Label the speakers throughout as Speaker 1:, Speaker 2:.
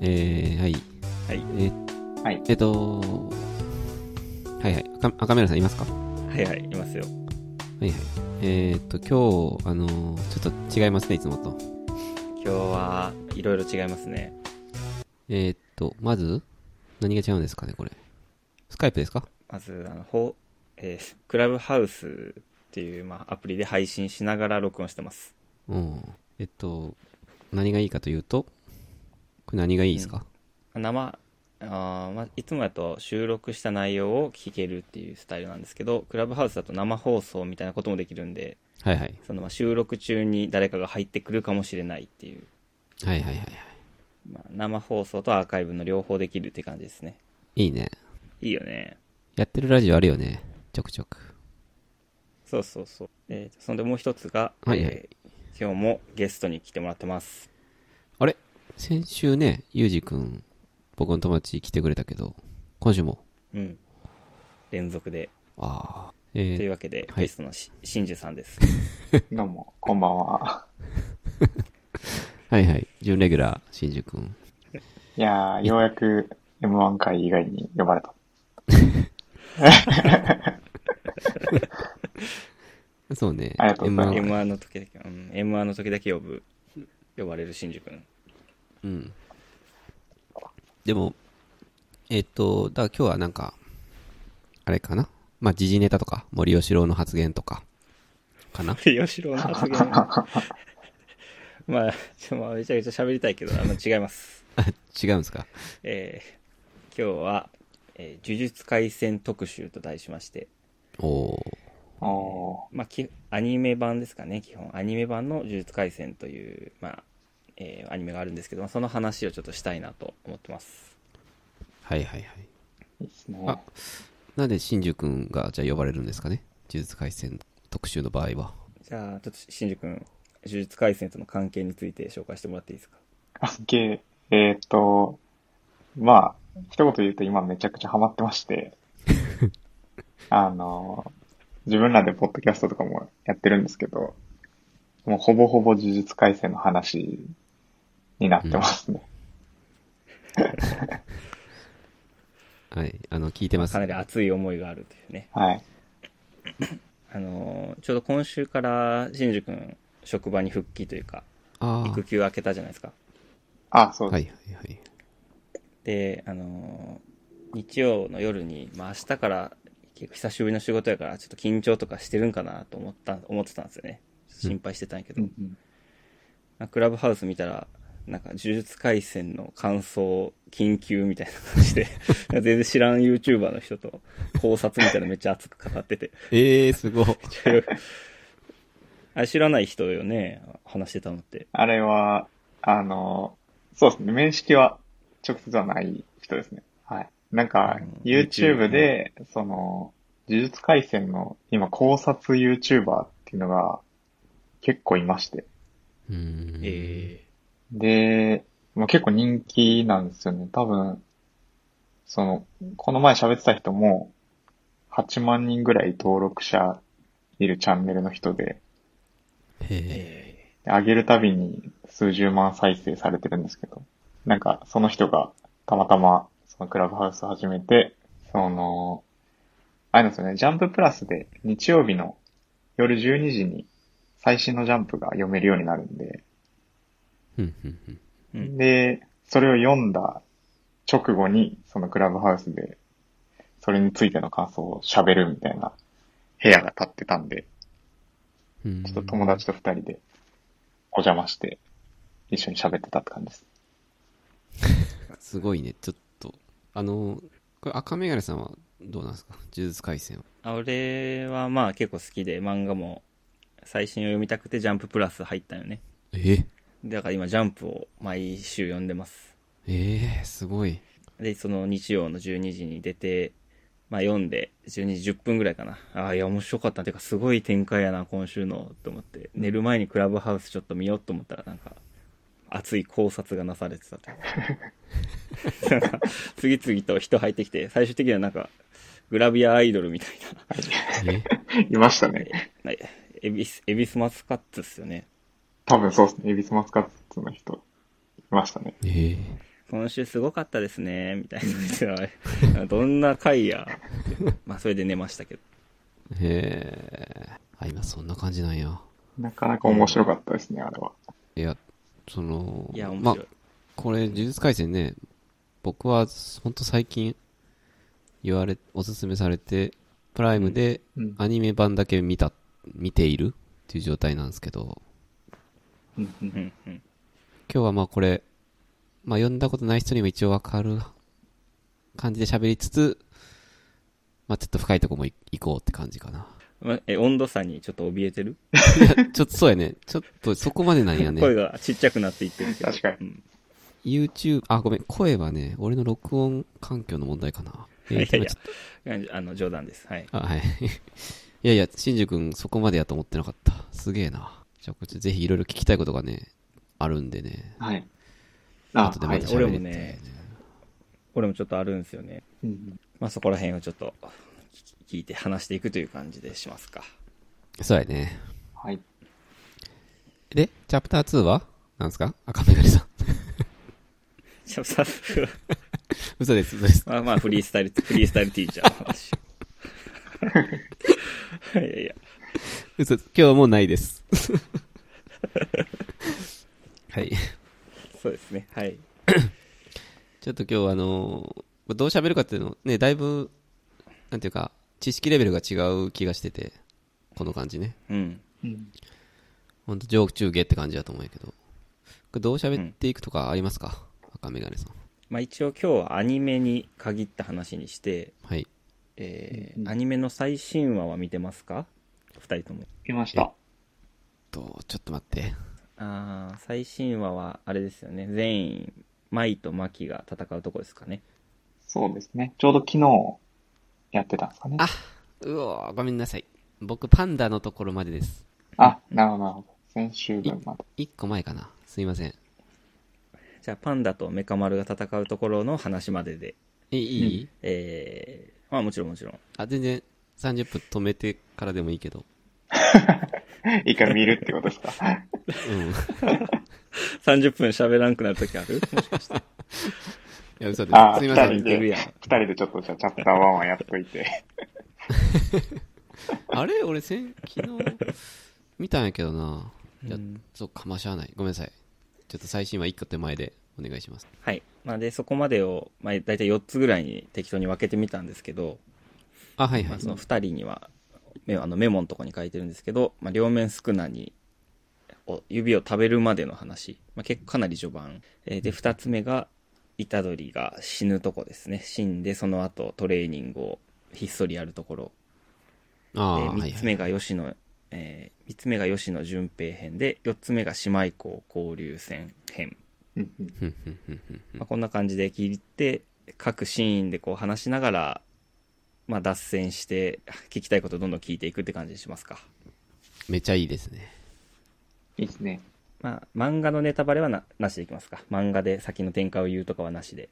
Speaker 1: えー、はい。
Speaker 2: はい。
Speaker 1: え
Speaker 2: はい。
Speaker 1: えっと、はいはい。赤赤メラさんいますかは
Speaker 2: はいはい、いますよ。
Speaker 1: いはい。えーっと、今日、あのーちょっと違いますね、いつもと。
Speaker 2: 今日はいろいろ違いますね。
Speaker 1: えーっと、まず、何が違うんですかね、これ。スカイプですか
Speaker 2: まず、あの、ほう、えークラブハウスっていう、まあ、アプリで配信しながら録音してます。
Speaker 1: うん。えっと、何がいいかというと、これ何がいいですか、
Speaker 2: 生、あーまあ、いつもだと収録した内容を聞けるっていうスタイルなんですけど、クラブハウスだと生放送みたいなこともできるんで、
Speaker 1: はいはい。
Speaker 2: そのまあ収録中に誰かが入ってくるかもしれないっていう、
Speaker 1: はいはいはいはい。
Speaker 2: まあ、生放送とアーカイブの両方できるって感じですね。
Speaker 1: いいね。
Speaker 2: いいよね。
Speaker 1: やってるラジオあるよね。ちょくちょく。
Speaker 2: そうそうそう。えーそんでもう一つが、
Speaker 1: はいはい
Speaker 2: えー今日もゲストに来てもらってます。
Speaker 1: あれ先週ね、ゆうじくん、僕の友達来てくれたけど、今週も。
Speaker 2: うん。連続で。
Speaker 1: ああ。
Speaker 2: とい
Speaker 1: え
Speaker 2: うわけで、
Speaker 1: はい
Speaker 2: ゲストのし、真珠さんです。
Speaker 3: どうも、こんばんは。
Speaker 1: ー、はいはい。準レギュラー、新宿くん。
Speaker 3: いやー、ようやく M1 回以外に呼ばれた。
Speaker 1: そうね。
Speaker 3: ありがとうございま
Speaker 1: M1
Speaker 2: M1
Speaker 3: す
Speaker 2: の時だけ、うん、M1 の時だけ呼ぶ、呼ばれる真珠くん。
Speaker 1: うん。でも、えっと、だから今日はなんか、あれかなまあ、時事ネタとか、森喜朗の発言とか、かな
Speaker 2: 吉郎の 発言。まあ、ちょまあめちゃくちゃ喋りたいけど、あんま違います。
Speaker 1: あ違うんですか
Speaker 2: えー今日は、えー呪術廻戦特集と題しまして、
Speaker 1: おー。
Speaker 3: おー、
Speaker 2: まあ、きアニメ版ですかね、基本。アニメ版の呪術廻戦という、まあ、えーアニメがあるんですけど、まあその話をちょっとしたいなと思ってます。
Speaker 1: はいはいはい。
Speaker 3: いいですね。
Speaker 1: あなんで新宿くんが、じゃあ呼ばれるんですかね呪術廻戦特集の場合は。
Speaker 2: じゃあ、ちょっと真珠くん、呪術廻戦との関係について紹介してもらっていいですか
Speaker 3: あ、すっげえ。えーっと、まあ、一言言うと今めちゃくちゃハマってまして、あの、自分らでポッドキャストとかもやってるんですけど、もうほぼほぼ呪術改正の話になってますね。
Speaker 1: はい。あの、聞いてます
Speaker 2: か。なり熱い思いがあるというね。
Speaker 3: はい。
Speaker 2: あのーちょうど今週から、真珠くん、職場に復帰というか、
Speaker 1: ああ。
Speaker 2: 育休明けたじゃないですか。
Speaker 3: あ、そう
Speaker 1: は
Speaker 3: で
Speaker 1: い
Speaker 3: す。
Speaker 1: はいはい。
Speaker 2: で、あのー日曜の夜に、まあ、明日から、結構久しぶりの仕事やから、ちょっと緊張とかしてるんかなと思った、思ってたんですよね。ちょっと心配してたんやけど、
Speaker 3: うんうん
Speaker 2: まあクラブハウス見たら、なんか、呪術廻戦の感想、緊急みたいな感じで、 全然知らん YouTuber の人と考察みたいなのめっちゃ熱く語ってて、
Speaker 1: ええー、すごい。
Speaker 2: あれ知らない人よね、話してたのって。
Speaker 3: あれは、あの、そうですね、面識は直接はない人ですね。はい。なんか
Speaker 2: うん
Speaker 3: YouTube で、その、呪術廻戦の今考察 YouTuber っていうのが結構いまして。
Speaker 1: うーん。
Speaker 3: で、もう結構人気なんですよね。多分、その、この前喋ってた人も、8万人ぐらい登録者いるチャンネルの人で、
Speaker 1: へえ。
Speaker 2: え
Speaker 3: 上げるたびに数十万再生されてるんですけど、なんかその人がたまたまそのクラブハウスを始めて、その、あれなんですよね、ジャンププラスで日曜日の夜12時に最新のジャンプが読めるようになるんで、
Speaker 1: うんうんうん。
Speaker 2: ーうん
Speaker 3: で、それを読んだ直後にそのクラブハウスでそれについての感想を喋るみたいな部屋が立ってたんで、
Speaker 1: うん
Speaker 3: ちょっと友達と二人でお邪魔して一緒に喋ってたって感じです。
Speaker 1: すごいね、ちょっと。あの、これ赤メガネさんはどうなんですか呪術廻戦は。
Speaker 2: あ俺はまあ結構好きで漫画も最新を読みたくてジャンププラス入ったよね
Speaker 1: え
Speaker 2: だから今ジャンプを毎週読んでます
Speaker 1: ええすごい。
Speaker 2: でその日曜の12時に出てまあ読んで12時10分ぐらいかなああいや面白かったてかすごい展開やな今週のと思って寝る前にクラブハウスちょっと見ようと思ったらなんか熱い考察がなされてたというなんか次々と人入ってきて最終的にはなんかグラビアアイドルみたいな
Speaker 1: え
Speaker 3: いましたね。
Speaker 2: ない エビス、エビスマスカッツっすよね。
Speaker 3: 多分そうですね。エビスマスカッツの人、いましたね。
Speaker 1: え
Speaker 2: 今週すごかったですね、みたいな。どんな回や。 まあ、それで寝ましたけど。
Speaker 1: へえ。あ、今そんな感じなんや。
Speaker 3: なかなか面白かったですね、あれは。
Speaker 1: いや、その、
Speaker 2: いや、面
Speaker 1: ま
Speaker 2: 白い。
Speaker 1: これ、呪術廻戦ね、僕は、ほんと最近、言われ、おすすめされて、プライムで
Speaker 3: うん
Speaker 1: アニメ版だけ見た、見ているっていう状態なんですけど、
Speaker 3: うんう
Speaker 2: うんんうん。
Speaker 1: 今日はまあこれ、まあ読んだことない人にも一応わかる感じで喋りつつ、まあちょっと深いとこもい行こうって感じか な。
Speaker 2: まえ、温度差にちょっと怯えてる、
Speaker 1: いや、ちょっとそうやね。ちょっとそこまでなんやね。
Speaker 2: 声がちっちゃくなっていってるけど。
Speaker 3: 確かに
Speaker 2: うん
Speaker 1: YouTube、あ、ごめん、声はね、俺の録音環境の問題かな。
Speaker 2: いやい
Speaker 1: ー
Speaker 2: や
Speaker 1: 今ちょっと
Speaker 2: あの、冗談です。はい。
Speaker 1: あ、はい。いやいや、新宿君そこまでやと思ってなかった。すげえな。じゃあこっちぜひいろいろ聞きたいことがね、あるんでね。
Speaker 3: はい。あ、
Speaker 1: 後で
Speaker 3: は
Speaker 1: ま
Speaker 3: い
Speaker 1: た。
Speaker 2: 俺
Speaker 1: 喋
Speaker 2: も
Speaker 1: れて、
Speaker 2: ね俺もちょっとあるんですよね。
Speaker 3: うん
Speaker 2: まあ、そこら辺をちょっと聞聞いて話していくという感じでしますか。
Speaker 1: そうやね。
Speaker 3: はい。
Speaker 1: で、チャプター2はなんですか赤目がりさん。
Speaker 2: じゃあ、早速、
Speaker 1: 嘘です、嘘です。
Speaker 2: まあまあ、フリースタイル、フリースタイルティーチャーの話 を。いやいや。
Speaker 1: 嘘です。今日はもうない です。はい。
Speaker 2: そうですね。はい。
Speaker 1: ちょっと今日はあのーどう喋るかっていうの、ね、だいぶ、なんていうか、知識レベルが違う気がしてて、この感じね。
Speaker 2: うん。
Speaker 3: うん
Speaker 1: ほんと、上中下って感じだと思うんやけど。これどう喋っていくとかありますか、赤メガネさん。
Speaker 2: まあ一応今日はアニメに限った話にして、
Speaker 1: はい。
Speaker 2: え
Speaker 3: うん
Speaker 2: ー、アニメの最新話は見てますか二人とも。
Speaker 3: いました。
Speaker 1: と、ちょっと待って。
Speaker 2: ああ、最新話はあれですよね。全員、舞とマキが戦うとこですかね。
Speaker 3: そうですね。ちょうど昨日やってたんですかね。
Speaker 1: あうおー、ごめんなさい。僕、パンダのところまでです。
Speaker 3: あ、なるほど、なるほど。先週分まで。
Speaker 1: 一個前かな。すいません。
Speaker 2: じゃあパンダとメカ丸が戦うところの話までで。
Speaker 1: え、いい、
Speaker 2: えー、まあもちろんもちろん。
Speaker 1: あ、全然、30分止めてからでもいいけど。
Speaker 3: 一回見るってこと ですか。
Speaker 1: うん。
Speaker 2: 30分喋らんくなるときあ る
Speaker 1: いや、嘘です
Speaker 3: あ。ー
Speaker 1: すいませ
Speaker 3: 二
Speaker 1: ん
Speaker 3: 人
Speaker 2: い。けるやん。
Speaker 3: 二人でちょっとじゃあチャプター1はやっといて。
Speaker 1: あれ俺、先、昨日、見たんやけどな。いや
Speaker 2: うん、
Speaker 1: そうか、ましゃあない。ごめんなさい。ちょっと最新話1個手前でお願いします。
Speaker 2: はい。まあで、そこまでを、まあ大体4つぐらいに適当に分けてみたんですけど、
Speaker 1: あ、はいは
Speaker 2: まあ、
Speaker 1: い
Speaker 2: そ。の2人にはメあのメモのとこに書いてるんですけど、まあ、両面宿儺にお指を食べるまでの話、まあ、結構かなり序盤、えーで2つ目が虎杖が死ぬとこですね死んでその後トレーニングをひっそりやるところ
Speaker 1: ああ、
Speaker 2: で
Speaker 1: はい
Speaker 2: 3つ
Speaker 1: はい。
Speaker 2: 目が吉野、えー、3つ目が吉野順平編で4つ目が姉妹校交流戦編、
Speaker 3: うんうん
Speaker 1: ふんふんふんふんふん
Speaker 2: まあ、こんな感じで切って各シーンでこう話しながら、まあ、脱線して聞きたいことをどんどん聞いていくって感じにしますか
Speaker 1: めちゃいいですね。
Speaker 3: いいですね。
Speaker 2: まあ、漫画のネタバレはななしでいきますか。漫画で先の展開を言うとかはなしで。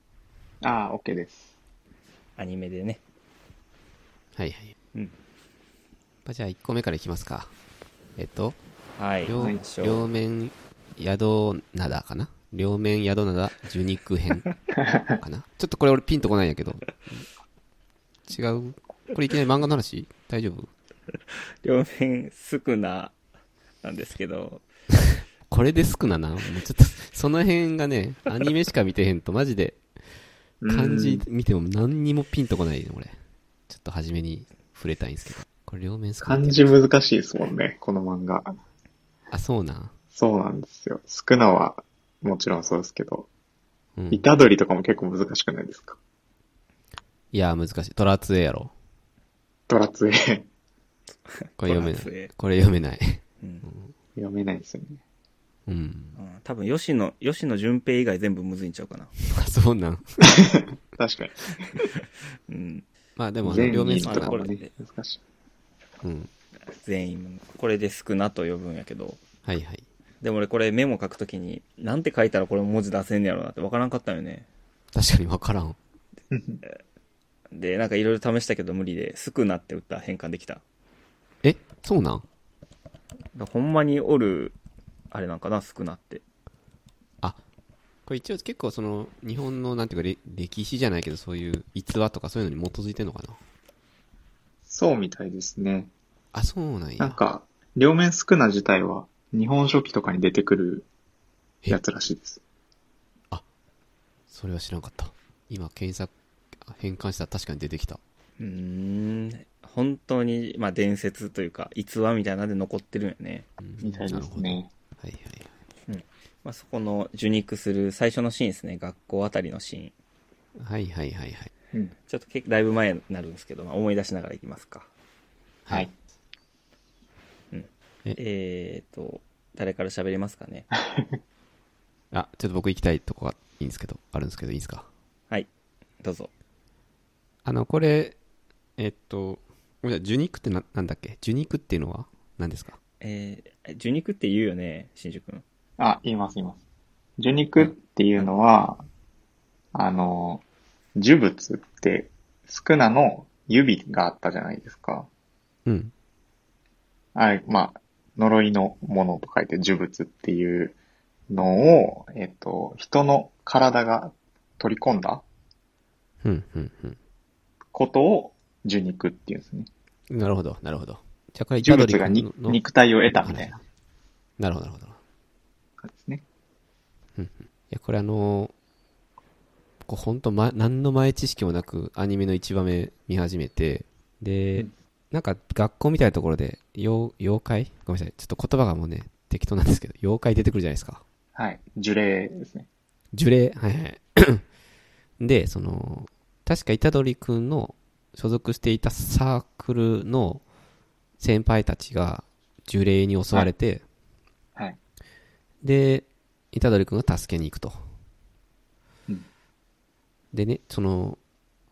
Speaker 3: ああ、OK です。
Speaker 2: アニメでね。
Speaker 1: はいはい。
Speaker 2: うん。
Speaker 1: まあじゃあ1個目からいきますか。えっと、
Speaker 2: はい。
Speaker 1: 両
Speaker 2: 行きましょう
Speaker 1: 両面宿灘かな両面宿灘受肉編 かなちょっとこれ俺ピンとこないんやけど。違うこれいきなり漫画の話大丈夫
Speaker 2: 両面少な、なんですけど、
Speaker 1: これで少なな。もうちょっと、その辺がね、アニメしか見てへんとマジで、漢字見ても何にもピンとこないね、俺。ちょっと初めに触れたいんですけど。これ両面少な
Speaker 3: 漢
Speaker 1: って
Speaker 3: 字難しいですもんね、この漫画。
Speaker 1: あ、そうなん。
Speaker 3: そうなんですよ。少なはもちろんそうですけど、
Speaker 1: うん。い
Speaker 3: 虎取とかも結構難しくないですか
Speaker 1: や、難しい。トラツエやろ。
Speaker 3: ドラツエ
Speaker 1: これ読め
Speaker 2: トラツ
Speaker 1: な
Speaker 2: エ
Speaker 1: い。これ読めない。
Speaker 2: うん。
Speaker 3: 読めないですよね。
Speaker 1: うん。
Speaker 2: うん多分、吉野、吉野順平以外全部むずいんちゃうかな。
Speaker 1: あ、そうなん。
Speaker 3: 確かに。
Speaker 2: うん。
Speaker 1: まあでも、あの
Speaker 3: 全
Speaker 1: 両面
Speaker 3: 員
Speaker 1: 少
Speaker 3: と
Speaker 1: な
Speaker 3: か
Speaker 2: こ。れ
Speaker 3: もね、難しい。
Speaker 1: うん。
Speaker 2: 全員。これで少なと呼ぶんやけど。
Speaker 1: はいはい。
Speaker 2: でも俺これメモ書くときに、なんて書いたらこれ文字出せんねやろうなってわからんかったよね。
Speaker 1: 確かにわからん。
Speaker 2: で、なんかいろいろ試したけど無理で、少なって打ったら変換できた。
Speaker 1: えそうなん
Speaker 2: ほんまにおる、あれなんかな、少なって。
Speaker 1: これ一応結構その、日本のなんていうかれ、歴史じゃないけど、そういう逸話とかそういうのに基づいてんのかな
Speaker 3: そうみたいですね。
Speaker 1: あ、そうなんや。
Speaker 3: なんか、両面宿儺自体は、日本書紀とかに出てくるやつらしいです。
Speaker 1: それは知らんかった。今検索、あ変換したら確かに出てきた。
Speaker 2: うーん。本当に、まあ、伝説というか、逸話みたいなので残ってるよね。
Speaker 1: うん
Speaker 3: みた
Speaker 1: な
Speaker 3: いで
Speaker 1: るほど。
Speaker 3: す
Speaker 1: はい
Speaker 3: ね。
Speaker 1: はい。
Speaker 2: まあ、そこの受肉する最初のシーンですね。学校あたりのシーン。
Speaker 1: はいはいはいはい。
Speaker 3: うん。
Speaker 2: ちょっと結構だいぶ前になるんですけど、まあ、思い出しながらいきますか。
Speaker 3: はい。
Speaker 2: えーと、誰から喋りますかね。
Speaker 1: あ、ちょっと僕行きたいとこがいいんですけど、あるんですけど、いいですか。
Speaker 2: はい。どうぞ。
Speaker 1: あの、これ、えっと、ごめんなさい、受肉ってな、なんだっけ受肉っていうのは何ですか
Speaker 2: えー、受肉って言うよね、新宿君。
Speaker 3: あ、言います、言います。受肉っていうのは、あの、呪物って、宿儺の指があったじゃないですか。
Speaker 1: うん。
Speaker 3: あれ、まあ、呪いのものと書いて呪物っていうのを、えっと、人の体が取り込んだ
Speaker 1: うん、うん、う
Speaker 3: ことを受肉っていうんですね。
Speaker 1: ん。なるほど、なるほど。じゃあこれ、
Speaker 3: 呪
Speaker 1: 虎杖
Speaker 3: 物が
Speaker 1: 君
Speaker 3: に
Speaker 1: の
Speaker 3: 肉体を得たみたいな
Speaker 1: なるほど、なるほど。い
Speaker 3: 感じですね。
Speaker 1: や、これあのーこうほんと、ま、何の前知識もなく、アニメの一話目見始めて、で、
Speaker 3: うん
Speaker 1: なんか、学校みたいなところで、妖、妖怪ごめんなさい、ちょっと言葉がもうね、適当なんですけど、妖怪出てくるじゃないですか。
Speaker 3: はい。呪霊ですね。
Speaker 1: 呪霊はいはい。 で、その、確か虎杖くんの所属していたサークルの先輩たちが呪霊に襲われて、
Speaker 3: はい。
Speaker 1: で、虎杖くんが助けに行くと。
Speaker 3: うん
Speaker 1: でね、その、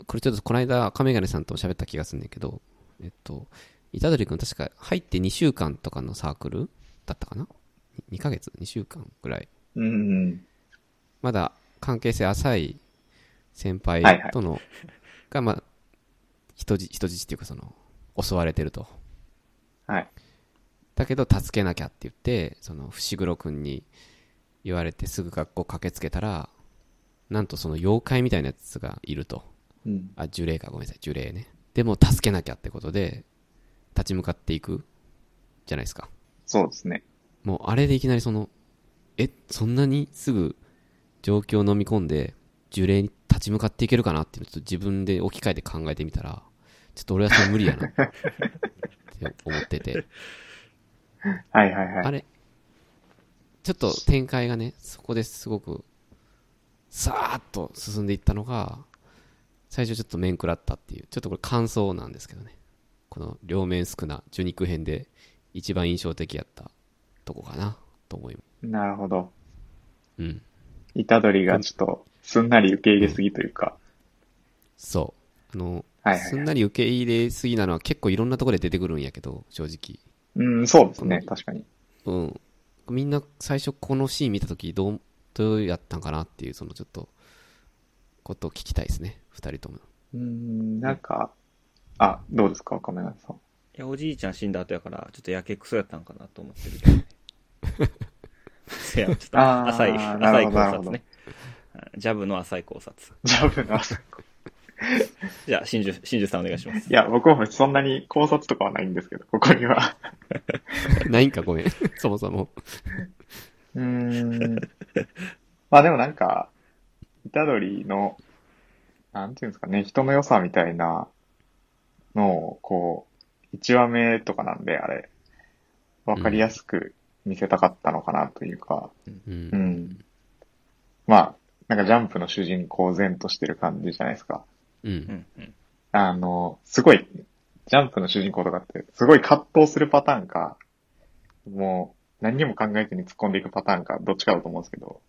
Speaker 1: これちょっとこの間、亀谷さんとも喋った気がするんだけど、えっと、虎杖くん確か入って2週間とかのサークルだったかな ?2 ヶ月 ?2 週間ぐらい
Speaker 3: うんうん。
Speaker 1: まだ関係性浅い先輩
Speaker 3: はいはい
Speaker 1: との、が、まあ、人質、人質っていうかその、襲われてると。
Speaker 3: はい。
Speaker 1: だけど助けなきゃって言って、その、伏黒くんに言われてすぐ学校駆けつけたら、なんとその妖怪みたいなやつがいると。
Speaker 3: うん。
Speaker 1: あ、呪霊か、ごめんなさい、呪霊ね。でも助けなきゃってことで、立ち向かっていくじゃないですか。
Speaker 3: そうですね。
Speaker 1: もうあれでいきなりその、え、そんなにすぐ状況を飲み込んで、呪霊に立ち向かっていけるかなっていうのをちょっと自分で置き換えて考えてみたら、ちょっと俺はそれ無理やなって思ってて、
Speaker 3: はいはいはい。
Speaker 1: あれ、ちょっと展開がね、そこですごく、さーっと進んでいったのが、最初ちょっと面食らったっていう、ちょっとこれ感想なんですけどね。この両面少な受肉編で一番印象的やったとこかなと思います。
Speaker 3: なるほど。
Speaker 1: うん。
Speaker 3: イタドリがちょっと、すんなり受け入れすぎというか。
Speaker 1: そう。あの、
Speaker 3: はいはい
Speaker 1: すんなり受け入れすぎなのは結構いろんなところで出てくるんやけど、正直。
Speaker 3: うん、そうですね。確かに。
Speaker 1: うん。みんな最初このシーン見たとき、どう、どうやったんかなっていう、そのちょっと、ことを聞きたいですね。二人とも。
Speaker 3: うん、なんか、あ、どうですか、岡村 さん。
Speaker 2: いや、おじいちゃん死んだ後やから、ちょっとやけくそやったんかなと思ってるけ どね。せや、ちょっと
Speaker 3: あー
Speaker 2: 浅い、
Speaker 3: な
Speaker 2: 浅
Speaker 3: る
Speaker 2: い
Speaker 3: ほ
Speaker 2: 考
Speaker 3: ど
Speaker 2: 察ね。ジャブの浅い考察。
Speaker 3: ジャブの朝
Speaker 2: じゃあ、真珠、真珠さんお願いします
Speaker 3: い。や、僕もそんなに考察とかはないんですけど、ここには。
Speaker 1: ないんか、ごめん。 そもそも。
Speaker 3: うーん。 まあでもなんか、イタドリの、なんていうんですかね、人の良さみたいなのを、こう、1話目とかなんで、あれ、わかりやすく見せたかったのかなというか、
Speaker 1: うん。
Speaker 3: うん。まあ、なんかジャンプの主人公然としてる感じじゃないですか。
Speaker 1: うん。
Speaker 2: うん、うん。
Speaker 3: あの、すごい、ジャンプの主人公とかって、すごい葛藤するパターンか、もう、何にも考えずに突っ込んでいくパターンか、どっちかだと思うんですけ ど、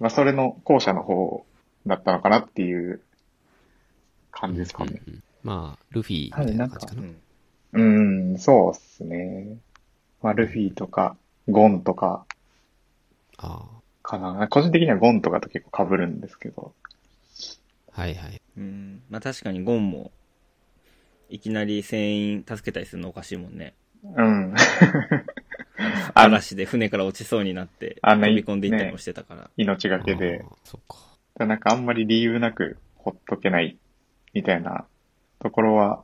Speaker 3: まあ、それの後者の方だったのかなっていう感じですかね。
Speaker 1: うんうんまあ、ルフィみたいな感じかな。
Speaker 2: うん
Speaker 3: うん、そうっすね。まあ、ルフィとか、ゴンとか、
Speaker 1: あ
Speaker 3: かな。個人的にはゴンとかと結構被るんですけど。
Speaker 1: あ。はいはい。
Speaker 2: うん。まあ確かにゴンも、いきなり船員助けたりするのおかしいもんね。
Speaker 3: うん。
Speaker 2: 嵐で船から落ちそうになって、
Speaker 3: あんな
Speaker 2: 飛び込んでいったりもしてたから。
Speaker 3: 命がけで
Speaker 1: あ、ーそっか。
Speaker 3: なんかあんまり理由なくほっとけないみたいなところは、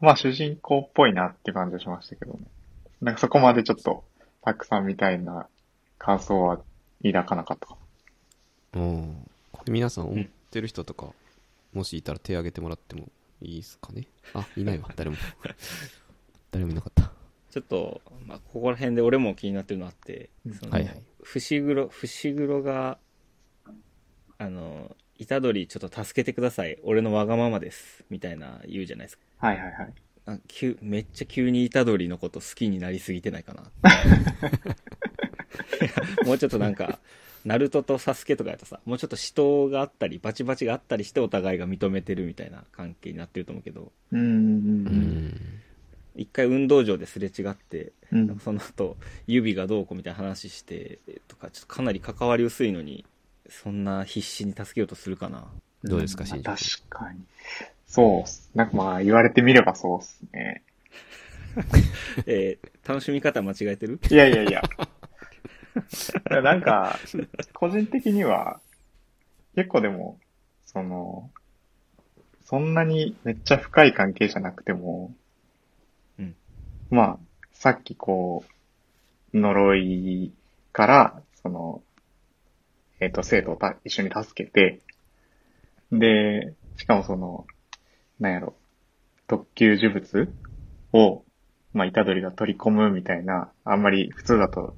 Speaker 3: まあ主人公っぽいなって感じはしましたけどね。なんかそこまでちょっとたくさんみたいな感想は抱かなかったか
Speaker 1: うん。これ皆さん
Speaker 2: ん
Speaker 1: 思ってる人とか、もしいたら手挙げてもらってもいいですかね。あ、いないわ、誰も。 誰もいなかった。
Speaker 2: ちょっと、まあ、ここら辺で俺も気になってるのあって、その
Speaker 1: はいはい。
Speaker 2: 伏黒、伏黒が、あの、虎杖ちょっと助けてください。俺のわがままです。みたいな言うじゃないですか。
Speaker 3: な。はいはいはい。
Speaker 2: あ急めっちゃ急に虎杖のこと好きになりすぎてない かな。いやもうちょっとなんか、ナルトとサスケとかやったらさ、もうちょっと死闘があったり、バチバチがあったりしてお互いが認めてるみたいな関係になってると思うけど、
Speaker 3: う。
Speaker 1: うんん。
Speaker 2: 一回運動場ですれ違って、
Speaker 3: う
Speaker 2: なん
Speaker 3: ん
Speaker 2: か。その後、指がどうこうみたいな話して、とか、ちょっとかなり関わり薄いのに、そんな必死に助けようとするかな。
Speaker 1: どうですか
Speaker 3: ん
Speaker 1: 新宿
Speaker 3: 確かに。そうっす。なんかまあ言われてみればそうっすね。
Speaker 2: えー楽しみ方間違えてる
Speaker 3: いやいやいや。いやなん か、個人的には、結構でも、その、そんなにめっちゃ深い関係じゃなくても、
Speaker 2: うん
Speaker 3: まあ、さっきこう、呪いから、その、えっ、と、生徒をた一緒に助けて、で、しかもその、なんやろ、特級呪物を、まあ、虎杖が取り込むみたいな、あんまり普通だと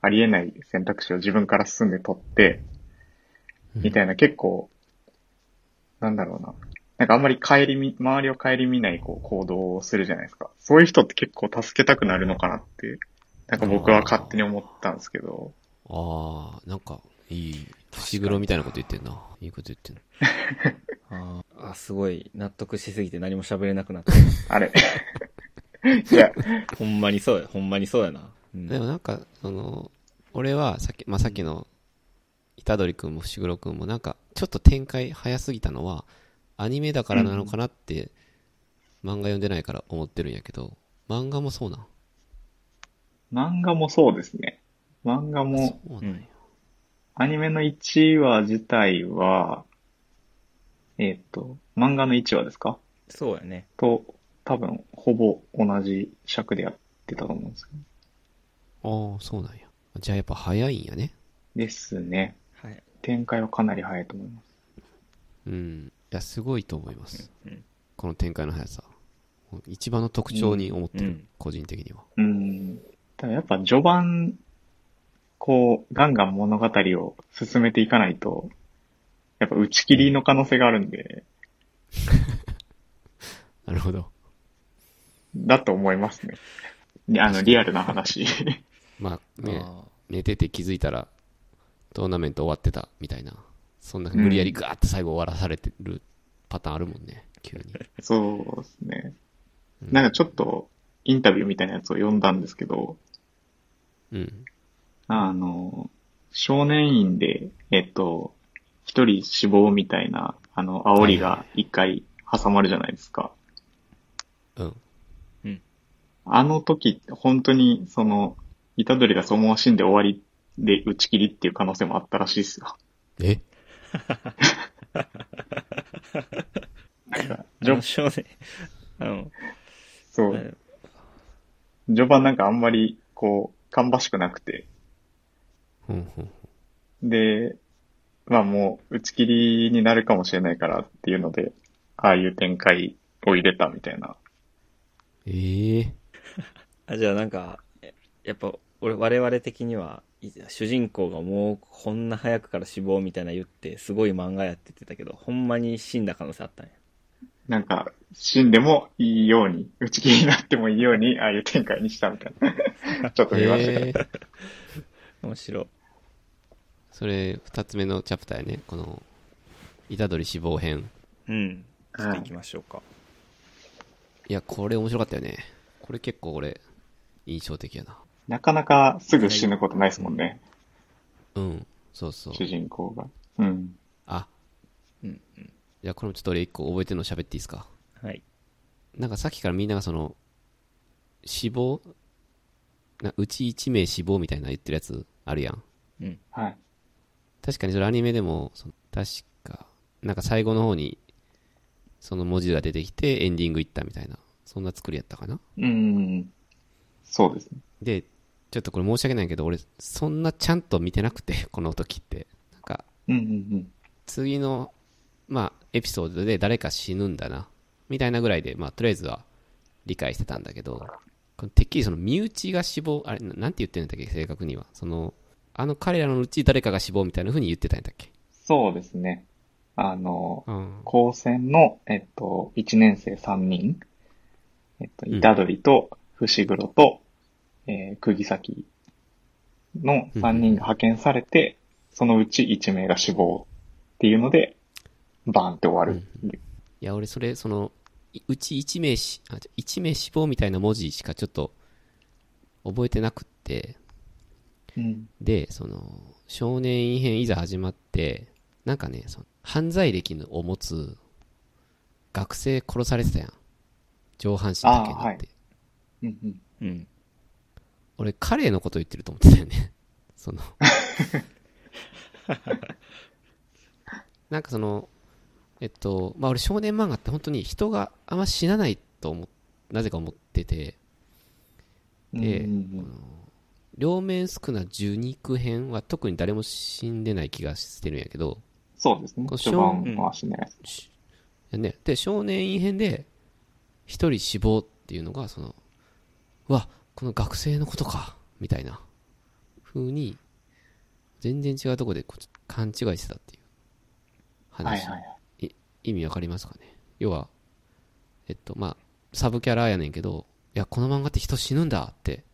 Speaker 3: ありえない選択肢を自分から進んで取って、みたいな結構、なんだろうな。なんかあんまり帰りみ、周りを顧みないこう行動をするじゃないですか。そういう人って結構助けたくなるのかなって、なんか僕は勝手に思ったんですけど。
Speaker 1: あー、なんか、いい。伏黒みたいなこと言ってんな。いいこと言ってんな。
Speaker 2: あーあ、すごい、納得しすぎて何も喋れなくなった。
Speaker 3: あれ。いや、
Speaker 2: ほんまにそうや、ほんまにそうやな。うん
Speaker 1: でもなんか、その、俺はさっき、まあ、さっきの、虎杖くんも伏黒くんもなんか、ちょっと展開早すぎたのは、アニメだからなのかなって、漫画読んでないから思ってるんやけど、漫画もそうなん。
Speaker 3: 漫画もそうですね。漫画も、
Speaker 1: そう
Speaker 2: う
Speaker 1: なんんや。
Speaker 3: アニメの1話自体は、えーっと、漫画の1話ですか
Speaker 2: そうやね。
Speaker 3: と、多分、ほぼ同じ尺でやってたと思うんですけど。
Speaker 1: ああ、そうなんや。じゃあやっぱ早いんやね。
Speaker 3: ですね。
Speaker 2: はい。
Speaker 3: 展開はかなり早いと思います。
Speaker 1: うん。いや、すごいと思います。
Speaker 2: うん
Speaker 1: この展開の速さ。一番の特徴に思ってる、
Speaker 2: うん
Speaker 1: 個人的には。
Speaker 3: うん。ただやっぱ序盤、こう、ガンガン物語を進めていかないと、やっぱ打ち切りの可能性があるんで、
Speaker 1: なるほど。
Speaker 3: だと思いますね。ねあの、リアルな話。
Speaker 1: まあね、
Speaker 2: あ
Speaker 1: 寝てて気づいたら、トーナメント終わってたみたいな。そんな無理やりガーって最後終わらされてるパターンあるもんね、急に。
Speaker 3: そうですね。
Speaker 1: うん
Speaker 3: なんかちょっと、インタビューみたいなやつを読んだんですけど、
Speaker 1: うん。
Speaker 3: あの、少年院で、えっと、一人死亡みたいな、あの、煽りが一回挟まるじゃないですか。
Speaker 1: うん。
Speaker 3: あの時、本当に、その、虎杖がそのまま死んで終わりで打ち切りっていう可能性もあったらしいですよ。
Speaker 1: え
Speaker 3: なんか、
Speaker 2: あの
Speaker 3: 序
Speaker 2: 少年、あの、
Speaker 3: そ
Speaker 2: あの
Speaker 3: う、序盤なんかあんまり、こう、芳しくなくて。
Speaker 1: ほんほん
Speaker 3: で、まあもう、打ち切りになるかもしれないからっていうので、ああいう展開を入れたみたいな。
Speaker 1: ええ
Speaker 2: あ、じゃあなんか、えやっぱ、俺、我々的には、い主人公がもうこんな早くから死亡みたいな言って、すごい漫画やって言ってたけど、ほんまに死んだ可能性あったんや。
Speaker 3: なんか、死んでもいいように、打ち切りになってもいいように、ああいう展開にしたみたいな。 ちょっと見ましたけど。
Speaker 1: ええ
Speaker 2: 面白い。
Speaker 1: それ、二つ目のチャプターやね。この、虎杖死亡編。
Speaker 2: うん。ちょっ
Speaker 3: は
Speaker 2: と
Speaker 3: い
Speaker 2: 行きましょうか。
Speaker 1: いや、これ面白かったよね。これ結構俺、印象的やな。
Speaker 3: なかなかすぐ死ぬことないですもんね、
Speaker 1: うん。そうそう。
Speaker 3: 主人公が。うん。
Speaker 1: あ、
Speaker 2: うん。うん
Speaker 1: じゃあこれもちょっと俺一個覚えてるの喋っていいですか。
Speaker 2: はい。
Speaker 1: なんかさっきからみんながその、死亡なうち1名死亡みたいな言ってるやつあるやん。
Speaker 2: うん。
Speaker 3: はい。
Speaker 1: 確かにそれアニメでも、その確か、なんか最後の方に、その文字が出てきてエンディングいったみたいな、そんな作りやったかな。
Speaker 3: うん。そうですね。
Speaker 1: で、ちょっとこれ申し訳ないけど、俺、そんなちゃんと見てなくて、 この時って。なんか、
Speaker 3: うんうん
Speaker 1: 次の、まあ、エピソードで誰か死ぬんだな、みたいなぐらいで、まあ、とりあえずは理解してたんだけど、このてっきりその身内が死亡、あれ、ななんて言ってるんだっけ、正確には。その、あの彼らのうち誰かが死亡みたいな風に言ってたんだっけ。
Speaker 3: そうですね。あの、
Speaker 1: うん。
Speaker 3: 高専の、えっと、1年生3人、えっと、
Speaker 1: うん
Speaker 3: 虎杖と伏黒と、えー、釘崎の3人が派遣されて、そのうち1名が死亡っていうので、バーンって終わる。
Speaker 1: いや、俺、それ、その、いうち1名し、あ、じゃ1名死亡みたいな文字しかちょっと覚えてなくって、
Speaker 3: うん。
Speaker 1: で、その、少年院編いざ始まって、なんかね、その犯罪歴のを持つ学生殺されてたやん。上半身だけになって。
Speaker 3: あーはいうんうん。
Speaker 2: うん。
Speaker 1: 俺、彼のこと言ってると思ってたよね。 そ の。なんかその、えっと、まあ俺少年漫画って本当に人があんま死なないと思っ、なぜか思ってて、で
Speaker 3: うんうん
Speaker 1: 両面少な十二区編は特に誰も死んでない気がしてるんやけど、
Speaker 3: そうですね
Speaker 1: こ。う
Speaker 3: 序盤は死んでないです。
Speaker 1: しね、で少年院編で一人死亡っていうのがそのうわこの学生のことかみたいな風に全然違うとこでこうちょっと勘違いしてたっていう
Speaker 3: はい
Speaker 1: 話、
Speaker 3: はいはい。
Speaker 1: 意味わかりますかね要はえっとまあサブキャラやねんけどいやこの漫画って人死ぬんだって、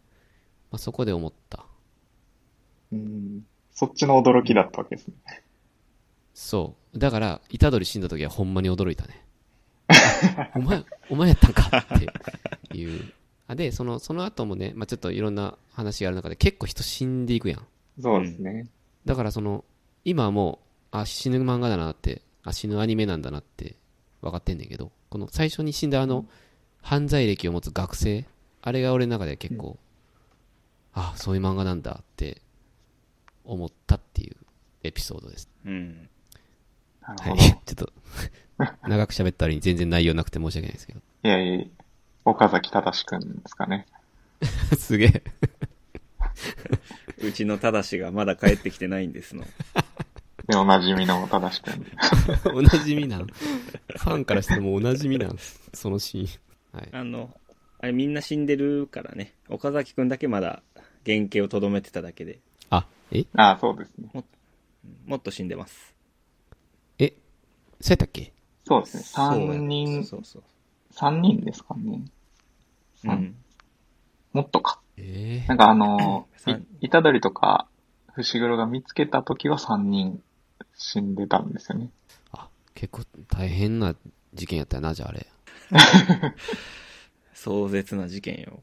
Speaker 1: まあ、そこで思った
Speaker 3: うん。そっちの驚きだったわけですね。
Speaker 1: そう。だから、虎杖死んだ時はほんまに驚いたね。 あお前、お前やったんかっていう。あで、その、その後もね、まあ、ちょっといろんな話がある中で結構人死んでいくやん。
Speaker 3: そうですね。
Speaker 1: だからその、今はもう、あ、死ぬ漫画だなって、あ、死ぬアニメなんだなって分かってんねんけど、この最初に死んだあの、犯罪歴を持つ学生、あれが俺の中では結構、あ、そういう漫画なんだって思ったっていうエピソードです。
Speaker 2: うん。
Speaker 3: なる
Speaker 1: は
Speaker 3: ほ
Speaker 1: い。
Speaker 3: ど。い
Speaker 1: ちょっと、長く喋ったりに全然内容なくて申し訳ないですけど。
Speaker 3: やいや岡崎正くんですかね。
Speaker 1: すげえ。
Speaker 2: うちのただしがまだ帰ってきてないん ですの。
Speaker 3: で、おなじみの正くん。
Speaker 1: おなじみなん。ファンからしてもおなじみなん。そのシーン。はい。
Speaker 2: あの、あれみんな死んでるからね。岡崎くんだけまだ原型をとどめてただけで、
Speaker 1: あ、え
Speaker 3: ああ、そうですね。
Speaker 2: もっと死んでます。
Speaker 1: えそうやったっけ
Speaker 3: そうですね。
Speaker 2: そうや
Speaker 3: 三人、
Speaker 2: そうそう
Speaker 3: 三人ですかね。
Speaker 2: そう。うん。、
Speaker 3: もっとか。
Speaker 1: え
Speaker 3: なんかあの
Speaker 2: 三
Speaker 3: い、虎杖とか、伏黒が見つけた時は三人死んでたんですよね。
Speaker 1: あ、結構大変な事件やったよな、じゃああれ。
Speaker 2: 壮絶な事件よ。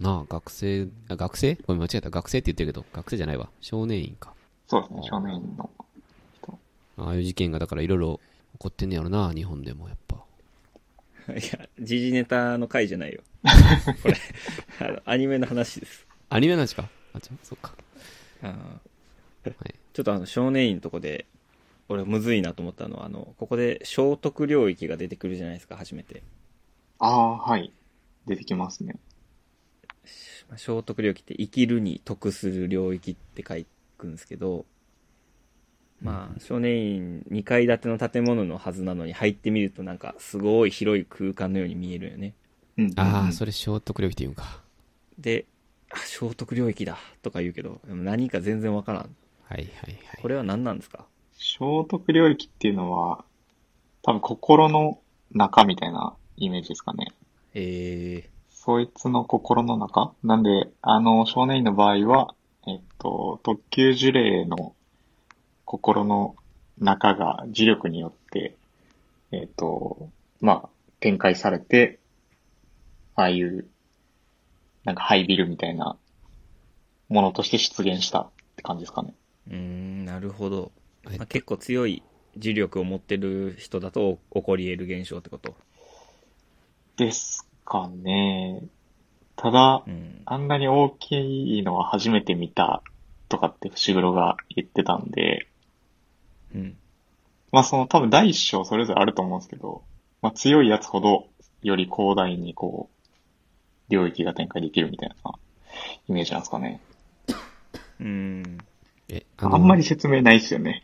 Speaker 1: なあ、学生、あ、学生ごめん、間違えた。学生って言ってるけど、学生じゃないわ。少年院か。
Speaker 3: そうですね、少年院の人。
Speaker 1: ああいう事件がだからいろいろ起こってんねやろな、日本でもやっぱ。
Speaker 2: いや、時事ネタの回じゃ ないよ。これ、あの、アニメの話です。
Speaker 1: アニメなんですかあ、じゃあそっか。
Speaker 2: あー
Speaker 1: はい。
Speaker 2: ちょっとあの、少年院のとこで、俺むずいなと思ったのは、あの、ここで聖徳領域が出てくるじゃないですか、初めて。
Speaker 3: ああ、はい。出てきますね。
Speaker 2: まあ聖徳領域って生きるに得する領域って書くんですけど、まあ、少年院2階建ての建物のはずなのに入ってみるとなんかすごい広い空間のように見えるよね。
Speaker 3: うん。
Speaker 1: あ
Speaker 3: う
Speaker 1: あ、
Speaker 3: ん
Speaker 1: それ聖徳領域って言うんか。
Speaker 2: で、あ聖徳領域だとか言うけど、でも何か全然わからん。
Speaker 1: はいはいはい。
Speaker 2: これは何なんですか
Speaker 3: 聖徳領域っていうのは、多分心の中みたいなイメージですかね。
Speaker 2: ええ
Speaker 3: そいつの心の中なんで、あの、少年院の場合は、えっと、特級呪霊の心の中が磁力によって、えっと、まあ、展開されて、ああいう、なんかハイビルみたいなものとして出現したって感じですかね。
Speaker 2: うーん、なるほど。
Speaker 1: えっ
Speaker 2: ま
Speaker 1: と
Speaker 2: あ、結構強い磁力を持ってる人だと起こり得る現象ってこと。
Speaker 3: ですかね。ただ
Speaker 2: う、ん。
Speaker 3: あんなに大きいのは初めて見たとかって伏黒が言ってたんで、
Speaker 2: うん。
Speaker 3: まあその多分第一章それぞれあると思うんですけど、まあ強いやつほどより広大にこう、領域が展開できるみたいなイメージなんですかね。
Speaker 2: うん。
Speaker 1: え、
Speaker 3: あ
Speaker 1: の
Speaker 3: んまり。説明ないですよね。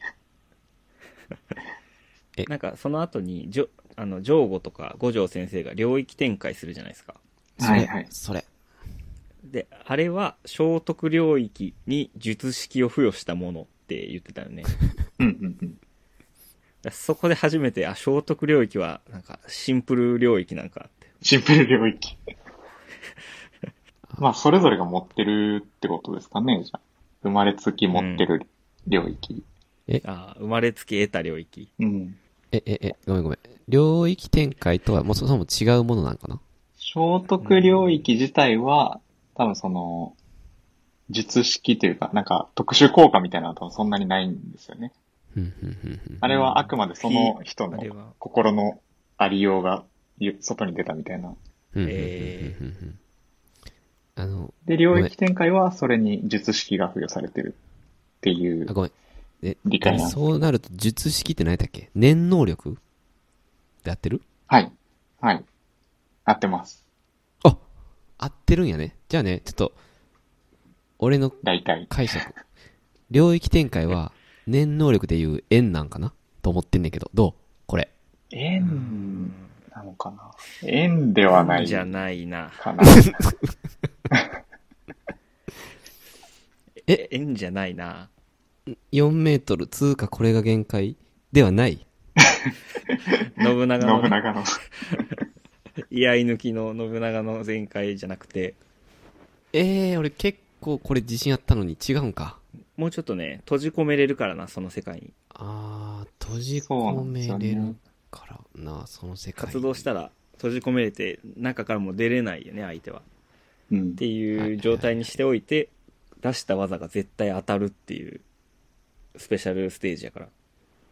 Speaker 1: え
Speaker 2: なんか、その後に、ジョ、あの、ジョーゴとか五条先生が領域展開するじゃないですか。
Speaker 1: それ、
Speaker 3: はいはい
Speaker 1: それ。
Speaker 2: で、あれは、聖徳領域に術式を付与したものって言ってたよ ね。
Speaker 3: うんうんうん。
Speaker 2: そこで初めて、あ、聖徳領域は、なんか、シンプル領域なんかって。
Speaker 3: シンプル 領域。まあそれぞれが持ってるってことですかね、じゃあ。生まれつき持ってる領域。
Speaker 2: あー生まれつき得た領域。
Speaker 3: うん。
Speaker 1: え、え、え、ごめんごめん。領域展開とは、もうそもそも違うものなんかな
Speaker 3: 聖徳領域自体は、多分その、術式というか、なんか特殊効果みたいなのは多分そんなにないんですよね。
Speaker 1: うん、うん、うんうん。
Speaker 3: あれはあくまでその人
Speaker 2: あ
Speaker 3: の
Speaker 2: れは、
Speaker 3: 心のありようがゆ外に出たみたいな。
Speaker 1: うんうんうんうんうん
Speaker 2: え
Speaker 1: あの、
Speaker 3: で、領域展開はそれに術式が付与されてるっていう
Speaker 1: あ、。ごめん。え、
Speaker 3: 理解なんです
Speaker 1: そうなると、術式って何だっけ念能力で合ってる
Speaker 3: はい。はい。合ってます。
Speaker 1: あ合ってるんやね。じゃあね、ちょっと、俺の
Speaker 3: 大体。
Speaker 1: 解釈。領域展開は、念能力でいう円なんかなと思ってんねんけど、どうこれ。
Speaker 3: 円なのかな円ではない
Speaker 2: じゃないな。
Speaker 3: か な。
Speaker 1: え
Speaker 2: 円じゃないな。
Speaker 1: 4メートル通過これが限界ではない。
Speaker 2: 信長の
Speaker 3: 信
Speaker 2: ね、
Speaker 3: 長の。
Speaker 2: 居合抜きの信長の全開じゃなくて、
Speaker 1: えー、俺結構これ自信あったのに違うんか。
Speaker 2: もうちょっとね、閉じ込めれるからな、その世界に。
Speaker 1: あー、閉じ込め
Speaker 3: そうなんです
Speaker 1: れ
Speaker 3: よね
Speaker 1: るからな、その世界。
Speaker 2: 活動したら閉じ込めれて、中からも出れないよね、相手は。
Speaker 3: うん
Speaker 2: って。いう状態にしておいて、出した技が絶対当たるっていう、スペシャルステージやから。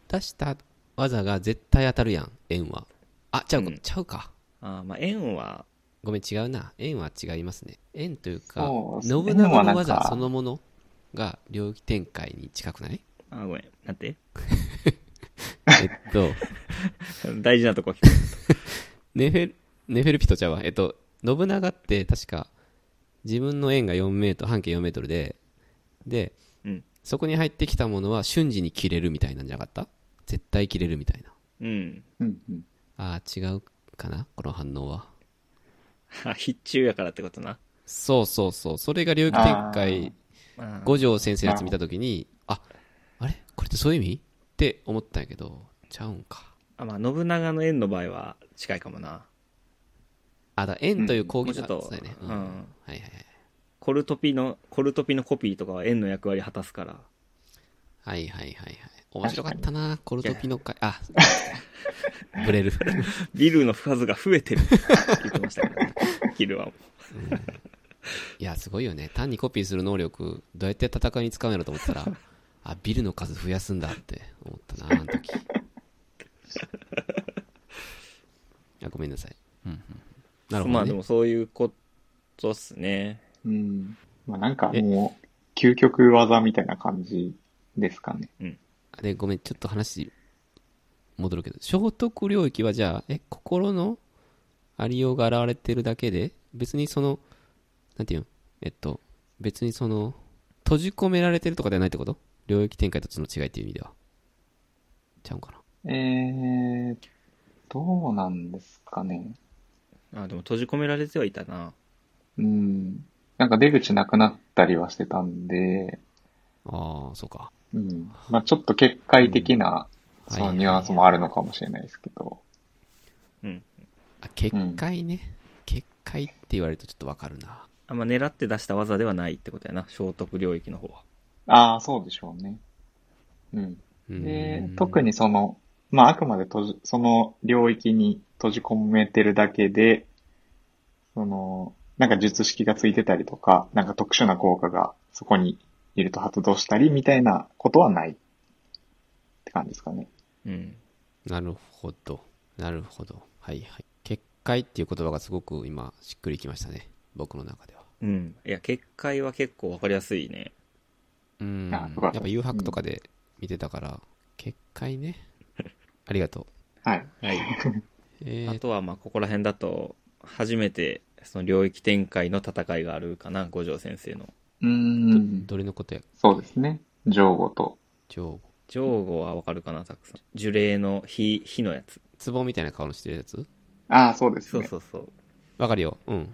Speaker 1: 出した技が絶対当たるやん、円は。あ、ちゃうか、
Speaker 2: うん
Speaker 1: ちゃうか。
Speaker 2: あーまあ、円は、
Speaker 1: ごめん、違うな。円は違いますね。円というか、
Speaker 3: そう
Speaker 1: 信
Speaker 3: 円
Speaker 1: 長の
Speaker 3: はなんか
Speaker 1: 技そのものが領域展開に近くない
Speaker 2: あーごめん、なんて
Speaker 1: えっと、
Speaker 2: 大事なとこ聞く。
Speaker 1: ネフェル、ネフェルピトちゃうわ。えっと、信長って確か、自分の円が4メートル、半径4メートルで、で、
Speaker 2: うん。
Speaker 1: そこに入ってきたものは瞬時に切れるみたいなんじゃなかった絶対切れるみたいな。
Speaker 2: うん。
Speaker 3: うんうん。
Speaker 1: ああ、違うかなこの反応は。
Speaker 2: あ必中やからってことな。
Speaker 1: そうそうそう。それが領域展開、
Speaker 2: まあ
Speaker 1: 五条先生のやつ見たときに、あ、あれこれってそういう意味って思ったんやけど、ちゃうんか。
Speaker 2: あ、まあ、信長の円の場合は近いかもな。
Speaker 1: あ、だから円という講義
Speaker 2: うんもうちょっ
Speaker 1: そ
Speaker 2: と
Speaker 1: うだよね。
Speaker 2: うん
Speaker 1: はいはいはい。
Speaker 2: コルトピの、コルトピのコピーとかは円の役割果たすから。
Speaker 1: はいはいはいはい。面白かったなコルトピの会。あ、ブレる。
Speaker 2: ビルの数が増え てるって言ってましたからね。キルは。
Speaker 1: いや、すごいよね。単にコピーする能力、どうやって戦いに使うんやろと思ったら、あ、ビルの数増やすんだって思ったなあの 時。あ、ごめんなさい。なるほど、ね。
Speaker 2: まあでもそういうことっすね。
Speaker 3: うん。まあなんかもう、究極技みたいな感じですかね。
Speaker 1: で、ごめん、ちょっと話、戻るけど、聖徳領域はじゃあ、え、心のありようが現れてるだけで、別にその、なんていうのえっと、別にその、閉じ込められてるとかではないってこと領域展開とその違いっていう意味では。ちゃうんかな。
Speaker 3: えー、どうなんですかね。
Speaker 2: あ、でも閉じ込められてはいたな。
Speaker 3: うん。なんか出口なくなったりはしてたんで、
Speaker 1: ああ、そうか。
Speaker 3: うん。まあちょっと決壊的な、
Speaker 1: うん
Speaker 3: そのニュアンスもあるのかもしれないですけど。
Speaker 2: うん。
Speaker 1: あ、結界ね。結界って言われるとちょっとわかるな。
Speaker 2: あんま狙って出した技ではないってことやな。聖徳領域の方は。
Speaker 3: ああ、そうでしょうね。うん。
Speaker 1: うん
Speaker 3: で、特にその、まあ、あくまで閉じ、その領域に閉じ込めてるだけで、その、なんか術式がついてたりとか、なんか特殊な効果がそこにいると発動したりみたいなことはないって感じですかね。
Speaker 2: うん。
Speaker 1: なるほど。なるほど。はいはい。結界っていう言葉がすごく今、しっくりきましたね。僕の中では。
Speaker 2: うん。いや、結界は結構わかりやすいね。
Speaker 1: うん。や
Speaker 3: あよかっ
Speaker 1: ったぱ誘白とかで見てたから、結界ね。 ありがとう。
Speaker 3: はい。
Speaker 2: はい。
Speaker 1: え
Speaker 2: あ
Speaker 1: ー、
Speaker 2: とは、まあ、ここら辺だと、初めて、その領域展開の戦いがあるかな、五条先生の。
Speaker 3: うーん。
Speaker 1: どれのことや
Speaker 3: そうですね。上後と。
Speaker 1: 上
Speaker 2: 上後はわかるかな、たくさん。呪霊の火、火のやつ。
Speaker 1: 壺みたいな顔のしてるやつ
Speaker 3: ああ、そうです
Speaker 2: そう
Speaker 3: ね。
Speaker 2: そうそう。
Speaker 1: わかるよ。うん。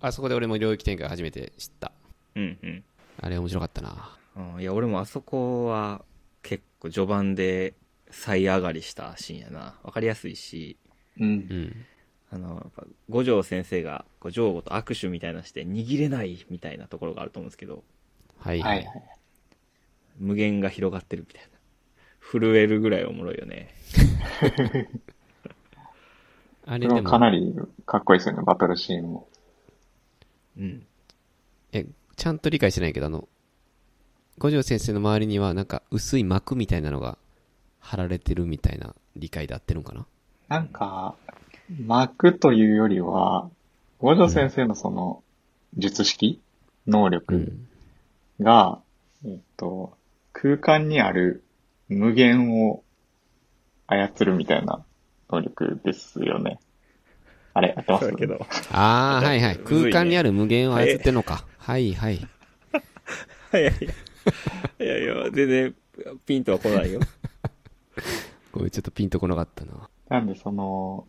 Speaker 1: あそこで俺も領域展開初めて知った。
Speaker 2: うんうん。
Speaker 1: あれ面白かったな。
Speaker 2: うんいや、俺もあそこは結構序盤で再上がりしたシーンやな。わかりやすいし、
Speaker 3: うん
Speaker 1: う。ん。
Speaker 2: あの、やっぱ五条先生が、こう、上後と握手みたいなして、握れないみたいなところがあると思うんですけど、
Speaker 1: はい、
Speaker 3: は
Speaker 1: はいい
Speaker 3: は。い。
Speaker 2: 無限が広がってるみたいな。震えるぐらいおもろいよね。
Speaker 1: あ
Speaker 3: こ
Speaker 1: れ
Speaker 3: れ
Speaker 1: で
Speaker 3: も
Speaker 1: も、
Speaker 3: かなりかっこいいですよね、バトルシーンも。
Speaker 2: うん。
Speaker 1: え、ちゃんと理解してないけど、あの、五条先生の周りにはなんか薄い膜みたいなのが貼られてるみたいな理解で合ってるのかな
Speaker 3: なんか、幕というよりは、五条先生のその、術式能
Speaker 1: う
Speaker 3: 力
Speaker 1: ん。
Speaker 3: が、えっと、空間にある無限を操るみたいな能力ですよね。あれ、合ってま
Speaker 2: そう
Speaker 3: す
Speaker 2: やけど。
Speaker 1: ああ、はいはい。
Speaker 2: むずいね
Speaker 1: 空間にある無限を操ってんのか。はいはい。
Speaker 2: いやいや。いやいや、全然ピンとは来ないよ。
Speaker 1: ごめん、ちょっとピンとこなかったな。
Speaker 3: なんでその、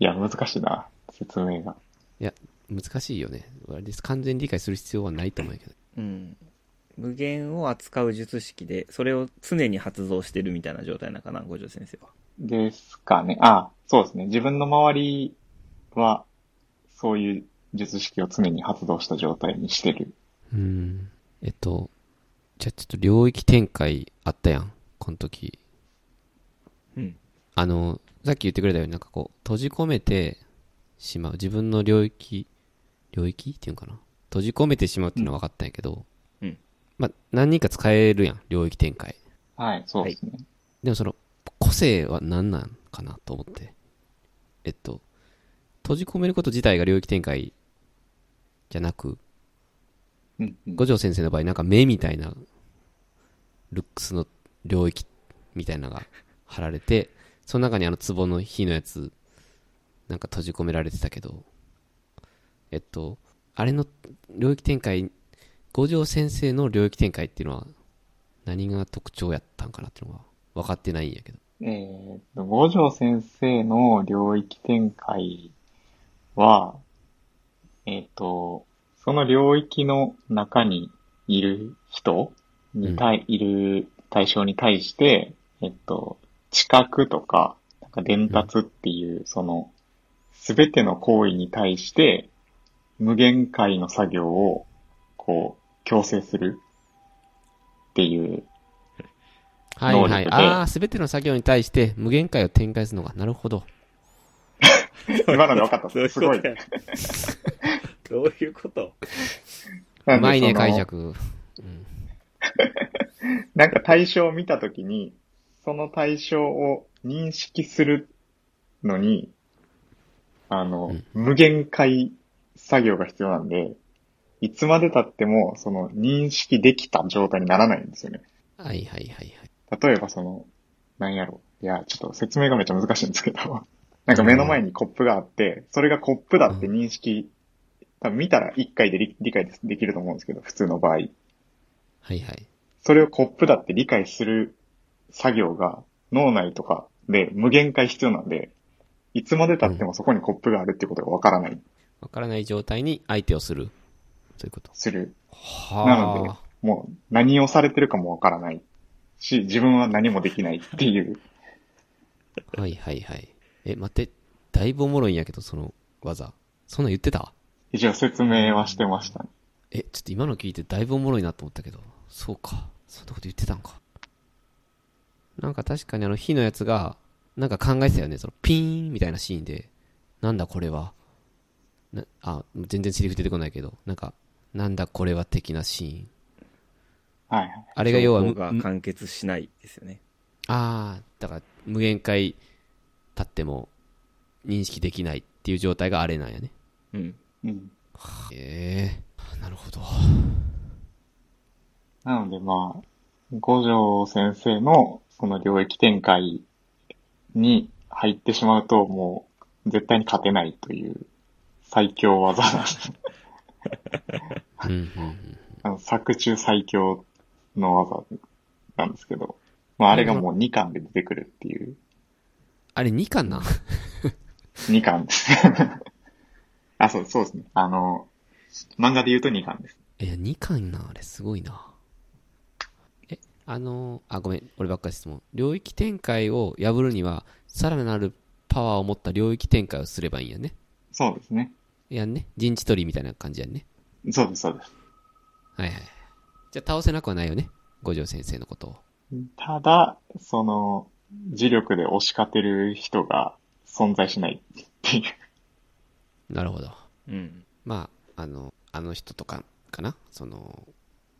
Speaker 3: いや、難しいな、説明が。
Speaker 1: 難しいよね。あれです。完全に理解する必要はないと思うけど。
Speaker 2: うん。無限を扱う術式で、それを常に発動してるみたいな状態なのかな、五条先生は。
Speaker 3: ですかね。あ、そうですね。自分の周りは、そういう術式を常に発動した状態にしてる。
Speaker 1: うん。えっと、じゃあちょっと領域展開あったやん。この時。
Speaker 2: うん。
Speaker 1: あの、さっき言ってくれたように、なんかこう、閉じ込めてしまう。自分の領域、領域っていうのかな。閉じ込めてしまうっていうのは分かったんやけど、
Speaker 2: うん。
Speaker 1: まあ、何人か使えるやん。領域展開。
Speaker 3: はい、そうですね。
Speaker 1: でもその、個性は何なんかなと思って。えっと、閉じ込めること自体が領域展開じゃなく、
Speaker 3: うんうん
Speaker 1: 五条先生の場合、なんか目みたいな、ルックスの領域みたいなのが貼られて、その中にあの壺の火のやつ、なんか閉じ込められてたけど、えっと、あれの領域展開、五条先生の領域展開っていうのは、何が特徴やったんかなっていうのが分かってないんやけど。
Speaker 3: えーっと、五条先生の領域展開は、えーっと、その領域の中にいる人に対、いる対象に対して、えーっと、知覚とか、なんか伝達っていう、その、すべての行為に対して、無限回の作業を、こう、強制するっていう、
Speaker 1: はい
Speaker 3: 能
Speaker 1: は
Speaker 3: 力
Speaker 1: い。
Speaker 3: で
Speaker 1: ああ、すべての作業に対して無限回を展開するのが、なるほど。
Speaker 3: 今ので分かった
Speaker 2: どういう
Speaker 3: す
Speaker 2: こ
Speaker 3: ごい
Speaker 2: とや どういうこと
Speaker 1: うまいね、
Speaker 3: なん
Speaker 1: 解
Speaker 3: でその
Speaker 1: 釈。うん。
Speaker 3: なんか対象を見たときに、その対象を認識するのに、あの、
Speaker 1: うん
Speaker 3: 無限回作業が必要なんで、いつまで経っても、その、認識できた状態にならないんですよね。
Speaker 1: はいはいはいはい。
Speaker 3: 例えばその、なんやろ。いや、ちょっと説明がめっちゃ難しいんですけど、 なんか目の前にコップがあって、それがコップだって認識、多分見たら1回で理理解できると思うんですけど、普通の場合。
Speaker 1: はいはい。
Speaker 3: それをコップだって理解する作業が脳内とかで無限回必要なんで、いつまで経ってもそこにコップがあるっていうことがわからない、
Speaker 1: わからない状態に相手をする。そういうこと。
Speaker 3: する。
Speaker 1: は
Speaker 3: なので、もう何をされてるかもわからないし、自分は何もできないっていう。
Speaker 1: はいはいはい。え、待って、だいぶおもろいんやけど、その技。そんなん言ってた
Speaker 3: 一応説明はしてましたね。
Speaker 1: え、ちょっと今の聞いてだいぶおもろいなと思ったけど。そうか。そんなこと言ってたんか。なんか確かにあの火のやつが、なんか考えてたよね。そのピーンみたいなシーンで、なんだこれは。な、あ、全然セリフ出てこないけど、なんか、なんだこれは的なシーン。
Speaker 3: はいはい。
Speaker 1: あれが要は、
Speaker 2: 情報が
Speaker 1: む
Speaker 2: 完結しないですよね。
Speaker 1: ああ、だから無限回経っても認識できないっていう状態があれなんやね。
Speaker 2: うん。
Speaker 3: うん。
Speaker 1: ええなるほど。
Speaker 3: なのでまあ、五条先生のその領域展開に入ってしまうともう絶対に勝てないという最強技なんです。
Speaker 1: うんうんうん。
Speaker 3: あの作中最強の技なんですけど、まああれがもう2巻で出てくるっていう、
Speaker 1: あれ2巻なん
Speaker 3: 2巻 です。あ、そう、そうですね。あの、漫画で言うと2巻です。
Speaker 1: いや、2巻な、あれ、すごいな。え、あのーあ、ごめん、俺ばっかり質問。領域展開を破るには、さらなるパワーを持った領域展開をすればいいんやね。
Speaker 3: そうですね。
Speaker 1: やんね。陣地取りみたいな感じやんね。
Speaker 3: そうです、そうです。
Speaker 1: はいはい。じゃあ、倒せなくはないよね。五条先生のことを。
Speaker 3: ただ、その、磁力で押し勝てる人が存在しないっていう。
Speaker 1: なるほど。
Speaker 2: うん。
Speaker 1: まあ、あの、あの人とか、かなその、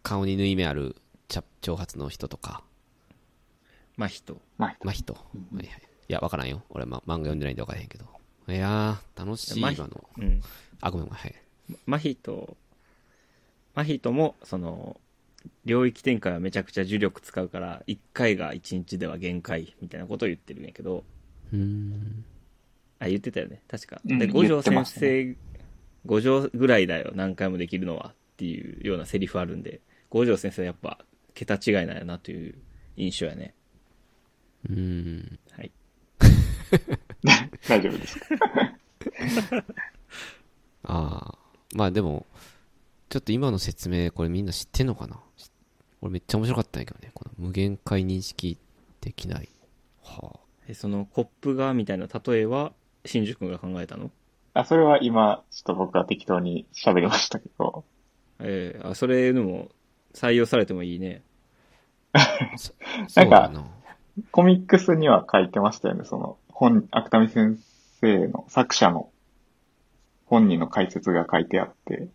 Speaker 1: 顔に縫い目ある、ちゃ、長髪の人とか、
Speaker 2: まあ人。
Speaker 3: まあ、
Speaker 1: 真人。はいはい。いや、わからんよ。俺、ま、漫画読んでないんでわからへんけど。いやー、楽しい、
Speaker 2: ま
Speaker 1: 今
Speaker 2: あ
Speaker 1: の。
Speaker 2: うん。
Speaker 1: あ、ごめんごめん、はい。
Speaker 2: マヒト、マヒトも、その、領域展開はめちゃくちゃ呪力使うから、1回が1日では限界、みたいなことを言ってるんやけど、
Speaker 1: うーん。
Speaker 2: あ、言ってたよね。確か。
Speaker 3: うん
Speaker 2: で、五条
Speaker 3: 言って
Speaker 2: 先
Speaker 3: ました
Speaker 2: 生、五条ぐらいだよ、何回もできるのは、っていうようなセリフあるんで、五条先生はやっぱ、桁違いなんやなという印象やね。
Speaker 1: うーん。
Speaker 2: はい。
Speaker 3: 大丈夫です。
Speaker 1: ああ。まあでも、ちょっと今の説明、これみんな知ってんのかなし俺めっちゃ面白かったんやけどね。この無限回認識できない。はあ。
Speaker 2: えその、コップが、みたいな例えは、新宿君が考えたの
Speaker 3: あ、それは今、ちょっと僕は適当に喋りましたけど、
Speaker 2: えーあ、それでも、採用されてもいいね。
Speaker 1: そそうだ
Speaker 3: な
Speaker 1: な。
Speaker 3: コミックスには書いてましたよね。その、本、芥見先生の作者の本人の解説が書いてあって。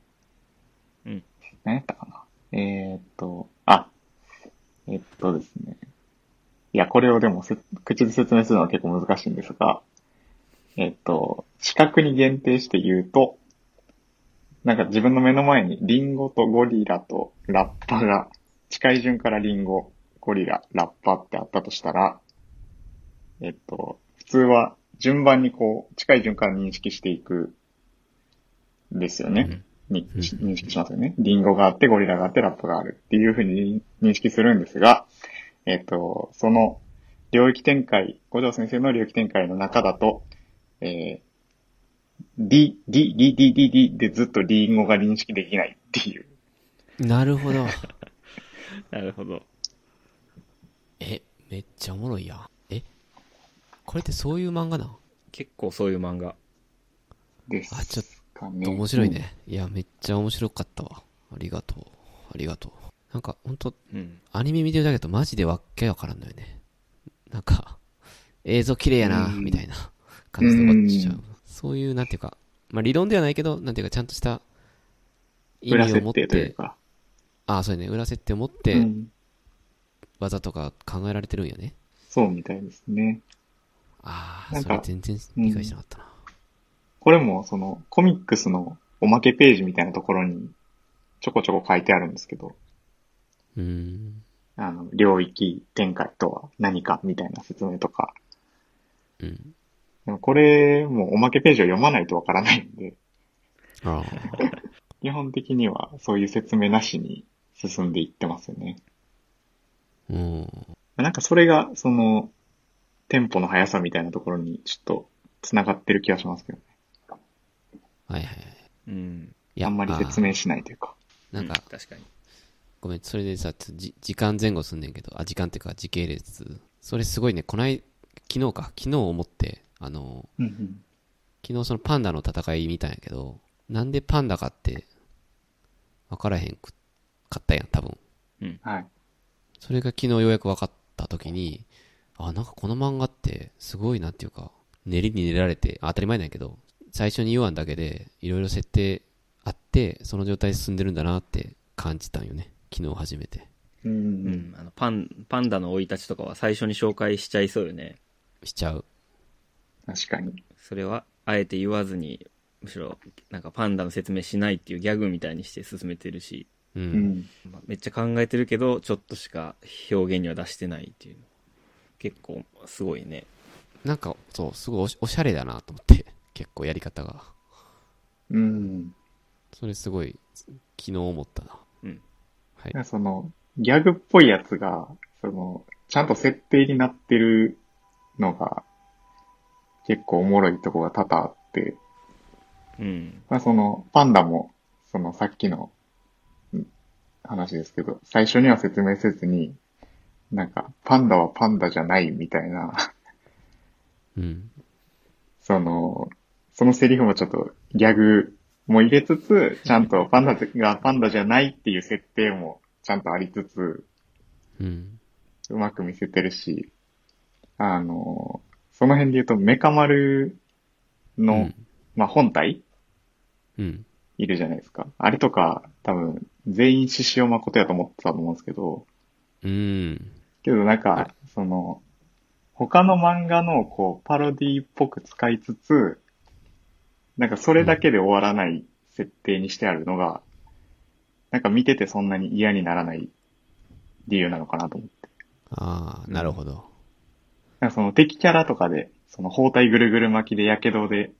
Speaker 2: うん。
Speaker 3: 何やったかな。えーっと、あ、えっとですね。いや、これをでもせ口で説明するのは結構難しいんですが、えっと、視覚に限定して言うと、なんか自分の目の前にリンゴとゴリラとラッパが、近い順からリンゴ、ゴリラ、ラッパってあったとしたら、えっと、普通は順番にこう、近い順から認識していく、ですよね。に
Speaker 1: うん
Speaker 3: 認識しますよね。リンゴがあって、ゴリラがあって、ラッパがあるっていうふうに認識するんですが、えっと、その領域展開、五条先生の領域展開の中だと、えー、D、D、D、D、D、D でずっとリンゴが認識できないっていう。
Speaker 1: なるほど。
Speaker 2: なるほど。
Speaker 1: え、めっちゃおもろいやん。え、これってそういう漫画なん
Speaker 2: 結構そういう漫画。
Speaker 3: です
Speaker 1: あちょっ
Speaker 3: か
Speaker 1: ちょっ
Speaker 3: ね。
Speaker 1: と面白いね。いや、めっちゃ面白かったわ。ありがとう。ありがとう。なんか、ほんと、
Speaker 2: うん。
Speaker 1: アニメ見てるだけだとマジでわっけわからんのよね。なんか、映像綺麗やな、
Speaker 3: うん
Speaker 1: みたいな感じで終わっちゃ
Speaker 3: う。
Speaker 1: うんそういう、なんていうか、まあ理論ではないけど、なんていうか、ちゃんとした
Speaker 3: うん。
Speaker 1: 意
Speaker 3: 裏
Speaker 1: 味を
Speaker 3: 設
Speaker 1: 持っ
Speaker 3: 定という
Speaker 1: て、
Speaker 3: か。
Speaker 1: ああ、そうやね、裏設定を持っ
Speaker 3: う
Speaker 1: て、
Speaker 3: ん。
Speaker 1: 技とか考えられてるんやね。
Speaker 3: そうみたいですね。
Speaker 1: あ
Speaker 3: な
Speaker 1: あ、
Speaker 3: ん
Speaker 1: そ
Speaker 3: か
Speaker 1: れ全然理解してなかったな。
Speaker 3: これも、その、コミックスのおまけページみたいなところに、ちょこちょこ書いてあるんですけど、
Speaker 1: うーん。
Speaker 3: あの、領域展開とは何かみたいな説明とか、
Speaker 1: うん。
Speaker 3: でもこれ、もうおまけページを読まないとわからないんで、
Speaker 1: ああ。
Speaker 3: 基本的にはそういう説明なしに進んでいってますよね。
Speaker 1: うん。
Speaker 3: なんかそれが、その、テンポの速さみたいなところにちょっと繋がってる気がしますけど、
Speaker 1: はいはいはい。
Speaker 2: うん。
Speaker 1: いや
Speaker 3: あんまり説明しないというか。
Speaker 1: なんか
Speaker 2: う、確かに。
Speaker 1: ごめん、それでさ、つじ時間前後すんねんけど、あ、時間っていうか時系列。それすごいね、こない、昨日か、昨日思って、あの、
Speaker 3: うんうん。
Speaker 1: 昨日そのパンダの戦い見たんやけど、なんでパンダかって、わからへんく、かったやん、多分。
Speaker 3: はい。
Speaker 1: それが昨日ようやく分かった時に、あ、なんかこの漫画って、すごいなっていうか、練りに練られて、あ当たり前なんやけど、最初に言わんだけで、いろいろ設定あって、その状態で進んでるんだなって感じたんよね。昨日初めて。
Speaker 3: う。
Speaker 2: うんん。あの、パン、パンダの生い立ちとかは最初に紹介しちゃいそうよね。
Speaker 1: しちゃう。
Speaker 3: 確かに。
Speaker 2: それは、あえて言わずに、むしろ、なんかパンダの説明しないっていうギャグみたいにして進めてるし、
Speaker 1: う。
Speaker 3: うんん。
Speaker 2: まあめっちゃ考えてるけど、ちょっとしか表現には出してないっていうの。結構、すごいね。
Speaker 1: なんか、そう、すごいおしおしゃれだなと思って、 結構やり方が。
Speaker 3: うん。
Speaker 1: それすごい、昨日思ったな。
Speaker 2: うん。
Speaker 1: はい。
Speaker 3: その、ギャグっぽいやつが、その、ちゃんと設定になってるのが、結構おもろいとこが多々あって、
Speaker 2: うん。
Speaker 3: まあ、その、パンダも、そのさっきのうん話ですけど、最初には説明せずに、なんか、パンダはパンダじゃないみたいな、
Speaker 1: うん。
Speaker 3: その、そのセリフもちょっとギャグも入れつつ、ちゃんとパンダがパンダじゃないっていう設定もちゃんとありつつ、
Speaker 1: うん。
Speaker 3: うまく見せてるし、あの、その辺で言うと、メカ丸の、
Speaker 1: うん
Speaker 3: まあ、本体
Speaker 1: うん。
Speaker 3: いるじゃないですか。あれとか、多分、全員獅子王誠やと思ってたと思うんですけど、
Speaker 1: うん。
Speaker 3: けどなんか、その、他の漫画の、こう、パロディっぽく使いつつ、なんかそれだけで終わらない設定にしてあるのが、なんか見ててそんなに嫌にならない理由なのかなと思って。
Speaker 1: ああ、なるほど。
Speaker 3: なんかその敵キャラとかで、その包帯ぐるぐる巻きで火傷で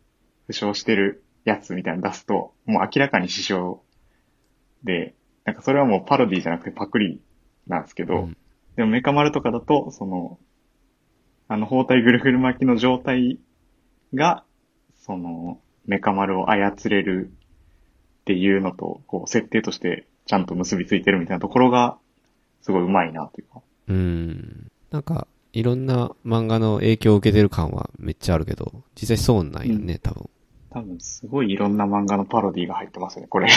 Speaker 3: 負傷してるやつみたいなの出すと、もう明らかに死傷で、なんかそれはもうパロディじゃなくてパクリなんですけど、
Speaker 1: うん
Speaker 3: でもメカ丸とかだと、その、あの包帯ぐるぐる巻きの状態が、その、メカ丸を操れるっていうのと、こう、設定としてちゃんと結びついてるみたいなところが、すごいうまいなというか。
Speaker 1: うん。なんか、いろんな漫画の影響を受けてる感はめっちゃあるけど、実際そうなんやね、多分。
Speaker 3: 多分、すごいいろんな漫画のパロディが入ってますね、これ。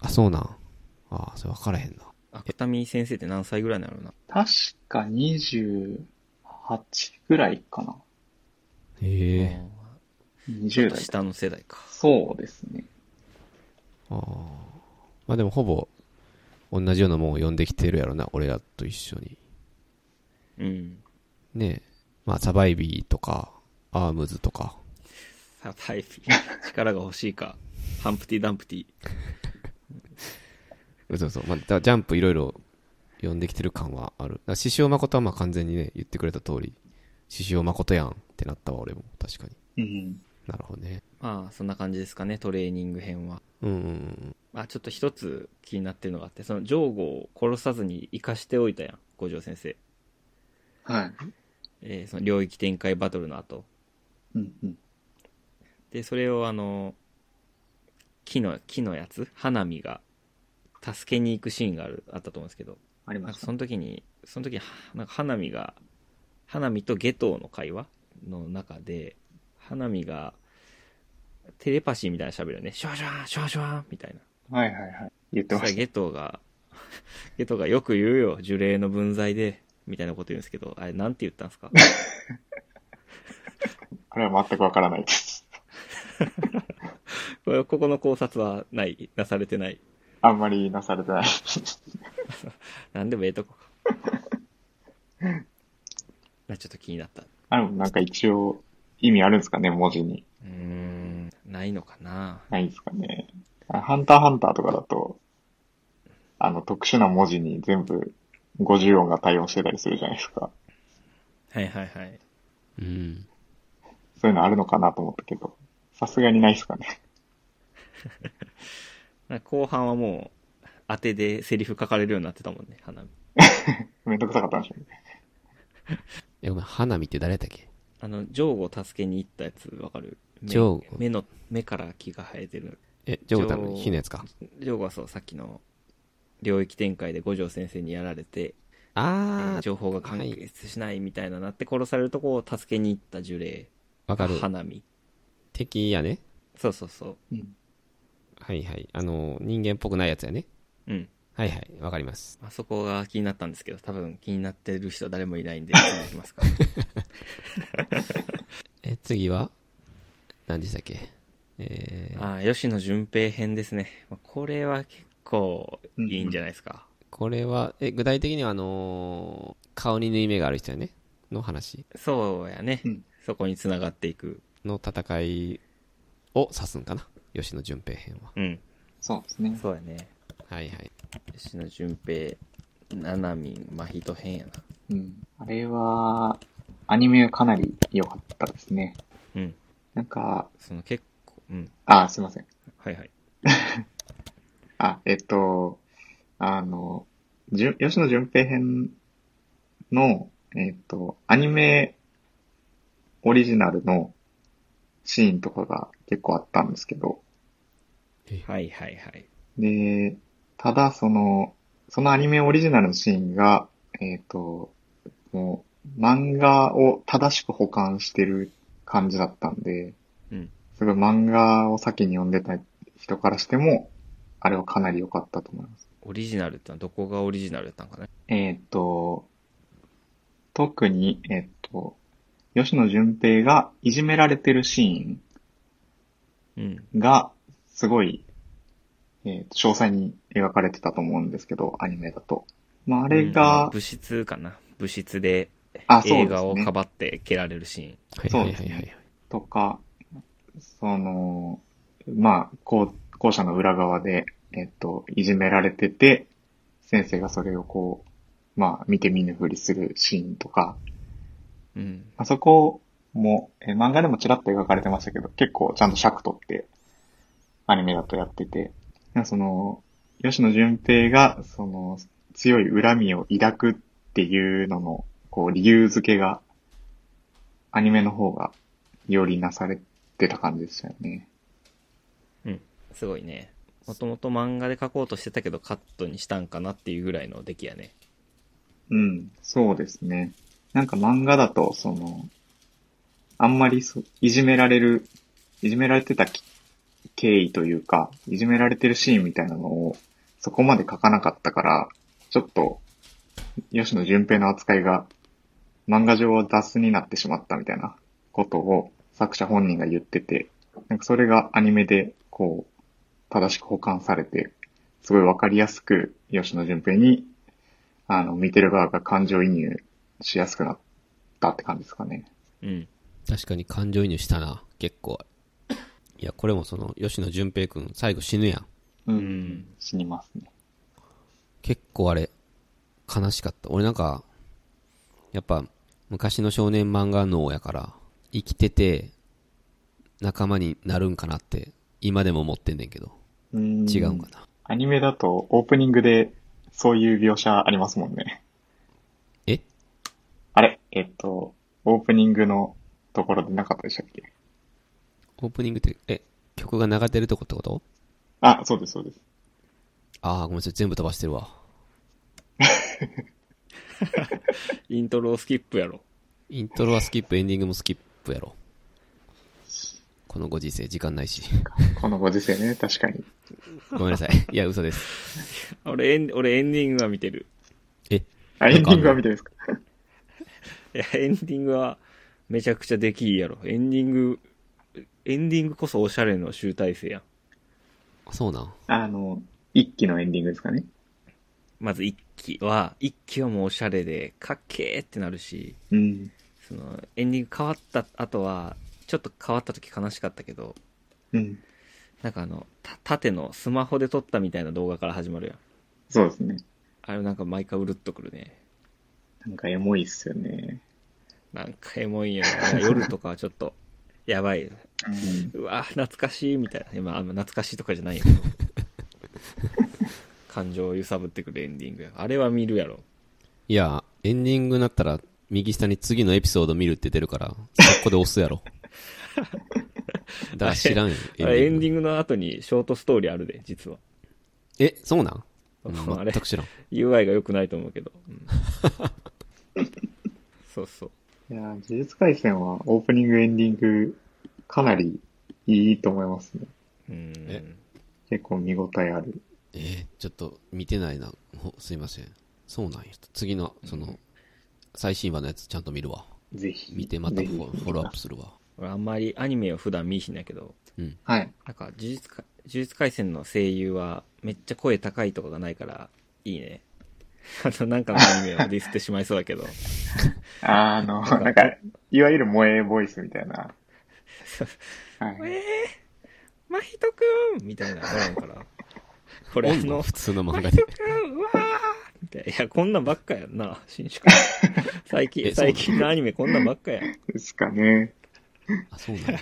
Speaker 1: あ、そうなん。ああ、それ分からへんな。
Speaker 2: 芥見先生って何歳ぐらいなのな
Speaker 3: 確か28ぐらいかな。
Speaker 1: へえ。
Speaker 2: ちょ
Speaker 3: 20
Speaker 2: っと
Speaker 3: 代。
Speaker 2: 下の世代か。
Speaker 3: そうですね。
Speaker 1: ああ。まあでもほぼ、同じようなもんを読んできてるやろな、俺らと一緒に。
Speaker 2: うん。
Speaker 1: ねえ。まあ、サバイビーとか、アームズとか。
Speaker 2: サバイビー。力が欲しいか。ハンプティダンプティ。
Speaker 1: そうそう。まあ、だジャンプいろいろ読んできてる感はある。だから獅子王誠はまあ完全にね、言ってくれた通り、獅子王誠やんってなったわ、俺も。確かに。
Speaker 3: うん。
Speaker 1: なるほどね。
Speaker 2: まあ、そんな感じですかね、トレーニング編は。
Speaker 1: うんうんうん。
Speaker 2: まあ、ちょっと一つ気になってるのがあって、その、ジョーゴを殺さずに生かしておいたやん、五条先生。
Speaker 3: はい。
Speaker 2: えーその領域展開バトルの後。
Speaker 3: うんうん。
Speaker 2: で、それをあの、木の、木のやつ、花見が、助けに行くシーンがある、あったと思うんですけど、
Speaker 3: あり
Speaker 2: な
Speaker 3: ま
Speaker 2: んか
Speaker 3: し
Speaker 2: そ
Speaker 3: た。
Speaker 2: の時に、その時に、はなんか花見が、花見と下等の会話の中で、花見が、テレパシーみたいな喋るよね。シュワシュワシュワシュワみたいな。
Speaker 3: はいはいはい。言って
Speaker 2: そし
Speaker 3: ま
Speaker 2: たら
Speaker 3: した。
Speaker 2: ゲトが、 ゲトがよく言うよ、呪霊の分際で、みたいなこと言うんですけど、あれ、なんて言ったんですか
Speaker 3: これは全くわからないです。
Speaker 2: これここの考察はない、なされてない。
Speaker 3: あんまりなされてない。
Speaker 2: なんでもええとこか。ちょっと気になった。
Speaker 3: あれもなんか一応意味あるんですかね、文字に。
Speaker 2: うーん、ないのかな
Speaker 3: ないんですかね。あハンターハンターとかだと、あの特殊な文字に全部50音が対応してたりするじゃないですか。
Speaker 2: はいはいはい。
Speaker 1: うん。
Speaker 3: そういうのあるのかなと思ったけど、さすがにないですかね。
Speaker 2: なんか後半はもう、当てでセリフ書かれるようになってたもんね、花見。
Speaker 3: めんどくさかったんでしょうね。
Speaker 1: え、ごめん、花見って誰だっけ
Speaker 2: あの、ジョーゴ助けに行ったやつわかる目
Speaker 1: ジョーゴ
Speaker 2: 目の、目から木が生えてる。
Speaker 1: え、ジョータ
Speaker 2: ジョ
Speaker 1: の
Speaker 2: ー
Speaker 1: 火のやつか。
Speaker 2: ジョーゴはそう、さっきの、領域展開で五条先生にやられて、え
Speaker 1: あ
Speaker 2: ー
Speaker 1: ー、
Speaker 2: 情報が完結しないみたいななって殺されるとこを助けに行った呪霊、
Speaker 1: わかる。
Speaker 2: 花見。
Speaker 1: 敵やね。
Speaker 2: そうそうそう。
Speaker 3: うん。
Speaker 1: はいはい。あの、人間っぽくないやつやね。
Speaker 2: うん。
Speaker 1: はいはい。わかります。
Speaker 2: あそこが気になったんですけど、多分気になってる人誰もいない んで、続きますか。
Speaker 1: え、次は何でしたっけえー、
Speaker 2: あー吉野淳平編ですね。まあこれは結構いいんじゃないですか。
Speaker 1: これは、え、具体的にはあのー顔に縫い目がある人やね。の話。
Speaker 2: そうやね
Speaker 3: うん。
Speaker 2: そこに繋がっていく。
Speaker 1: の戦いを指すんかな。吉野淳平編は。
Speaker 2: うん。
Speaker 3: そうですね。
Speaker 2: そうやね。
Speaker 1: はいはい。
Speaker 2: 吉野淳平、ななみん、まひと編やな。
Speaker 3: うん。あれは、アニメかなり良かったですね。
Speaker 2: うん。
Speaker 3: なんか、
Speaker 2: その結構、うん。
Speaker 3: あ、すいません。
Speaker 2: はいはい。
Speaker 3: あ、えっと、あの、じゅ吉野純平編の、えっと、アニメオリジナルのシーンとかが結構あったんですけど、
Speaker 2: はいはいはい。
Speaker 3: で、ただその、そのアニメオリジナルのシーンが、えっと、もう、漫画を正しく保管してる感じだったんで、
Speaker 2: うん。
Speaker 3: すごい漫画を先に読んでた人からしても、あれはかなり良かったと思います。
Speaker 2: オリジナルってのはどこがオリジナルだったんかね。
Speaker 3: えーっと、特に、えーっと、吉野純平がいじめられてるシ
Speaker 2: うん。
Speaker 3: ーンが、すごい、えーっと詳細に描かれてたと思うんですけど、アニメだと。まあ、あ
Speaker 2: あ
Speaker 3: れが、
Speaker 2: 物質かな。物質で
Speaker 3: あ、そう
Speaker 2: 映
Speaker 3: で
Speaker 2: 画
Speaker 3: す
Speaker 2: を
Speaker 3: ね
Speaker 2: か。ばって蹴られるシーン。
Speaker 1: はい
Speaker 3: そ
Speaker 1: は
Speaker 3: う
Speaker 1: い
Speaker 3: です
Speaker 1: はい
Speaker 3: ね
Speaker 1: はい。
Speaker 3: とか、その、まあ、校校舎の裏側で、えっと、いじめられてて、先生がそれをこう、まあ、見て見ぬふりするシーンとか、
Speaker 2: うん。
Speaker 3: あそこも、えー漫画でもちらっと描かれてましたけど、結構ちゃんと尺取って、アニメだとやってて、なんかその、吉野純平が、その、強い恨みを抱くっていうのの、こう、理由付けが、アニメの方が、よりなされてた感じでしたよね。
Speaker 2: うん。すごいね。もともと漫画で描こうとしてたけどカットにしたんかなっていうぐらいの出来やね。
Speaker 3: うん、そうですね。なんか漫画だと、その、あんまりそいじめられる、いじめられてたき経緯というか、いじめられてるシーンみたいなのを、そこまで書かなかったから、ちょっと、吉野純平の扱いが、漫画上は雑になってしまったみたいなことを作者本人が言ってて、なんかそれがアニメで、こう、正しく保管されて、すごいわかりやすく、吉野純平にあの、見てる側が感情移入しやすくなったって感じですかね。
Speaker 2: うん。。
Speaker 1: 確かに感情移入したな、結構。いや、これもその、吉野淳平くん、最後死ぬやん。
Speaker 3: うん死にますね。
Speaker 1: 結構あれ、悲しかった。俺なんか、やっぱ、昔の少年漫画脳やから、生きてて、仲間になるんかなって、今でも思ってんねんけど、
Speaker 3: うん
Speaker 1: 違うんかな。
Speaker 3: アニメだとオープニングでそういう描写ありますもんね。
Speaker 1: え
Speaker 3: あれえっと、オープニングのところでなかったでしたっけ
Speaker 1: オープニングって、え、曲が流れてるとこってこと
Speaker 3: あ、そうです、そうです。
Speaker 1: ああ、ごめんなさい、全部飛ばしてるわ。
Speaker 2: イントロスキップやろ。
Speaker 1: イントロはスキップ、エンディングもスキップやろ。このご時世、時間ない し。
Speaker 3: このご時世ね、確かに。
Speaker 1: ごめんなさい。いや、嘘です。
Speaker 2: 俺エン、俺エンディングは見てる。
Speaker 1: え、
Speaker 3: あ、エンディングは見てるんですか
Speaker 2: いや、エンディングはめちゃくちゃ出来いいやろ。エンディング、エンディングこそおしゃれの集大成やん。
Speaker 1: そうなん。
Speaker 3: あの、一期のエンディングですかね。
Speaker 2: まず一期は、一期はもうおしゃれで、かっけーってなるし、
Speaker 3: うん。
Speaker 2: その、エンディング変わった後は、ちょっと変わった時悲しかったけど、
Speaker 3: うん。
Speaker 2: なんかあの、た縦のスマホで撮ったみたいな動画から始まるやん。
Speaker 3: そうですね。
Speaker 2: あれなんか毎回うるっとくるね。
Speaker 3: なんかエモいっすよね。
Speaker 2: なんかエモいやん。なんか夜とかはちょっと、やばい。
Speaker 3: うん。
Speaker 2: うわ、懐かしいみたいな。今、あんま懐かしいとかじゃない よ。感情を揺さぶってくるエンディングや。あれは見るやろ。
Speaker 1: いや、エンディングになったら、右下に次のエピソード見るって出るから、そこで押すやろ。だから知らんよ、
Speaker 2: あれエン
Speaker 1: グ
Speaker 2: ディングの後にショートストーリーあるで、実は。
Speaker 1: え、そうなん
Speaker 2: まあ あ
Speaker 1: うん
Speaker 2: れ
Speaker 1: 全く知らん。
Speaker 2: UI が良くないと思うけど。うん そうそう。
Speaker 3: いやー、呪術廻戦はオープニング、エンディング、かなりいいと思いますね。
Speaker 2: うん
Speaker 1: え
Speaker 3: 結構見応えある。
Speaker 1: えーちょっと見てないな。ほすいません。そうなんや。次の、その、最新話のやつちゃんと見るわ。
Speaker 3: ぜひ。
Speaker 1: 見てまた
Speaker 3: ぜひ
Speaker 1: フォフォローアップするわ。
Speaker 2: 俺あんまりアニメを普段見いひんだけど、
Speaker 1: うん。
Speaker 3: はい。
Speaker 2: なんか呪術か、呪術廻戦の声優はめっちゃ声高いとかがないから、いいね。 あの、なんかのアニメをディスってしまいそうだけど。
Speaker 3: あの、なんか、いわゆる萌えボイスみたいな。はい。
Speaker 2: 真人くんみたいなのおらんから。これあ
Speaker 1: おんの
Speaker 2: の
Speaker 1: 普、通の
Speaker 2: 真
Speaker 1: 漫画
Speaker 2: 人
Speaker 1: で。
Speaker 2: くん、うわーみたいな。いや、こんなんばっかやんな、新宿。最
Speaker 1: え
Speaker 2: 近、
Speaker 1: そうなの
Speaker 2: 最近のアニメこんなんばっかやん。
Speaker 3: ですかね。
Speaker 1: あ、そうなんだ。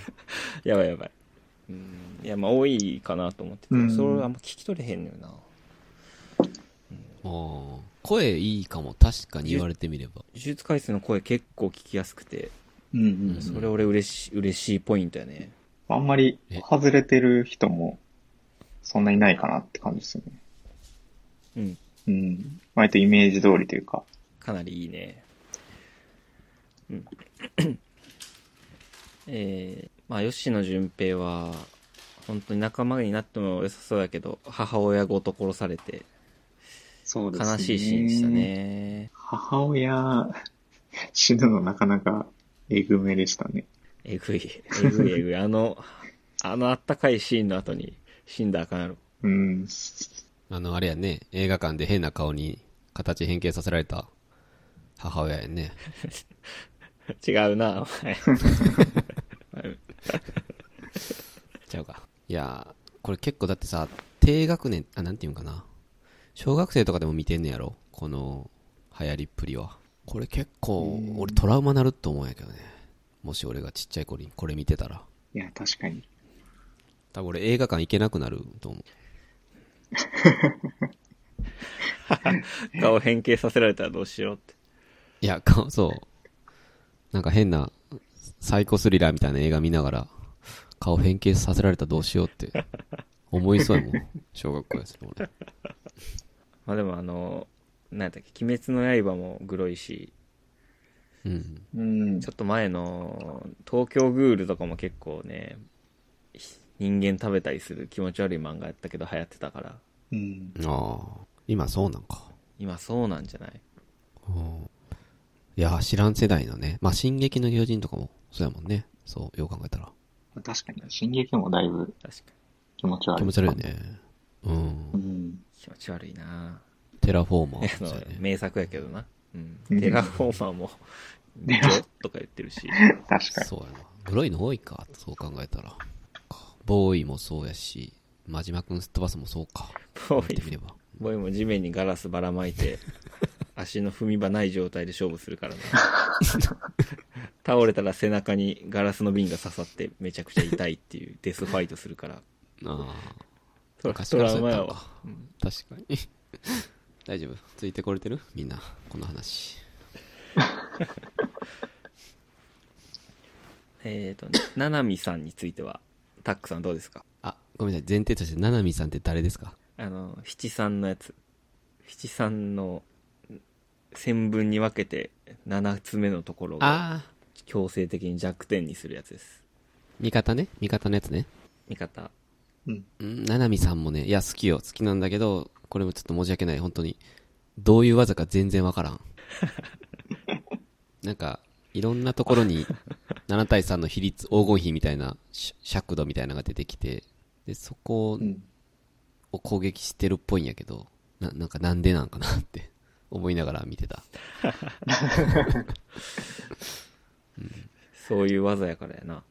Speaker 2: やばいやばい。うん。いや、まあ多いかなと思ってて、
Speaker 3: うん
Speaker 2: それあんま聞き取れへんのよな。
Speaker 1: あー声いいかも。確かに言われてみれば。
Speaker 2: 呪術回戦の声結構聞きやすくて、
Speaker 3: うんうん
Speaker 1: ん
Speaker 2: それ俺嬉しい、嬉しいポイントやね。
Speaker 3: あんまり外れてる人もそんないないかなって感じですよね。
Speaker 2: うん。
Speaker 3: うん。割とイメージ通りというか。
Speaker 2: かなりいいね。うん。 えー、まあ、吉野純平は、本当に仲間になっても良さそうやけど、母親ごと殺されて、
Speaker 3: そう
Speaker 2: 悲しいシーンでした。ね。
Speaker 3: 母親、死ぬのなかなかえぐめでしたね。
Speaker 2: えぐい、えぐい、えぐい。あの、あのあったかいシーンの後に死んだらあかんやろ。
Speaker 3: うん。
Speaker 1: あの、あれやね、映画館で変な顔に形変形させられた母親やね。
Speaker 2: 違うな、お前。
Speaker 1: ちゃうか。いやー、これ結構だってさ、低学年、あ、なんていうんかな。小学生とかでも見てんねやろ。この、流行りっぷりは。これ結構、俺トラウマなると思うんやけどね。もし俺がちっちゃい頃にこれ見てたら。
Speaker 3: いや、確かに。
Speaker 1: 多分俺映画館行けなくなると思う。
Speaker 2: 顔変形させられたらどうしようって。
Speaker 1: いや、かそう。なんか変な、サイコスリラーみたいな映画見ながら、顔変形させられたらどうしようって、思いそう やもん。小学校やつの俺。
Speaker 2: まあでもあの、なんやったっけ、鬼滅の刃もグロいし、
Speaker 1: うん。
Speaker 3: うん
Speaker 2: ちょっと前の東京グールとかも結構ね、ひ人間食べたりする気持ち悪い漫画やったけど流行ってたから、
Speaker 3: うん。
Speaker 1: ああ。今そうなんか。
Speaker 2: 今そうなんじゃない
Speaker 1: うんいや、知らん世代のね。まあ、進撃の巨人とかも、そうやもんね。そう、よう考えたら。
Speaker 3: 確かに、進撃もだいぶ
Speaker 2: 確かに。
Speaker 3: 気持ち悪い。
Speaker 1: 気持ち悪いよ
Speaker 3: ね。
Speaker 1: ね。うん
Speaker 3: う。ん。
Speaker 2: 気持ち悪いな
Speaker 1: テラフォーマ
Speaker 2: あ
Speaker 1: ー そう
Speaker 2: の
Speaker 1: やね。
Speaker 2: 名作やけどな。うん。
Speaker 3: うん
Speaker 2: テラフォーマーも、 ジ
Speaker 3: ね
Speaker 2: ョとか言ってるし。
Speaker 3: 確かに。
Speaker 1: そうやな。グロいの多いか、そう考えたら。かボーイもそうやし、真島くんすっ飛ばすもそうか。
Speaker 2: ボ
Speaker 1: 言ってみ
Speaker 2: ーイ
Speaker 1: れ、ば。
Speaker 2: ボーイも地面にガラスばらまいて、足の踏み場ない状態で勝負するから な。倒れたら背中にガラスの瓶が刺さってめちゃくちゃ痛いっていうデスファイトするから。
Speaker 1: あ
Speaker 2: そら
Speaker 1: 昔
Speaker 2: ト
Speaker 1: から
Speaker 2: ラ
Speaker 1: そう
Speaker 2: ウ
Speaker 1: やっ
Speaker 2: マ
Speaker 1: た
Speaker 2: や
Speaker 1: の
Speaker 2: わ
Speaker 1: か。あ、確かに。 大丈夫ついてこれてるみんな、この話。
Speaker 2: えっ、 と、ななみさんについては、タックさんどうですか
Speaker 1: あ、ごめんなさい。前提として、ななみさんって誰ですか
Speaker 2: あの、七三のやつ。七三の、線分に分けて、七つ目のところを
Speaker 1: ああ。
Speaker 2: 強制的に弱点にするやつです。
Speaker 1: 味方ね味方のやつね。
Speaker 2: 味方。
Speaker 3: うん。
Speaker 1: うんななみさんもね、いや、好きよ、好きなんだけど、これもちょっと申し訳ない、本当に。どういう技か全然わ からん。なんか、いろんなところに、7対3の比率、黄金比みたいな、し尺度みたいなのが出てきて、で、そこ
Speaker 3: うん。
Speaker 1: を攻撃してるっぽいんやけど、な、なんかなんでなんかなって 思いながら見てた。
Speaker 2: そういう技やからやな。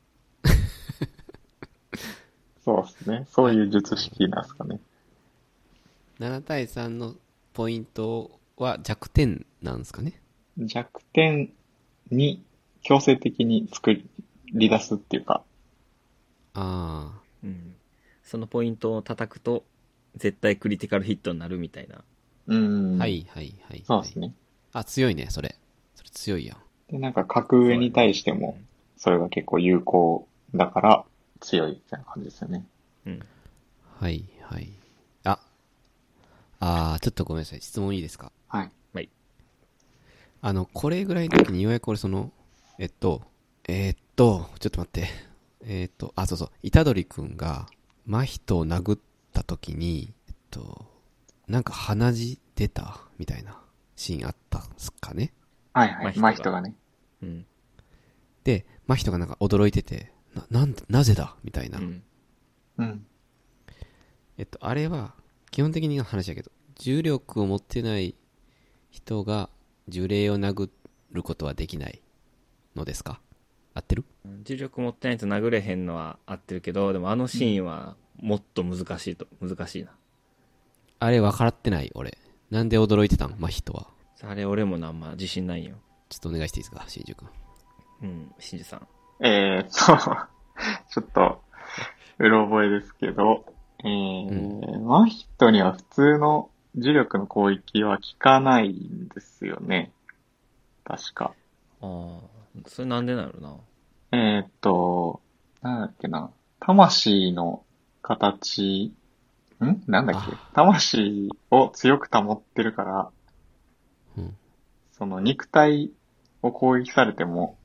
Speaker 3: そうですね。そういう術式なんですかね。
Speaker 1: 7対3のポイントは弱点なんですかね
Speaker 3: 弱点に強制的に作り出すっていうか、
Speaker 1: あ
Speaker 2: うん。そのポイントを叩くと、絶対クリティカルヒットになるみたいな。
Speaker 3: うん
Speaker 1: あ、は。いはいはい、はい。
Speaker 3: そうですね。
Speaker 1: あ、強いね、それ。それ強いやん。
Speaker 3: で、なんか格上に対しても、それが結構有効だから強いみたいな感じですよね。
Speaker 2: うん。
Speaker 1: はい、はい。あ。あー、ちょっとごめんなさい。質問いいですか
Speaker 3: はい。
Speaker 2: はい。
Speaker 1: あの、これぐらいの時にようやく俺その、えっと、えーっと、ちょっと待って。えーっと、あ、そうそう。虎杖くんが、真人を殴った時に、えっと、なんか鼻血出たみたいなシーンあったんすかね
Speaker 3: はい
Speaker 2: ま
Speaker 3: は
Speaker 2: あ
Speaker 3: い。まあ人がね。
Speaker 2: うん。
Speaker 1: で、真人がなんか驚いてて、な、なん、なぜだみたいな。
Speaker 2: うん。
Speaker 3: うん。
Speaker 1: えっと、あれは、基本的にの話だけど、重力を持ってない人が呪霊を殴ることはできないのですか合ってる
Speaker 2: 重力持ってないと殴れへんのは合ってるけど、でもあのシーンはもっと難しいと、難しいな。
Speaker 1: あれ分からってない、俺。なんで驚いてたん真人は。
Speaker 2: あれ俺もなあんま自信ないよ。
Speaker 1: ちょっとお願いしていいですか、新宿君。
Speaker 2: うん、しんじさん。
Speaker 3: えー、っと、 ちょっと、うろ覚えですけど、えー、マヒトには普通の呪力の攻撃は効かないんですよね。確か。
Speaker 2: ああ、それなんでなのな。
Speaker 3: えー、っと、なんだっけな。魂の形、んなんだっけ
Speaker 1: あ
Speaker 3: 魂を強く保ってるから、
Speaker 1: うん
Speaker 3: その肉体を攻撃されても、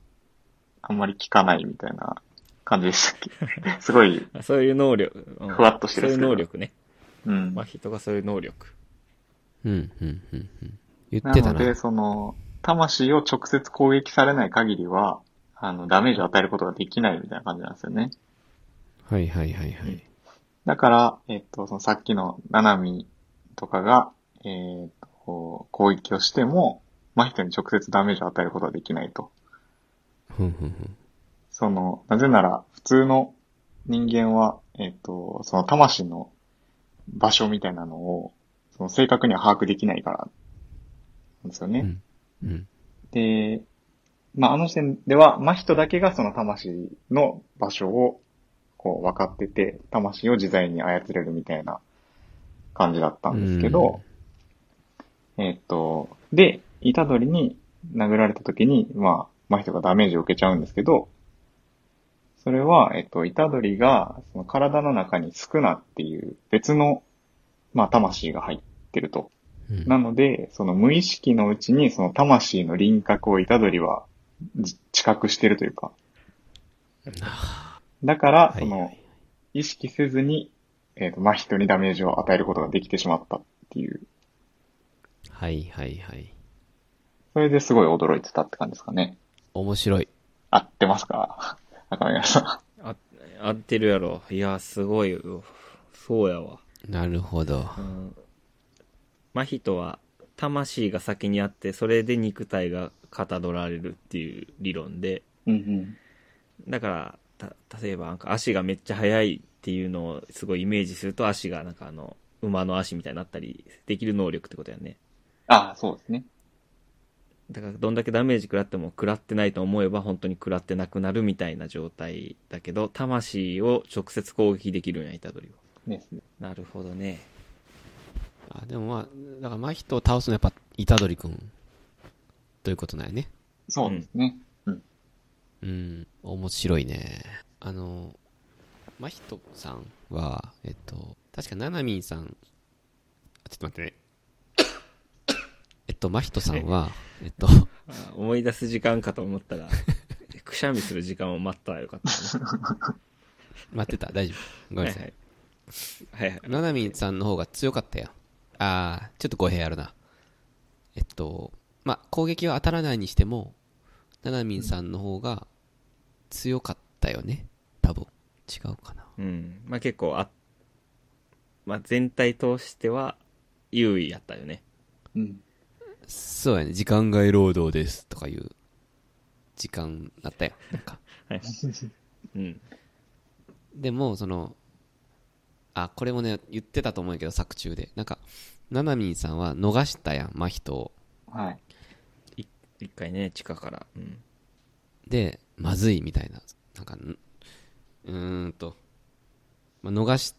Speaker 3: あんまり効かないみたいな感じでした っけすごい、
Speaker 2: あそういう能力。うん
Speaker 3: ふわっとしてる
Speaker 2: そういう能力ね。
Speaker 3: うん。
Speaker 2: まあ人がそういう能力。
Speaker 1: うん、うん、うん、うん。言
Speaker 3: な
Speaker 1: ってた
Speaker 3: の
Speaker 1: な。
Speaker 3: で、その、魂を直接攻撃されない限りは、あの、ダメージを与えることができないみたいな感じなんですよね。
Speaker 1: はいはいはいはい。
Speaker 3: だから、えっと、そのさっきのナナミとかが、えーっと、攻撃をしても、真人に直接ダメージを与えることはできないと。
Speaker 1: ふんふんふん。
Speaker 3: その、なぜなら、普通の人間は、えっと、その魂の場所みたいなのを、その正確には把握できないから、なんですよね。
Speaker 1: うん。うん。
Speaker 3: で、まあ、あの時点では、真人だけがその魂の場所を、こう、分かってて、魂を自在に操れるみたいな感じだったんですけど、えっと、で、虎杖に殴られた時に、まあ、真人がダメージを受けちゃうんですけど、それは、えっと、虎杖が、その体の中にスクナっていう別の、まあ、魂が入ってると。
Speaker 1: うん。
Speaker 3: なので、その無意識のうちに、その魂の輪郭を虎杖はじ知覚してるというか。だから、
Speaker 1: はい
Speaker 3: そ
Speaker 1: はいは
Speaker 3: の
Speaker 1: い、
Speaker 3: 意識せずに、えっ、と、真人にダメージを与えることができてしまったっていう。
Speaker 1: はいはいはい。
Speaker 3: それですごい驚いてたって感じですかね。
Speaker 1: 面白い。
Speaker 3: 合ってますか 赤嶺さん。
Speaker 2: あ、合ってるやろ。いや、すごいよ。そうやわ。
Speaker 1: なるほど。
Speaker 2: うん。真人は、魂が先にあって、それで肉体がかたどられるっていう理論で、
Speaker 3: うん
Speaker 2: だから、た、例えばなんか足がめっちゃ速いっていうのをすごいイメージすると足がなんかあの、馬の足みたいになったりできる能力ってことやね。
Speaker 3: ああ、そうですね。
Speaker 2: だからどんだけダメージ食らっても食らってないと思えば本当に食らってなくなるみたいな状態だけど、魂を直接攻撃できるんや、イタドリは。
Speaker 3: ですね。
Speaker 2: なるほどね。
Speaker 1: あ、でもまあ、だから真人を倒すのはやっぱ、虎杖くん。ということなんやね。
Speaker 3: そうですね。
Speaker 1: うん、面白いね。あの、真人さんは、えっと、確かななみんさん、あちょっと待ってね。えっと、真人さん は、えっと、
Speaker 2: あ思い出す時間かと思ったら、 くしゃみする時間を待ったらよかったね。
Speaker 1: 待ってた、大丈夫。ごめんなさ。
Speaker 2: はいはいはい。
Speaker 1: ななみんさんの方が強かったやん。あー、ちょっと語弊あるな。えっと、まあ、攻撃は当たらないにしても、ななみんさんの方が強かったよね。多分。違うかな。
Speaker 2: うん。まあ結構あ、まあ全体通しては優位やったよね。
Speaker 3: うん。
Speaker 1: そうやね。時間外労働です。とかいう、時間だ ったよ。なんか。
Speaker 2: はい。うん。
Speaker 1: でも、その、あ、これもね、言ってたと思うけど、作中で。なんか、ななみんさんは逃したやん、真人を。
Speaker 3: はい。
Speaker 2: 一回ね、地下から。うん。
Speaker 1: で、まずいみたいな。なんか、んうーんと、まあ、逃し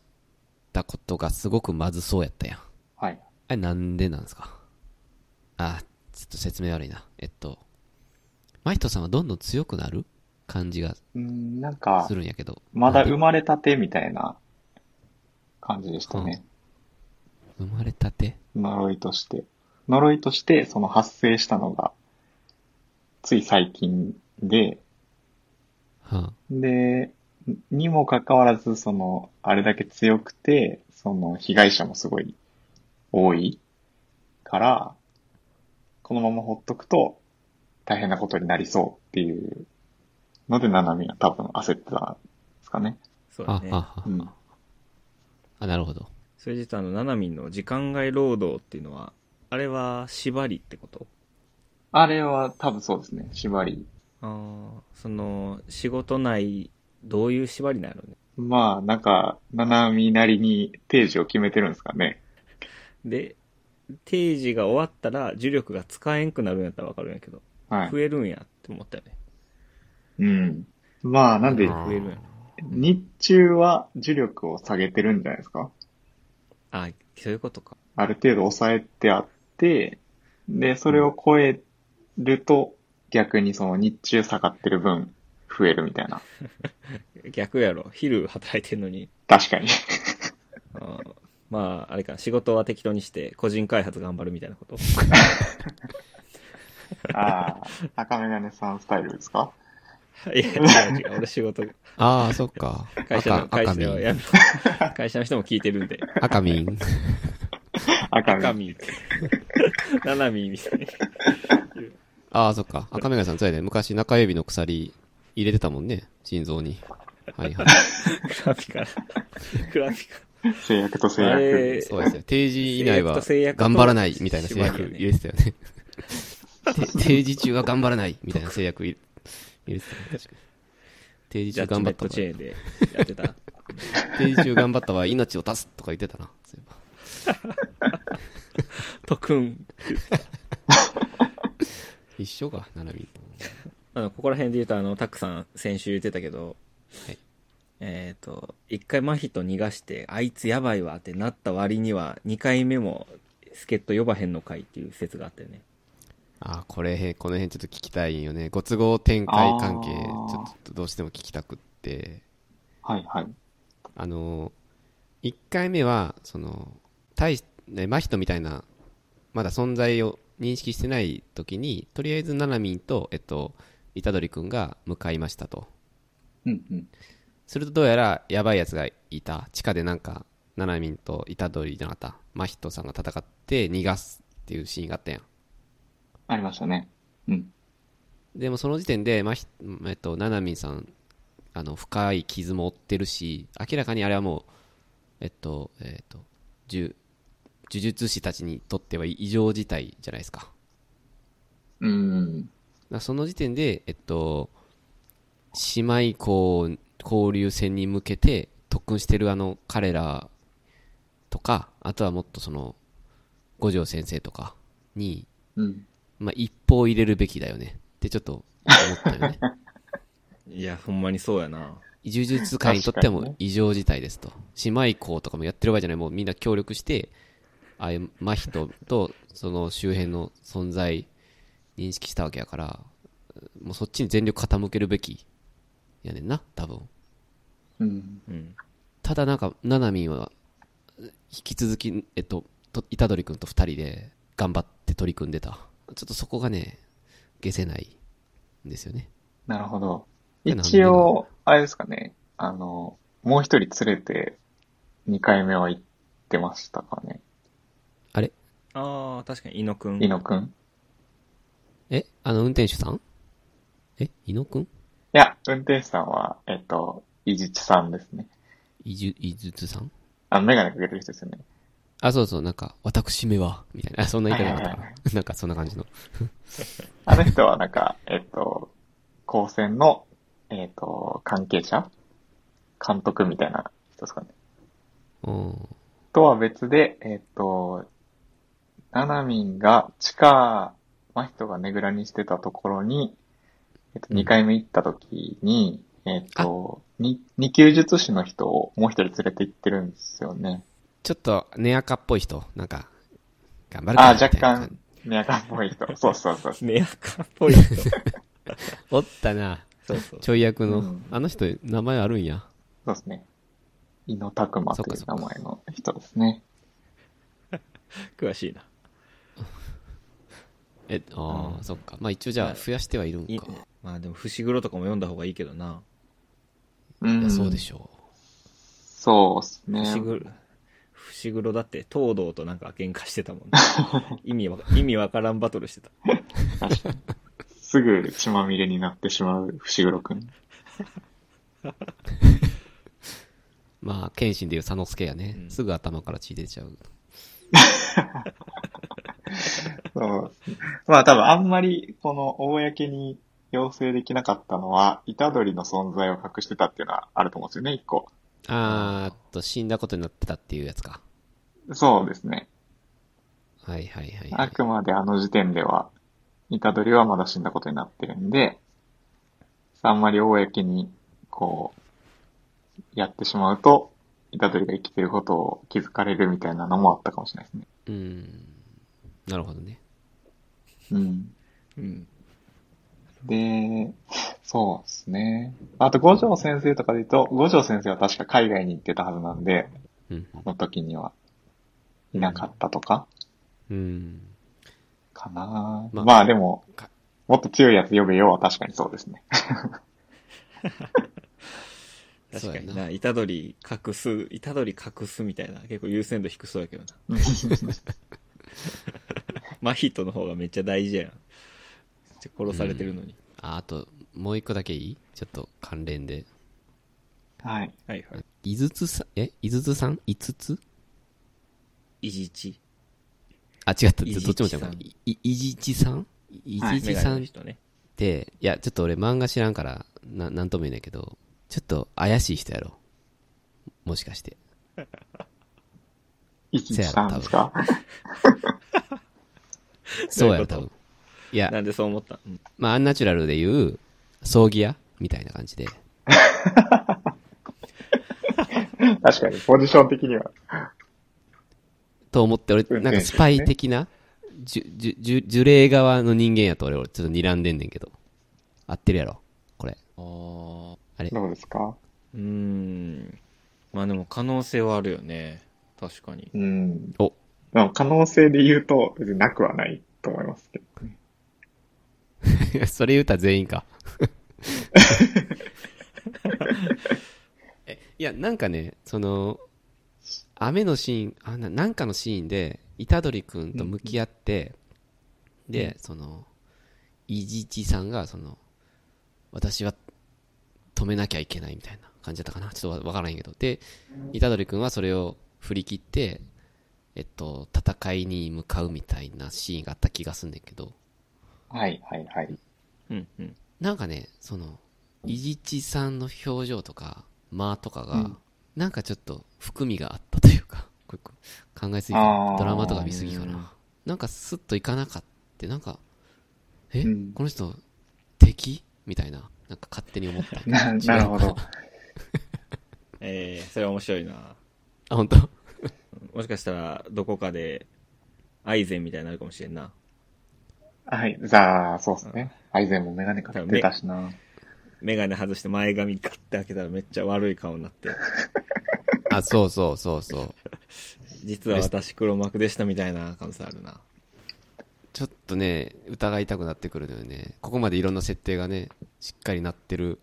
Speaker 1: たことがすごくまずそうやったやん。あ
Speaker 3: はい。
Speaker 1: れ、なんでなんですかあ、ちょっと説明悪いな。えっと、真人さんはどんどん強くなる感じが
Speaker 3: うん、なんか
Speaker 1: す、るんやけど。
Speaker 3: まだ
Speaker 1: なんで
Speaker 3: 生まれたてみたいな感じでしたね。
Speaker 1: 生まれたて
Speaker 3: 呪いとして。呪いとして、その発生したのが、つい最近で、
Speaker 1: は
Speaker 3: で、にもかかわらず、その、あれだけ強くて、その、被害者もすごい多いから、このままほっとくと、大変なことになりそうっていうので、ナナミは多分焦ってたんですかね。
Speaker 2: そう
Speaker 1: あ、
Speaker 2: だね。
Speaker 1: あ、あ、
Speaker 3: うん。
Speaker 1: あ、なるほど。
Speaker 2: それ実はあの、ななみんの時間外労働っていうのは、あれは縛りってこと
Speaker 3: あれは多分そうですね。縛り
Speaker 2: あああ、その、仕事内、どういう縛りなのね。
Speaker 3: まあ、なんか、ななみなりに定時を決めてるんですかね。
Speaker 2: で、定時が終わったら、呪力が使えんくなるんやったらわかるんやけど、
Speaker 3: はい。
Speaker 2: 増えるんやって思ったよね。
Speaker 3: うん。まあ、なんで、
Speaker 1: あー
Speaker 2: 増えるんや。
Speaker 3: 日中は呪力を下げてるんじゃないですか
Speaker 2: あ、そういうことか。
Speaker 3: ある程度抑えてあって、で、それを超えると、逆にその日中下がってる分、増えるみたいな。
Speaker 2: 逆やろ。昼働いてんのに。
Speaker 3: 確かに。
Speaker 2: あーまあ、あれか、仕事は適当にして、個人開発頑張るみたいなこと。
Speaker 3: ああ、赤メガネさんスタイルですか
Speaker 2: いや、違う違う。俺仕事、
Speaker 1: ああ、そっか。
Speaker 2: 会社の、
Speaker 1: 赤、
Speaker 2: 会
Speaker 1: 赤
Speaker 2: 社
Speaker 1: み
Speaker 2: の、
Speaker 1: ん。
Speaker 2: やめろ会社の人も聞いてるんで。
Speaker 1: 赤みん。
Speaker 3: 赤
Speaker 2: 赤
Speaker 3: メ
Speaker 2: 身。ナナミみたいな。
Speaker 1: ああ、そっか。赤目がさん、そうやね。昔中指の鎖入れてたもんね。腎臓に。はいはい。
Speaker 2: クラピカラ。クラピカ
Speaker 3: 制約と制
Speaker 2: ラ。あ
Speaker 3: 約。
Speaker 2: れ、
Speaker 1: そうですよ。定時以内は
Speaker 2: 制約と制約と
Speaker 1: 頑張らないみたいな制
Speaker 2: 縛
Speaker 1: 約
Speaker 2: りやね
Speaker 1: 入れてたよね。 て定時中は頑張らないみたいな制約入れ入れてたね。確かに定時
Speaker 2: ジャ
Speaker 1: 中
Speaker 2: ッ
Speaker 1: 頑
Speaker 2: ジ
Speaker 1: 張
Speaker 2: メッ
Speaker 1: っ
Speaker 2: ト
Speaker 1: た
Speaker 2: チ
Speaker 1: 定
Speaker 2: ェーンでやってた。
Speaker 1: 時中頑張ったは命を出すとか言ってたな。そういえば
Speaker 2: 特訓。
Speaker 1: 一緒か、並び。
Speaker 2: あの、ここら辺で言うと、あの、たくさん先週言ってたけど、
Speaker 1: はい
Speaker 2: えっ、と、一回マヒト逃がして、あいつやばいわってなった割には、二回目も助っ人呼ばへんのかいっていう説があったよね。
Speaker 1: ああ、これ、この辺ちょっと聞きたいんよね。ご都合展開関係、ち
Speaker 3: あー
Speaker 1: ょっとどうしても聞きたくって。
Speaker 3: はいはい。
Speaker 1: あの、1回目は、その、大し、ね、真人みたいな、まだ存在を認識してない時に、とりあえず、ななみんと、えっと、虎杖くんが向かいましたと。
Speaker 3: うんうん。
Speaker 1: すると、どうやら、やばいやつがいた。地下でなんか、ななみんと虎杖じゃなかった。真人さんが戦って逃がすっていうシーンがあったやん。
Speaker 3: ありましたね。うん。
Speaker 1: でもその時点で、まひえっと、ななみんさん、あの、深い傷も負ってるし、明らかにあれはもう、えっと、えっと、呪、呪術師たちにとっては異常事態じゃないですか。だか
Speaker 3: うん。
Speaker 1: らその時点で、えっと、姉妹校交流戦に向けて特訓してるあの彼らとか、あとはもっとその、五条先生とかに、
Speaker 3: うん。
Speaker 1: まあ、一歩入れるべきだよねってちょっと思ったよね。
Speaker 2: いや、ほんまにそうやな。
Speaker 1: 呪術界にとってはも
Speaker 3: 確
Speaker 1: う
Speaker 3: かにね
Speaker 1: 異常事態ですと。姉妹校とかもやってる場合じゃない、もうみんな協力して、ああいう真人とその周辺の存在認識したわけやから、もうそっちに全力傾けるべきやねんな、多分。
Speaker 3: うん。
Speaker 2: うん。
Speaker 1: ただなんか、ななみんは、引き続き、えっと、と虎杖くんと二人で頑張って取り組んでた。ちょっとそこがね、消せないんですよね。
Speaker 3: なるほど。
Speaker 1: えなんで
Speaker 3: 一応、あれですかね。あの、もう一人連れて、二回目は行ってましたかね。
Speaker 1: あれ
Speaker 2: ああ、確かに、猪野くん。
Speaker 3: イノくん。い
Speaker 1: えあの運転手さんえ伊野くん
Speaker 3: や、運転手さんは、えっと、イジチさんですね。
Speaker 1: 伊じゅ、伊術さん
Speaker 3: あの、メガネかけてる人ですよね。
Speaker 1: あ、そうそう、なんか、私めは、みたいな。あ、 そんな言い方なかった
Speaker 3: はいは
Speaker 1: かな。なんか、そんな感じの。
Speaker 3: あの人はな んか、えっと、高専の、えっと、関係者監督みたいな人ですかね。
Speaker 1: うん。
Speaker 3: とは別で、えっと、ななみんが地下、真人がねぐらにしてたところに、えっと、
Speaker 1: うん
Speaker 3: 2回目行った時に、えっと、に二級術師の人をもう一人連れて行ってるんですよね。
Speaker 1: ちょっと、ネアカっぽい人。なんか、頑張る
Speaker 3: ああ、
Speaker 1: みた
Speaker 3: 若
Speaker 1: いな感
Speaker 3: 干、ね赤っぽ い人。そうそうそう。
Speaker 2: ねやかっぽい 人。
Speaker 1: じ。おったな。
Speaker 2: そうそう。
Speaker 1: ちょい役の、
Speaker 3: うん
Speaker 1: あの人、名前あるんや。
Speaker 3: そうですね。井野拓磨とい
Speaker 1: そうっか
Speaker 3: 名
Speaker 1: そっ
Speaker 3: 前の人ですね。
Speaker 2: 詳しいな。
Speaker 1: え、ああ、そっか。まあ一応じゃあ、増やしてはいるんか。
Speaker 2: い
Speaker 1: い
Speaker 2: いまあでも、伏黒とかも読んだ方がいいけどな。
Speaker 3: うん
Speaker 1: や、そうでしょ
Speaker 3: そうですね。
Speaker 2: 伏黒、伏黒だって、東堂となんか喧嘩してた もんね。意味わ、意味わからんバトルしてた。
Speaker 3: 確かにすぐ血まみれになってしまう伏黒くん。
Speaker 1: う。まあ、謙信でいう佐之助やね。
Speaker 2: うん
Speaker 1: すぐ頭から血出ちゃう。
Speaker 3: そうですね。まあ多分あんまり、この、公に強制できなかったのは、イタドリの存在を隠してたっていうのはあると思うんですよね、一個。
Speaker 1: あーっと、死んだことになってたっていうやつか。
Speaker 3: そうですね。
Speaker 1: はいはいはい、は
Speaker 3: あ
Speaker 1: い。
Speaker 3: くまであの時点では、イタドリはまだ死んだことになってるんで、あんまり公に、こう、やってしまうと、イタドリが生きてることを気づかれるみたいなのもあったかもしれないですね。
Speaker 1: うん。なるほどね。
Speaker 3: うん。
Speaker 2: うん。
Speaker 3: で、そうですね。あと、五条先生とかで言うと、五条先生は確か海外に行ってたはずなんで、
Speaker 1: うん。
Speaker 3: その時には、いなかったとか、
Speaker 1: うん。
Speaker 3: かな、
Speaker 1: まあ
Speaker 3: まあでも
Speaker 1: か、
Speaker 3: もっと強いやつ呼べよは確かにそうですね。
Speaker 2: 確かに
Speaker 1: そうや
Speaker 2: な、イタドリ隠す、イタドリ隠すみたいな、結構優先度低そうやけどな。 マヒトの方がめっちゃ大事やん。めっちゃ殺されてるのに。
Speaker 1: あ、あと、もう一個だけいいちょっと関連で。
Speaker 3: はい。
Speaker 2: はいはい。
Speaker 1: いずつさん、えいずつさんいつつ
Speaker 2: イジイチ。
Speaker 1: あ、違った。
Speaker 2: い
Speaker 1: ど
Speaker 2: じ
Speaker 1: っちも違う
Speaker 2: ちさ
Speaker 1: か
Speaker 2: ん。
Speaker 1: い、いいじちさんい
Speaker 3: はい
Speaker 1: じちさんっ
Speaker 2: 人ね。
Speaker 1: て、いや、ちょっと俺漫画知らんから、な、なんとも言えないけど、ちょっと怪しい人やろ。もしかして。
Speaker 3: 113ですか
Speaker 1: そうやろ、
Speaker 2: ど
Speaker 1: 多
Speaker 2: うい
Speaker 1: 分
Speaker 2: うこ。
Speaker 1: いや
Speaker 2: な、んでそう思ったうん
Speaker 1: まあ、アンナチュラルで言う、葬儀屋みたいな感じで。
Speaker 3: 確かに、ポジション的には。
Speaker 1: と思って、俺、
Speaker 3: 運転手
Speaker 1: なんかスパイ的な、じゅ、じゅ、じゅ、呪霊側の人間やと俺、俺、ちょっと睨んでんねんけど。合ってるやろこれ。
Speaker 2: あー
Speaker 1: あれ
Speaker 3: どうですか
Speaker 2: うーん。まあでも可能性はあるよね。確かに。
Speaker 3: うん。
Speaker 1: お、
Speaker 3: でも可能性で言うと、別になくはないと思いますけど。
Speaker 1: それ言うたら全員か。えいや、なんかね、その、雨のシーン、あななんかのシーンで、虎杖くんと向き合って、で、その、いじちさんが、その、私は止めなきゃいけないみたいな感じだったかな。ちょっとわわからんけど。で、虎杖くんはそれを振り切って、えっと、戦いに向かうみたいなシーンがあった気がすんねんけど、
Speaker 3: はい、はい、はい。
Speaker 2: うんうん。
Speaker 1: なんかね、その、いじちさんの表情とか、間とかが、
Speaker 3: うん
Speaker 1: なんかちょっと含みがあったというか、 これこれ考えすぎか
Speaker 3: あ
Speaker 1: な
Speaker 3: ー
Speaker 1: ドラマとか見すぎか
Speaker 2: うん
Speaker 1: な。なんかスッといかなかって、なんか、え、
Speaker 3: うん
Speaker 1: この人、敵みたいな、なんか勝手に思った。
Speaker 3: な
Speaker 1: 違う
Speaker 3: なるほど。
Speaker 2: えー、それは面白いな。
Speaker 1: あ、 本当
Speaker 2: もしかしたら、どこかで、アイゼンみたいになるかもしれんな。
Speaker 3: はい。じゃあ、そうですね。アイゼンもメガネかけてたしな。
Speaker 2: メガネ外して前髪ガッて開けたらめっちゃ悪い顔になって、
Speaker 1: あ、そうそうそうそう。
Speaker 2: 実は私黒幕でしたみたいな感性あるな。
Speaker 1: ちょっとね、疑いたくなってくるのよね。ここまでいろんな設定がね、しっかりなってる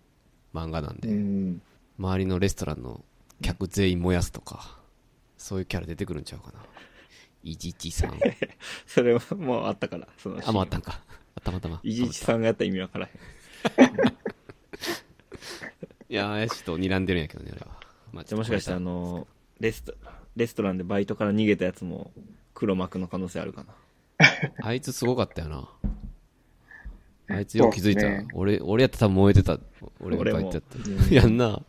Speaker 1: 漫画なんで。
Speaker 3: うん。
Speaker 1: 周りのレストランの客全員燃やすとか、そういうキャラ出てくるんちゃうかな。いじちさん。
Speaker 2: それはもうあったから、その
Speaker 1: あ、もうあったんか。あたまたま。
Speaker 2: いじいちさんがやった意味わからへん。
Speaker 1: いや、怪しいと睨んでるんやけどね、俺は。まあ
Speaker 2: じゃあもしかしたら、あ、の、レスト、レストランでバイトから逃げたやつも黒幕の可能性あるかな。
Speaker 1: あいつすごかったよな。あいつよく気づいた
Speaker 3: そ
Speaker 1: ら、
Speaker 3: うっすね
Speaker 1: 俺、俺やったら多分燃えてた。俺が
Speaker 2: 俺も
Speaker 1: 帰っちゃった。やんな。
Speaker 2: うん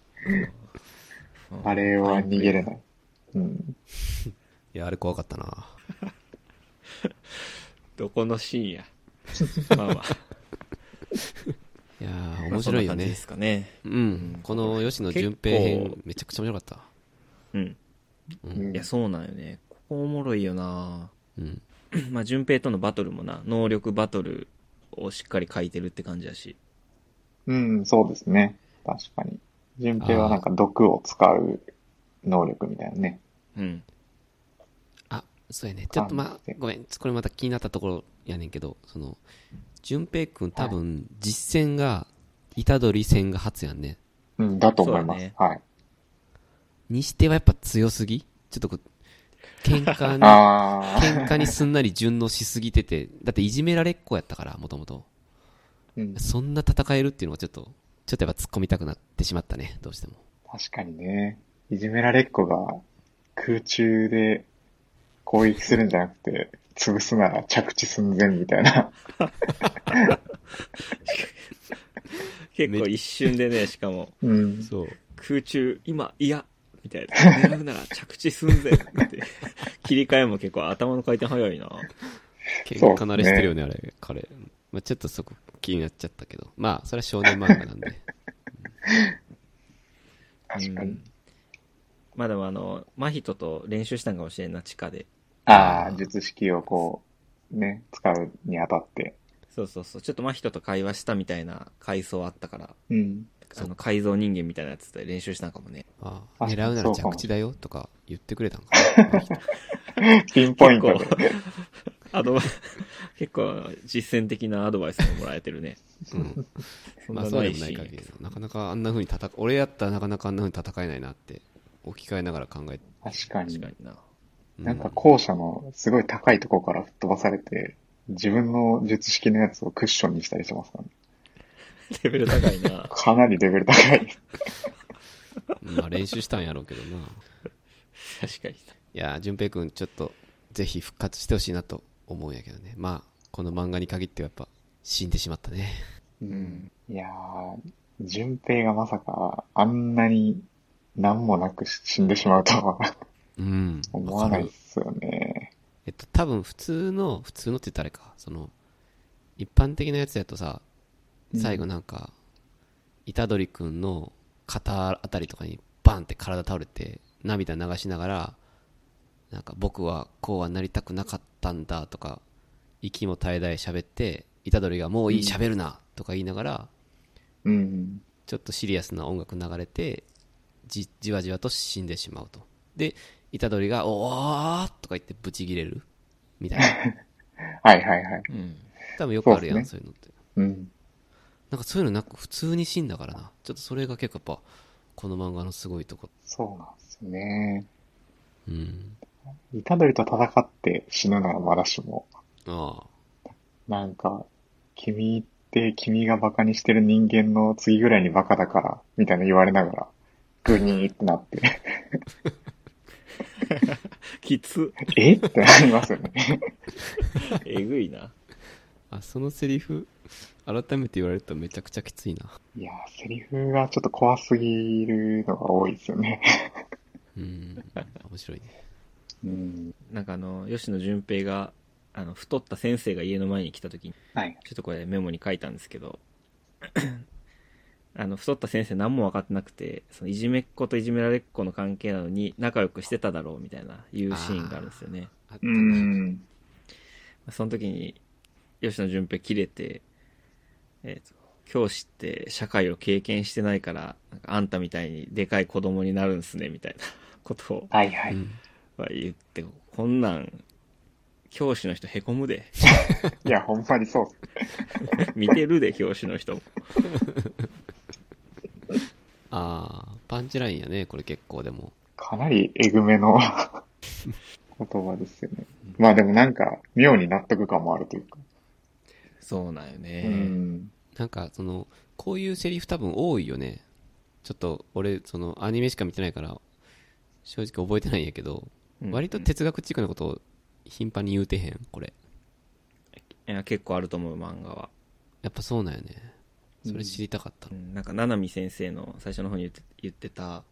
Speaker 3: あれは逃げれない。うん。
Speaker 1: いや、あれ怖かったな。
Speaker 2: どこのシーン や。まあまあ。
Speaker 1: いやー、面白いよ
Speaker 2: まあそんな感じで
Speaker 1: ね。
Speaker 2: すかね。
Speaker 1: うん。この吉野純平
Speaker 2: 結
Speaker 1: 編
Speaker 2: 構、
Speaker 1: めちゃくちゃ面白かった。
Speaker 2: うん。
Speaker 3: うん
Speaker 2: いや、そうなんよね。ここおもろいよな
Speaker 1: うん。
Speaker 2: まあ、順平とのバトルもな、能力バトルをしっかり書いてるって感じやし。
Speaker 3: うん、そうですね。確かに。順平はなんか毒を使う能力みたいなね。
Speaker 2: うん。
Speaker 1: あ、そうやね。ちょっとま
Speaker 3: 感じ
Speaker 1: あ
Speaker 3: て、
Speaker 1: ごめん。これまた気になったところやねんけど、その、淳平くん多分、実戦が、虎杖戦が初やんね。
Speaker 3: うん、だと思いま
Speaker 2: そう
Speaker 3: す
Speaker 2: だね。
Speaker 3: はい。
Speaker 1: にしてはやっぱ強すぎちょっとこう、喧嘩に、
Speaker 3: ああ。
Speaker 1: 喧嘩にすんなり順応しすぎてて、だっていじめられっ子やったから、もともと。
Speaker 3: うん、
Speaker 1: そんな戦えるっていうのはちょっと、ちょっとやっぱ突っ込みたくなってしまったね、どうしても。
Speaker 3: 確かにね。いじめられっ子が空中で攻撃するんじゃなくて、潰すなら着地寸前みたいな。
Speaker 2: 結構一瞬でね、しかも、
Speaker 3: うん。
Speaker 1: そう。
Speaker 2: 空中、今、いや、みたい な。狙うなら着地寸前って。 切り替えも結構頭の回転早いな。
Speaker 1: 喧嘩慣れしてるよね、あれ、彼。まあ、ちょっとそこ気になっちゃったけど。まあ、それは少年漫画なんで。
Speaker 3: 確か
Speaker 2: う
Speaker 3: に
Speaker 2: ん。まあでもあの、真人と練習したんかもしれんな、地下で。
Speaker 3: ああ、術式をこう、ね、使うにあたって。
Speaker 2: そうそうそう。ちょっと真人と会話したみたいな回想あったから、
Speaker 3: うん。
Speaker 2: あの、改造人間みたいなやつで練習したんかもね。
Speaker 1: ああ
Speaker 3: あ
Speaker 1: 狙うなら
Speaker 3: そうかも
Speaker 1: 着地だよとか言ってくれたんか な。
Speaker 3: ピンポイント
Speaker 2: 結
Speaker 3: で。
Speaker 2: アドバイス、結構実践的なアドバイスももらえてるね。
Speaker 1: うん
Speaker 2: そ ん
Speaker 1: まあ、
Speaker 2: な
Speaker 1: そうでも
Speaker 2: シーン
Speaker 1: ない限り、なかなかあんな風に戦、俺やったらなかなかあんな風に戦えないなって、置き換えながら考えて。
Speaker 3: 確か
Speaker 2: 確
Speaker 3: に
Speaker 2: か。にな。
Speaker 1: う
Speaker 3: なんか校舎のすごい高いとこから吹っ飛ばされて、自分の術式のやつをクッションにしたりしてますからね。
Speaker 2: レベル高 いな。
Speaker 3: かなりレベル高い。
Speaker 1: まあ、練習したんやろうけどな。
Speaker 2: 確かにな。
Speaker 1: いやー、淳平くん、ちょっと、ぜひ復活してほしいなと思うんやけどね。まあ、この漫画に限ってはやっぱ、死んでしまったね。
Speaker 3: うん。いやー、順平がまさかあんなに何もなく死んでしまうと は
Speaker 1: うん。
Speaker 3: 思わない
Speaker 1: わ
Speaker 3: っ
Speaker 1: かる
Speaker 3: すよね。
Speaker 1: えっと、多分普通の、普通のって言ったらあれか、その、一般的なやつだとさ、最後なんか、虎杖くんの肩あたりとかにバンって体倒れて、涙流しながら、なんか僕はこうはなりたくなかったんだとか、息も絶え絶え喋って、虎杖がもういい
Speaker 2: うん
Speaker 1: 喋るなとか言いながら、
Speaker 3: うん。
Speaker 1: ちょっとシリアスな音楽流れてじじわじわと死んでしまうとで虎杖が「おー!」とか言ってブチギレるみたいな
Speaker 3: はいはいはい。
Speaker 2: うん。
Speaker 1: 多分よくあるやんそ,、
Speaker 3: そう
Speaker 1: いうのって
Speaker 3: うん。
Speaker 1: なんかそういうのなく普通に死んだからなちょっとそれが結構やっぱこの漫画のすごいとこ
Speaker 3: そうなんですね。
Speaker 1: うん
Speaker 3: イタドリと戦って死ぬならまだしも、
Speaker 1: ああ
Speaker 3: なんか、君って君がバカにしてる人間の次ぐらいにバカだから、みたいな言われながら、グニーってなって、
Speaker 2: きつ。
Speaker 3: えってなりますよね。
Speaker 2: えぐいな。
Speaker 1: あそのセリフ改めて言われるとめちゃくちゃきついない
Speaker 3: やー、セリフがちょっと怖すぎるのが多いですよね。
Speaker 1: うん面白いね
Speaker 3: うん。
Speaker 2: なんかあの、吉野淳平が、あの、太った先生が家の前に来た時に、
Speaker 3: はい。
Speaker 2: ちょっとこれメモに書いたんですけど、 あの、太った先生何も分かってなくて、そのいじめっ子といじめられっ子の関係なのに仲良くしてただろうみたいな、いうシーンがあるんですよね。
Speaker 1: あった
Speaker 3: う
Speaker 1: ね
Speaker 3: ん。
Speaker 2: その時に、吉野淳平切れて、えーと、教師って社会を経験してないから、なんかあんたみたいにでかい子供になるんすね、みたいな ことを
Speaker 3: はいは
Speaker 1: う
Speaker 3: い。
Speaker 1: ん
Speaker 2: まあ言って、こんなん、教師の人へこむで。
Speaker 3: いや、ほんまにそうっす。
Speaker 2: 見てるで、教師の人も。
Speaker 1: ああパンチラインやねこれ結構でも
Speaker 3: かなりえぐめの 言葉ですよね。まあでもなんか、妙に納得感もあるというか。
Speaker 2: そうなんよね。
Speaker 3: うん。
Speaker 1: なんかそのこういうセリフ多分多いよねちょっと俺そのアニメしか見てないから正直覚えてないんやけど、
Speaker 2: うん
Speaker 1: 割と哲学チックなことを頻繁に言うてへんこれ
Speaker 2: いや結構あると思う、漫画は。
Speaker 1: やっぱそうなんよねそれ知りたかった
Speaker 2: う、んなんか、七海先生の最初の方に言って言ってた、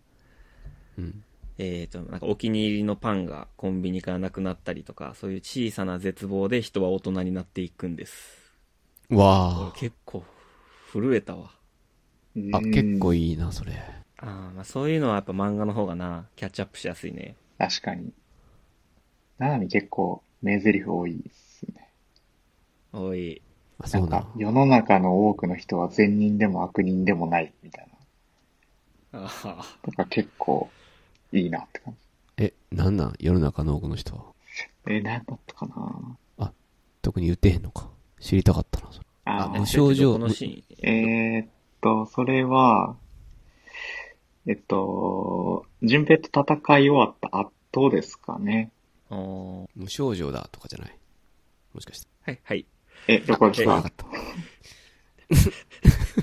Speaker 1: うん、
Speaker 2: えっ、と、なんかお気に入りのパンがコンビニからなくなったりとか、そういう小さな絶望で人は大人になっていくんです。俺
Speaker 1: わあ
Speaker 2: 結構、震えたわ。
Speaker 1: あ
Speaker 3: うん
Speaker 1: 結構いいなそれ
Speaker 2: あーまあそういうのはやっぱ漫画の方がな、キャッチアップしやすいね。
Speaker 3: 確かに。ななみ結構名台詞多いですね。
Speaker 2: おい、
Speaker 1: あ
Speaker 3: な
Speaker 1: そうんな
Speaker 3: か
Speaker 1: ん、
Speaker 3: 世の中の多くの人は善人でも悪人でもないみたいな。
Speaker 2: ああ、
Speaker 3: とか結構いいなって感じ。
Speaker 1: えなんなん世の中の多くの人は
Speaker 3: えー、なんだったかな
Speaker 1: 特に言ってへんのか知りたかったなそれ
Speaker 3: あ
Speaker 1: あ
Speaker 3: ー
Speaker 1: 無症状
Speaker 2: このシーン。
Speaker 3: えーっと、それは、えっと、順平と戦い終わった後ですかね。
Speaker 2: あー
Speaker 1: 無症状だとかじゃないもしかして
Speaker 2: はい、はい。
Speaker 3: え、どこです
Speaker 1: 分
Speaker 3: か
Speaker 1: かった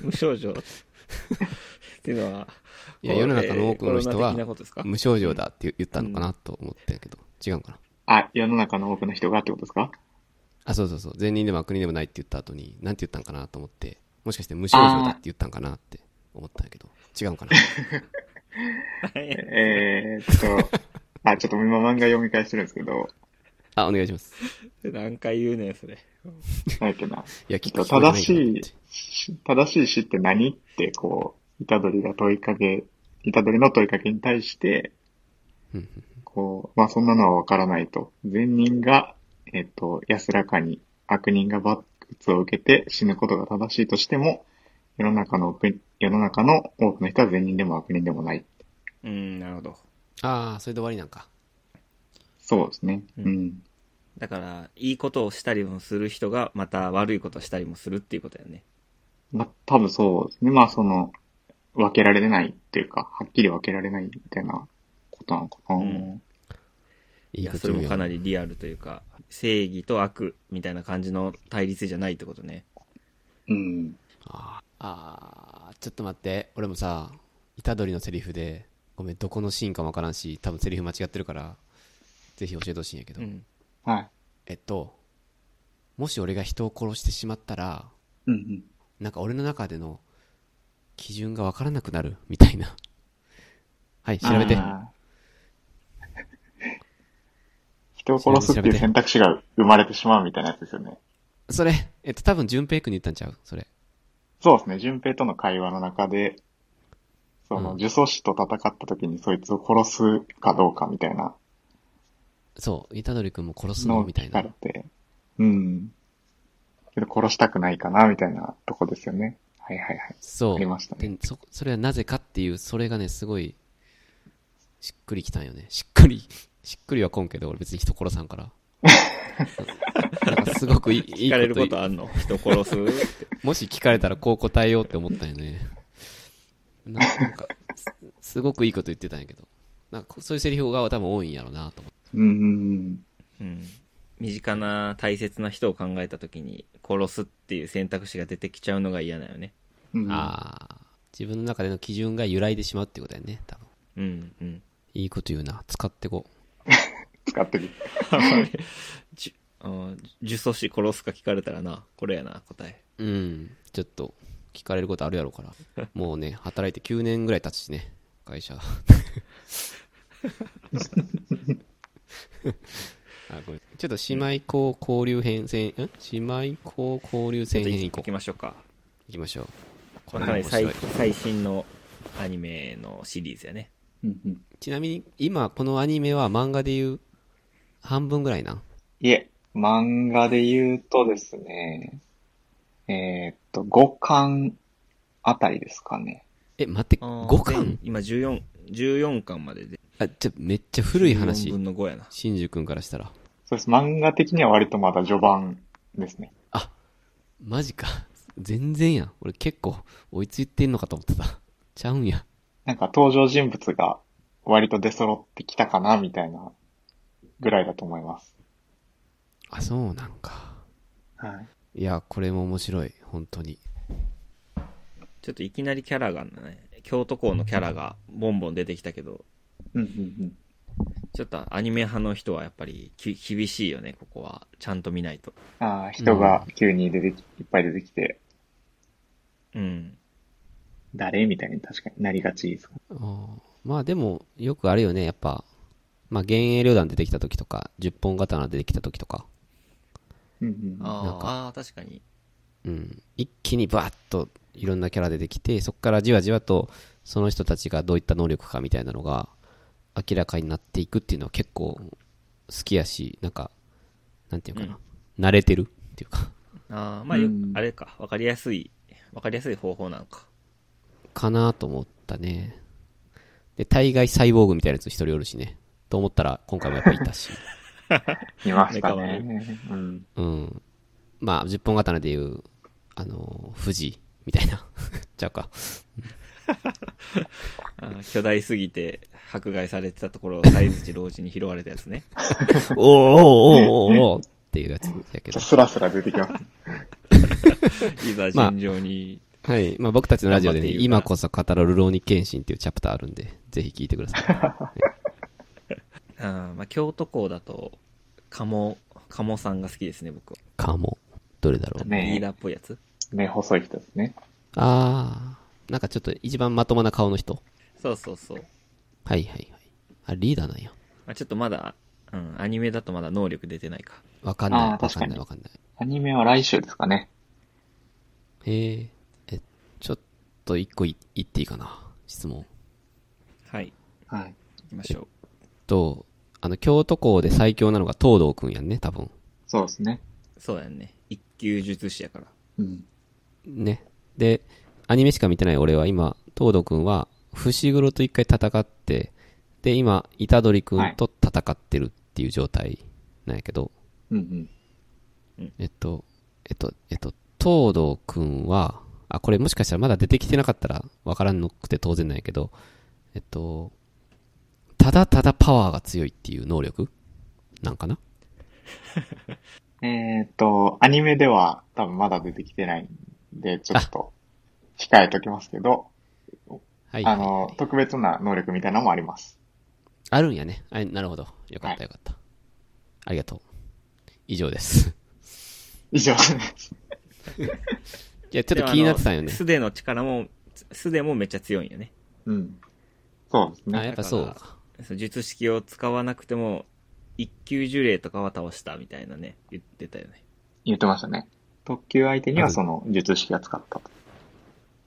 Speaker 2: 無症状っていうのは、
Speaker 1: いや世の中の多くの人
Speaker 2: コロナ
Speaker 1: は
Speaker 2: 的なことですか
Speaker 1: 無症状だって言ったのかなと思ってんけど違うんかな
Speaker 3: あ、世の中の多くの人がってことですか
Speaker 1: あ、そうそうそう。善人でも悪人でもないって言った後に、なんて言ったんかなと思って、もしかして無症状だって言ったんかなって思ったんやけど、違うんか な。
Speaker 3: えー っと、あ、ちょっと今漫画読み返してるんですけど、
Speaker 1: あ、お願いします。
Speaker 2: 何回言うねん、それ。
Speaker 3: なんやっけな、
Speaker 1: いや、きっと
Speaker 3: 正しい、正しい死って何って、こう、虎杖が問いかけ、虎杖の問いかけに対して、
Speaker 1: うん
Speaker 3: こう、まあそんなのはわからないと。善人が、えっと、安らかに、悪人が罰を受けて死ぬことが正しいとしても、世の中の、世の中の多くの人は善人でも悪人でもない。
Speaker 2: うん、なるほど。
Speaker 1: ああ、それで終わりなんか。
Speaker 3: そうですね。
Speaker 2: う
Speaker 3: うんん。
Speaker 2: だから、いいことをしたりもする人が、また悪いことをしたりもするっていうことだよね。
Speaker 3: まあ多分そうですね。まあその、分けられないっていうか、はっきり分けられないみたいなことなのかな。
Speaker 2: うん
Speaker 1: い
Speaker 2: い
Speaker 1: い
Speaker 2: や、
Speaker 1: こと
Speaker 2: それ
Speaker 1: 言う
Speaker 2: も
Speaker 1: よ
Speaker 2: かなりリアルというか、正義と悪みたいな感じの対立じゃないってことね。
Speaker 3: うん。
Speaker 1: あーあー、ちょっと待って。俺もさ、虎杖のセリフで、ごめん、どこのシーンかもわからんし、多分セリフ間違ってるから、ぜひ教えてほしいんやけど、
Speaker 2: うん。
Speaker 3: はい。
Speaker 1: えっと、もし俺が人を殺してしまったら、
Speaker 3: うんうん。
Speaker 1: なんか俺の中での基準がわからなくなるみたいな。はい、調べて。
Speaker 3: あー 人を殺すっていう選択肢が生まれてしまうみたいなやつですよね。
Speaker 1: それ、えっと、多分淳平君に言ったんちゃうそれ。
Speaker 3: そうですね。順平との会話の中で、その、
Speaker 1: うん
Speaker 3: 呪詛師と戦った時にそいつを殺すかどうかみたいな
Speaker 1: そう、虎杖君も殺す
Speaker 3: の
Speaker 1: の
Speaker 3: を
Speaker 1: みたい
Speaker 3: 聞かれ
Speaker 1: な。
Speaker 3: て、うん。けど殺したくないかなみたいなとこですよね。はいはいはい。
Speaker 1: そう。
Speaker 3: ありましたね
Speaker 1: でそ、それはなぜかっていう、それがね、すごい、しっくりきたんよね。 しっくり、しっくりはこんけど、俺別に人殺さんから。なんかすごくいいい
Speaker 2: 聞
Speaker 1: い
Speaker 2: か
Speaker 1: こ
Speaker 2: れ
Speaker 1: と
Speaker 2: る
Speaker 1: 言
Speaker 2: こ
Speaker 1: う
Speaker 2: とあんの人殺すって。
Speaker 1: もし聞かれたらこう答えようって思ったよね。ななんか、すすごくいいこと言ってたんやけど。なんか、そういうセリフが多分多いんやろうなと思って。
Speaker 3: うんうん
Speaker 2: うん。身近な大切な人を考えた時に、殺すっていう選択肢が出てきちゃうのが嫌だよね。
Speaker 3: うん。うん、
Speaker 1: ああ、自分の中での基準が揺らいでしまうってことやね、多分。
Speaker 2: うん、うん。
Speaker 1: いいこと言うな。使ってこう。
Speaker 3: 使ってる。
Speaker 2: じゅうん呪詛師殺すか聞かれたらな、これやな、答え。
Speaker 1: うん。ちょっと、聞かれることあるやろう から。もうね、働いて9年ぐらい経つしね、会社。あ、ごめん。ちょっと姉妹校交流編戦、ん姉妹校交流戦編行こ
Speaker 2: 行
Speaker 1: う
Speaker 2: き。ましょうか。
Speaker 1: 行きましょう。
Speaker 2: か
Speaker 1: これ
Speaker 2: なり
Speaker 1: 面白
Speaker 2: 最
Speaker 1: い
Speaker 2: 最新のアニメのシリーズやね。
Speaker 3: うんうん。
Speaker 1: ちなみに、今、このアニメは漫画で言う、半分ぐらいな。
Speaker 3: いえ、漫画で言うとですね、えーっと、5巻あたりですかね。
Speaker 1: え、待って、5
Speaker 2: 全
Speaker 1: 巻
Speaker 2: 今14、14巻までで。
Speaker 1: あ、ちょ、めっちゃ古い
Speaker 2: 4
Speaker 1: 話
Speaker 2: 分。の5やな。
Speaker 1: 新宿君からしたら。
Speaker 3: そうです。漫画的には割とまだ序盤ですね。
Speaker 1: あ、マジか。全然やん。俺結構追いついてんのかと思ってた。ちゃうんや。
Speaker 3: なんか登場人物が割と出揃ってきたかな、みたいなぐらいだと思います。
Speaker 1: あ、そうなんか。
Speaker 3: はい。
Speaker 1: いや、これも面白い。本当に。
Speaker 2: ちょっといきなりキャラがね、京都校のキャラがボンボン出てきたけど、
Speaker 3: うんうん
Speaker 2: ちょっとアニメ派の人はやっぱりき厳しいよね、ここは。ちゃんと見ないと。
Speaker 3: うん。ああ、人が急に出てき、いっぱい出てきて、
Speaker 2: うん。
Speaker 3: 誰みたいに確かになりがちですか。
Speaker 1: あーまあでも、よくあるよね。やっぱ、まあ、幻影旅団出てきた時とか、十本刀出てきた時とか、
Speaker 3: うんう
Speaker 1: なん
Speaker 3: ん。
Speaker 1: か
Speaker 2: ああー、確かに。
Speaker 1: うん。一気にバーッといろんなキャラ出てきて、そこからじわじわと、その人たちがどういった能力かみたいなのが、明らかになっていくっていうのは結構好きやし、なんか、なんていうかな。慣れてるっていうか。
Speaker 2: ああ、まあよく
Speaker 3: うん
Speaker 2: あれか。わかりやすい、わかりやすい方法なのか。
Speaker 1: かなと思ったね。で、大概サイボーグみたいなやつ一人おるしね。と思ったら、今回もやっぱいた し。
Speaker 3: 見ました
Speaker 2: 目変
Speaker 3: ね。うん。
Speaker 1: うん。まあ、十本刀でいう、あのー富士みたいな。 ちゃうか。
Speaker 2: あー巨大すぎて迫害されてたところをサイズ老人に拾われたや つね。
Speaker 1: おーおーおーおーおーっていうやつやけ
Speaker 3: ちょ
Speaker 1: ど
Speaker 3: っと。スラスラ出てきます。
Speaker 2: いざ尋常に。
Speaker 1: はい。まあ、僕たちのラジオで
Speaker 2: 頑張
Speaker 1: ね、
Speaker 2: って言うから
Speaker 1: 今こそ語るルローニケンシンっていうチャプターあるんで、ぜひ聞いてください。
Speaker 2: あーまあ、京都校だと、鴨カモさんが好きですね、僕は。
Speaker 1: かも。どれだろう。
Speaker 2: リー
Speaker 3: ね
Speaker 2: ダーっぽいやつ。
Speaker 3: ね、細い人ですね。
Speaker 1: あー、なんかちょっと一番まともな顔の人。
Speaker 2: そうそうそう。
Speaker 1: はいはいはい。あ、リーダーなんや。
Speaker 2: まあ、ちょっとまだ、うん、アニメだとまだ能力出てないか。
Speaker 1: わかんない。
Speaker 3: あ
Speaker 1: わ
Speaker 3: ー確
Speaker 1: か
Speaker 3: か
Speaker 1: んな
Speaker 3: に
Speaker 1: いわかんない。
Speaker 3: アニメは来週ですかね。
Speaker 1: へえ。え、ちょっと一個い言っていいかな。質問。
Speaker 2: はい。
Speaker 3: はい。
Speaker 2: 行きましょう。
Speaker 1: と、あの、京都校で最強なのが東堂くんやんね、多分。
Speaker 3: そうですね。
Speaker 2: そうだよね。一級術師やから。
Speaker 3: うん。
Speaker 1: ね。で、アニメしか見てない俺は今、東堂くんは、伏黒と一回戦って、で、今、虎杖くんと戦ってるっていう状態なんやけど、
Speaker 3: うんうん。
Speaker 1: えっと、えっと、えっと、東堂くんは、あ、これもしかしたらまだ出てきてなかったらわからんのくて当然なんやけど、えっと、ただただパワーが強いっていう能力なんかな
Speaker 3: えっと、アニメでは多分まだ出てきてないんで、ちょっと控えときますけど、
Speaker 1: はい、
Speaker 3: あ
Speaker 1: はい
Speaker 3: の、特別な能力みたいなのもあります。
Speaker 1: あるんやね。あなるほど。よかっ
Speaker 3: は
Speaker 1: た
Speaker 3: い
Speaker 1: よかった。ありがとう。以上です。
Speaker 3: 以上です。
Speaker 1: いや、ちょっと気になってたんよ
Speaker 2: でもあの
Speaker 1: ね。
Speaker 2: 素手の力も、素手もめっちゃ強いんよね。
Speaker 3: うん。そうです
Speaker 1: あ、
Speaker 3: ね。
Speaker 1: やっぱそう
Speaker 2: だ
Speaker 1: か。
Speaker 2: その術式を使わなくても、一級呪霊とかは倒したみたいなね、言ってたよね。
Speaker 3: 言ってましたね。特急相手にはその術式が使ったと。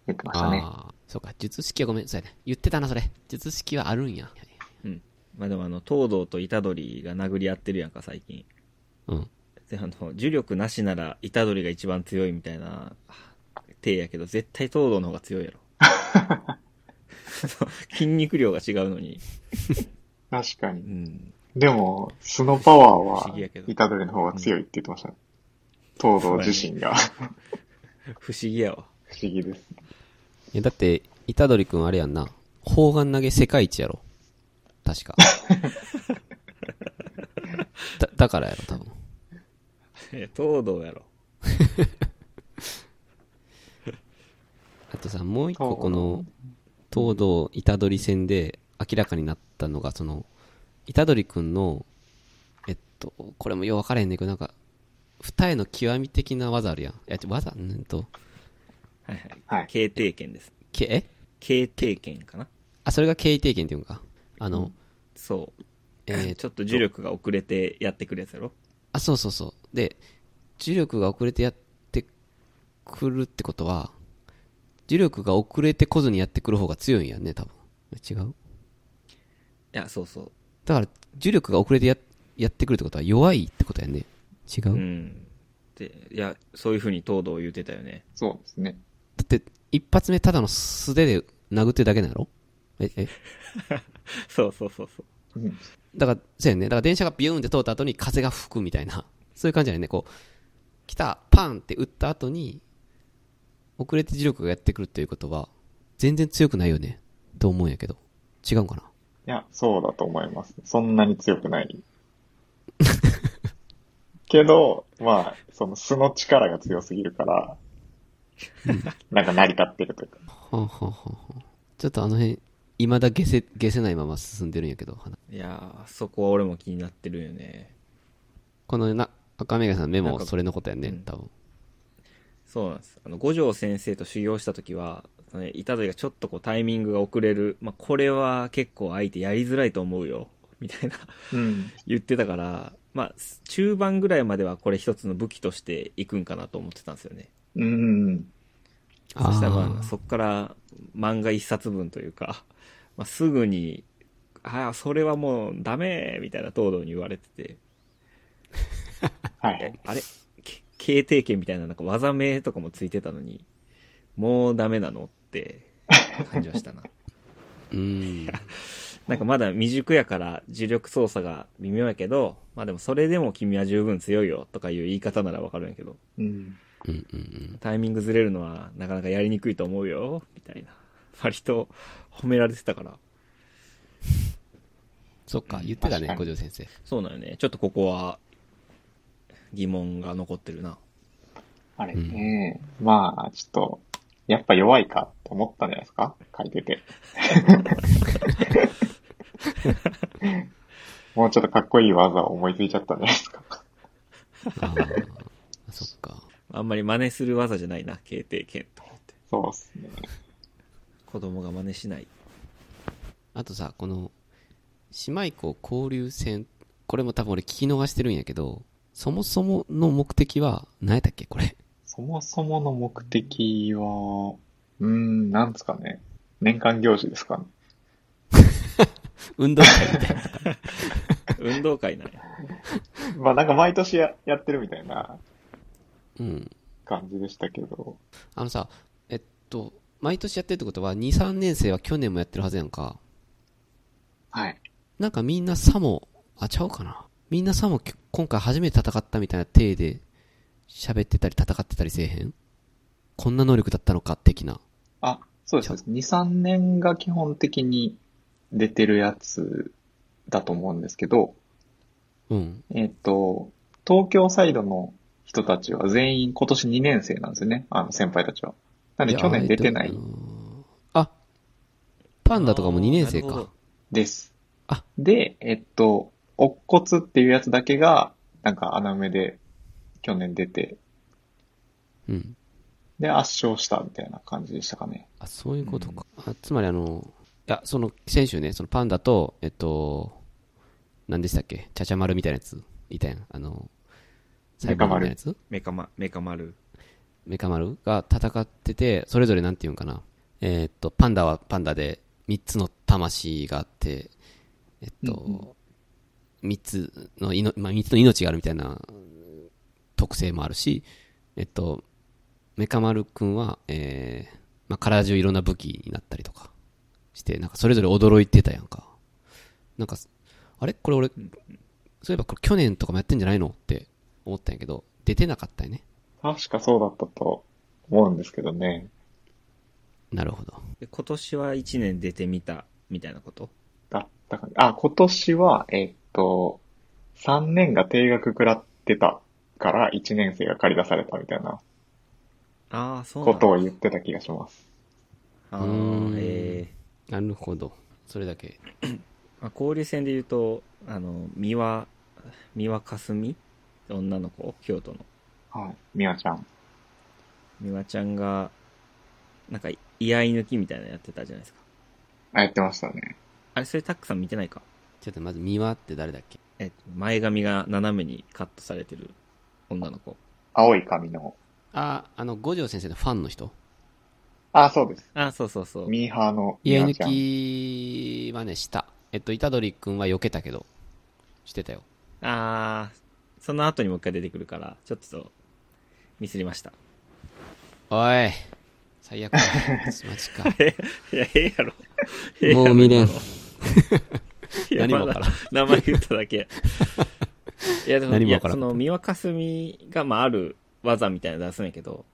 Speaker 3: 言ってましたね。
Speaker 1: ああ、そうか。術式はごめん。そうやね。言ってたな、それ。術式はあるんや。
Speaker 2: うん。まあでもあの、東堂と虎杖が殴り合ってるやんか、最近。
Speaker 1: うん。
Speaker 2: で、あの、呪力なしなら虎杖が一番強いみたいな、手やけど、絶対東堂の方が強 いやろ。そう筋肉量が違うのに。
Speaker 3: 確か
Speaker 2: う
Speaker 3: に。
Speaker 2: ん。
Speaker 3: でも、スノパワ
Speaker 2: 不
Speaker 3: ー
Speaker 2: 思議やけ
Speaker 3: は
Speaker 2: ど、
Speaker 3: イタドリの方が強いって言ってましたね。東堂自身が。
Speaker 2: 不思議やわ。
Speaker 3: 不思議です。
Speaker 1: いや、だって、虎杖くんあれやんな。砲丸投げ世界一やろ。確 か。だ、だからやろ、多分。
Speaker 2: いや東堂やろ。
Speaker 1: あとさ、もう一
Speaker 3: そ
Speaker 1: 個
Speaker 3: う
Speaker 1: この、東堂虎杖戦で明らかになったのが、その、虎杖くんの、えっと、これもよう分からへんねんけど、なんか、二重の極み的な技あるやん。いや、ちょ技うんと、
Speaker 2: はいはい。
Speaker 3: はい。
Speaker 2: 経定権です。
Speaker 1: け、え
Speaker 2: 経定権かな
Speaker 1: あ、それが経営定権っていうんか。あの、
Speaker 2: そう。
Speaker 1: えー
Speaker 2: ちょっと呪力が遅れてやってくるやつやろ
Speaker 1: あ、そうそうそう。で、呪力が遅れてやってくるってことは、呪力が遅れてこずにやってくる方が強いんやね、多分。違う
Speaker 2: いや、そうそう。
Speaker 1: だから、呪力が遅れてややってくるってことは弱いってことやね。違う、
Speaker 2: うん。で、いや、そういう風に東堂言ってたよね。
Speaker 3: そうですね。
Speaker 1: だって、一発目ただの素手で殴ってるだけなのえ、え、
Speaker 2: そうそうそうそう。
Speaker 3: うん。
Speaker 1: だから、そうやね。だから電車がビューンって通った後に風が吹くみたいな。 そういう感じだよね。こう、来た、パンって打った後に、遅れて磁力がやってくるっていうことは、全然強くないよね。と思うんやけど。違うんかない
Speaker 3: や、そうだと思います。そんなに強くない。けど、まあ、その素の力が強すぎるから、なんか成り立ってるというか。
Speaker 1: はあ、はあはあはあ、ちょっとあの辺、未だ下せ、下せないまま進んでるんやけど。話
Speaker 2: いやー、そこは俺も気になってるよね。
Speaker 1: このな、赤目がさんのメ
Speaker 2: なん
Speaker 1: モ、
Speaker 2: か
Speaker 1: それのことやね
Speaker 2: うん。
Speaker 1: 多分。
Speaker 2: そうなんです。あの、五条先生と修行した時は、そのね、いたがちょっとこうタイミングが遅れる。まあ、これは結構相手やりづらいと思うよ。みたいな
Speaker 3: うん。
Speaker 2: 言ってたから、まあ、中盤ぐらいまではこれ一つの武器としていくんかなと思ってたんですよね。
Speaker 3: うん。
Speaker 2: そしたら、ま
Speaker 1: あ
Speaker 2: あ、
Speaker 1: ー
Speaker 2: そこから漫画一冊分というか、まあ、すぐに、ああ、それはもうダメみたいな東堂に言われてて、
Speaker 3: はい。
Speaker 2: あれけ経定権みたいななんか技名とかもついてたのに、もうダメなのって感じはしたな。
Speaker 1: うーん。
Speaker 2: なんかまだ未熟やから呪力操作が微妙やけど、まあでもそれでも君は十分強いよとかいう言い方ならわかるんやけど、
Speaker 3: うん。
Speaker 1: うんうんうん。
Speaker 2: タイミングずれるのはなかなかやりにくいと思うよ、みたいな。割と褒められてたから。
Speaker 1: そっか、言ってた
Speaker 3: 確か
Speaker 1: ね、
Speaker 3: に
Speaker 1: 五条先生。
Speaker 2: そうなのね。ちょっとここは、疑問が残ってるな。
Speaker 3: あれね、まあ、ちょっと、やっぱ弱いかって思ったんじゃないですか書いて て。もうちょっとかっこいい技を思いついちゃったんじゃないですか。
Speaker 1: あーあ、そっか。
Speaker 2: あんまり真似する技じゃないな、KT 剣と思って。
Speaker 3: そうですね。
Speaker 2: 子供が真似しない。
Speaker 1: あとさ、この、姉妹校交流戦、これも多分俺聞き逃してるんやけど、そもそもの目的は、何やったっけこれ。
Speaker 3: そもそもの目的は、うーん、なんですかね。年間行事ですか ね。
Speaker 1: 運動会みたいな。
Speaker 2: 運動会なんや。
Speaker 3: まあなんか毎年ややってるみたいな
Speaker 1: うん。
Speaker 3: 感じでしたけど、
Speaker 1: あのさ、えっと、毎年やってるってことは、2、3年生は去年もやってるはずやんか。
Speaker 3: はい。
Speaker 1: なんかみんなさも、あ、ちゃうかな。みんなさもき今回初めて戦ったみたいな体で喋ってたり戦ってたりせえへんこんな能力だったのか的な。
Speaker 3: あ、そうです。2、3年が基本的に出てるやつだと思うんですけど、
Speaker 1: うん。
Speaker 3: えっ、と、東京サイドの人たちは全員今年2年生なんですよね。あの先輩たちは。なんで去年出てないい
Speaker 1: や。あ、パンダとかも2年生
Speaker 2: あーなる
Speaker 1: か
Speaker 2: ほ。
Speaker 3: です。
Speaker 1: あ
Speaker 3: で、えっと、乙骨っていうやつだけが、なんか穴埋めで去年出て、
Speaker 1: うん。
Speaker 3: で、圧勝したみたいな感じでしたかね。
Speaker 1: あ、そういうことか。あつまりあの、いや、その、先週ね、そのパンダと、えっと、何でしたっけちゃちゃ丸みたいなやついたやん。あの、
Speaker 3: メカ
Speaker 1: みたい
Speaker 3: 丸
Speaker 1: なやつ
Speaker 2: メカマ、メカ丸。
Speaker 1: メカ丸が戦ってて、それぞれなんていうんかな。えーっと、パンダはパンダで、3つの魂があって、えっ
Speaker 3: うん
Speaker 1: と、3つのいの、まあ、3つの命があるみたいなうん特性もあるし、えっと、メカ丸くんは、えー、まあ、体中いろんな武器になったりとかして、なんかそれぞれ驚いてたやんか。なんか、あれこれ俺、そういえばこれ去年とかもやってんじゃないのって思ったんやけど、出てなかったよね。
Speaker 3: 確かそうだったと思うんですけどね。
Speaker 1: なるほど。
Speaker 2: で今年は1年出てみた、みたいなこと
Speaker 3: だったかあ、今年は、えっと、3年が定額食らってたから1年生が借り出されたみたいな
Speaker 2: ああ、そうな
Speaker 3: こ
Speaker 2: んだ
Speaker 3: とを言ってた気がします。
Speaker 2: あ
Speaker 1: うー
Speaker 2: ー
Speaker 1: ん
Speaker 2: え
Speaker 1: なるほど。それだけ。
Speaker 2: ーまあ、交流戦で言うと、あの、三輪、三輪かすみ女の子、京都の。
Speaker 3: はい。みわちゃん。
Speaker 2: 三輪ちゃんが、なんか、居合抜きみたいなのやってたじゃないですか。
Speaker 3: あ、やってましたね。
Speaker 2: あれ、それタックさん見てないか
Speaker 1: ちょっとまず、ミワって誰だっけ
Speaker 2: えっと、前髪が斜めにカットされてる女の子。
Speaker 3: 青い髪の。
Speaker 1: あ、あの、五条先生のファンの人。
Speaker 3: あ、そうです。
Speaker 2: あ、そうそうそう。
Speaker 3: ミーハーのみ
Speaker 1: 家
Speaker 3: わ
Speaker 1: 抜
Speaker 3: ちゃん。
Speaker 1: きはね、した。えっと、虎取くんは避けたけど、してたよ。
Speaker 2: あー、その後にもう一回出てくるから、ちょっと、ミスりました。
Speaker 1: おい。最悪 だ。マジか。
Speaker 2: いや、ええやろ。ええやろ
Speaker 1: もう見れん。
Speaker 2: いや
Speaker 1: 何も
Speaker 2: ま
Speaker 1: わか
Speaker 2: だ
Speaker 1: らん
Speaker 2: 名前言っただけ。いや、でも、
Speaker 1: 何
Speaker 2: い
Speaker 1: もわ
Speaker 2: や
Speaker 1: からん
Speaker 2: その、三輪かすみが、まあ、ある技みたいなの出すんやけど、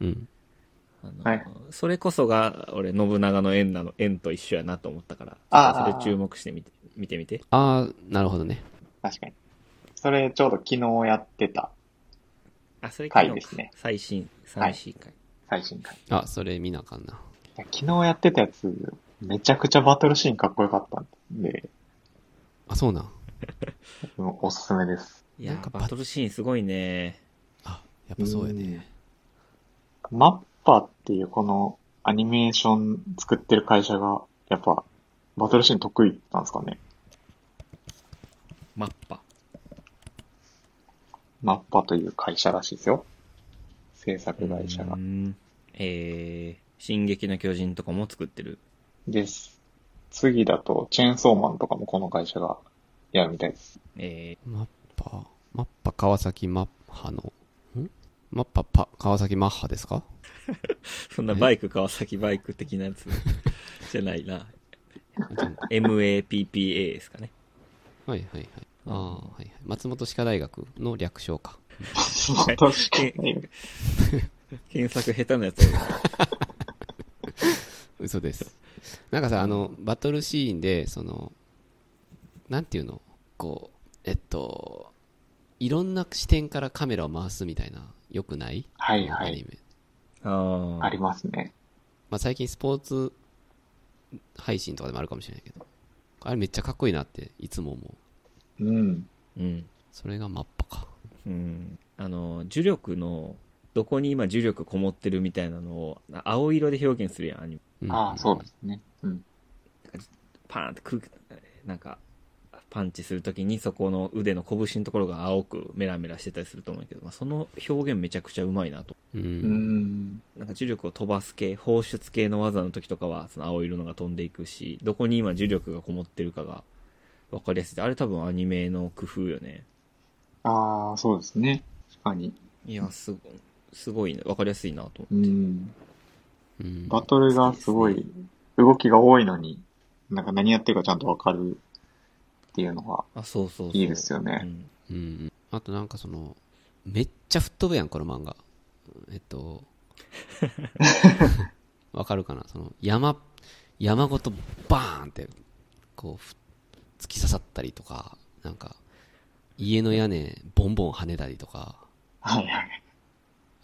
Speaker 1: うん。
Speaker 2: あの
Speaker 3: はい
Speaker 2: それこそが、俺、信長の縁なの、縁と一緒やなと思ったから、
Speaker 3: あー
Speaker 2: ちょっとそれ注目してみて、見てみて。
Speaker 1: あー、なるほどね。
Speaker 3: 確かに。それちょうど昨日やってた
Speaker 2: あ、それ昨日
Speaker 3: 回
Speaker 2: か
Speaker 3: ですね。
Speaker 2: 最新、
Speaker 3: は
Speaker 2: 最
Speaker 3: い
Speaker 2: 新回。
Speaker 3: 最新回。
Speaker 1: あ、それ見なあかんな。
Speaker 3: 昨日やってたやつ、めちゃくちゃバトルシーンかっこよかったんで、
Speaker 1: あ、そうなん。
Speaker 3: うんおすすめです。
Speaker 2: い、や
Speaker 1: なんか
Speaker 2: ー、バトルシーンすごいね。
Speaker 1: あ、やっぱそうやね。
Speaker 3: マッパっていうこのアニメーション作ってる会社が、やっぱ、バトルシーン得意なんですかね。
Speaker 2: マッパ。
Speaker 3: マッパという会社らしいですよ。制作会社が
Speaker 2: う。んえー、進撃の巨人とかも作ってる。
Speaker 3: です。次だと、チェーンソーマンとかもこの会社がやるみたい です。
Speaker 2: え
Speaker 1: マッパ、マッパ川崎マッハの、んマッパパ、川崎マッハ ですか
Speaker 2: ー、そんなバイク、川崎バイク的なやつじゃないな。MAPPA ですかね。
Speaker 1: はいはいはい。ああ、はいはい。松本歯科大学の略称か。
Speaker 3: 確かに。
Speaker 2: 検索下手なやつや
Speaker 1: 嘘です。なんかさ、あの、バトルシーンで、その、なんていうのこう、えっと、いろんな視点からカメラを回すみたいな、よくない
Speaker 3: はいは
Speaker 1: ア
Speaker 3: い
Speaker 1: ニ。メ。
Speaker 2: あー
Speaker 3: ありますね。
Speaker 1: まあ、最近スポーツ配信とかでもあるかもしれないけど、あれめっちゃかっこいいなっていつも思う。
Speaker 3: うん。
Speaker 2: うん。
Speaker 1: それがマッパか。
Speaker 2: うん、あの呪力のどこに今呪力こもってるみたいなのをな青色で表現するやんアニメ
Speaker 1: うん
Speaker 3: ああ、そうですね。うん。
Speaker 2: パーンって空気なんかパンチするときにそこの腕の拳のところが青くメラメラしてたりすると思うけど、まあ、その表現めちゃくちゃうまいなと
Speaker 1: う。
Speaker 3: うんん。
Speaker 2: なんか呪力を飛ばす系放出系の技の時とかはその青色のが飛んでいくしどこに今呪力がこもってるかが分かりやすいあれ多分アニメの工夫よね
Speaker 3: ああ、そうですね。確かに。
Speaker 2: いやすごすごいね分かりやすいなと思って
Speaker 3: うん。
Speaker 1: うん。
Speaker 3: バトルがすごい、動きが多いのに、なんか何やってるかちゃんとわかるっていうのが
Speaker 2: あそうそうそうい
Speaker 3: いいですよね。
Speaker 2: ん、
Speaker 1: うん。あとなんかその、めっちゃ吹っ飛ぶやん、この漫画。えっと、わかるかなその、山、山ごとバーンって、こうふ、突き刺さったりとか、なんか、家の屋根、ボンボン跳ねたりとか、
Speaker 3: はいはい。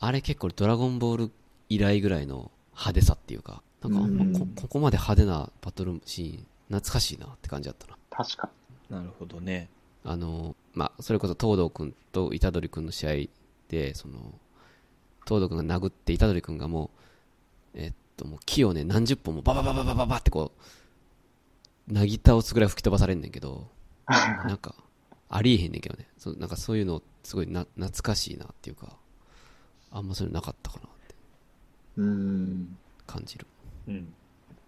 Speaker 1: あれ結構ドラゴンボール以来ぐらいの派手さっていうか、なんかあんまこ
Speaker 3: うん
Speaker 1: ここまで派手なバトルシーン、懐かしいなって感じだったな。
Speaker 3: 確か
Speaker 2: なるほどね
Speaker 1: あの、まあ、それこそ東堂くんと虎杖くんの試合で、その、東堂くんが殴って虎杖くんがもう、えっと、もう木をね、何十本もバババババババってこう、なぎ倒すぐらい吹き飛ばされんねんけど、なんか、ありえへんねんけどね。そうなんかそういうの、すごいな、懐かしいなっていうか、あんまそういうのなかったかなって
Speaker 3: に。うん。
Speaker 1: 感じる。
Speaker 2: うん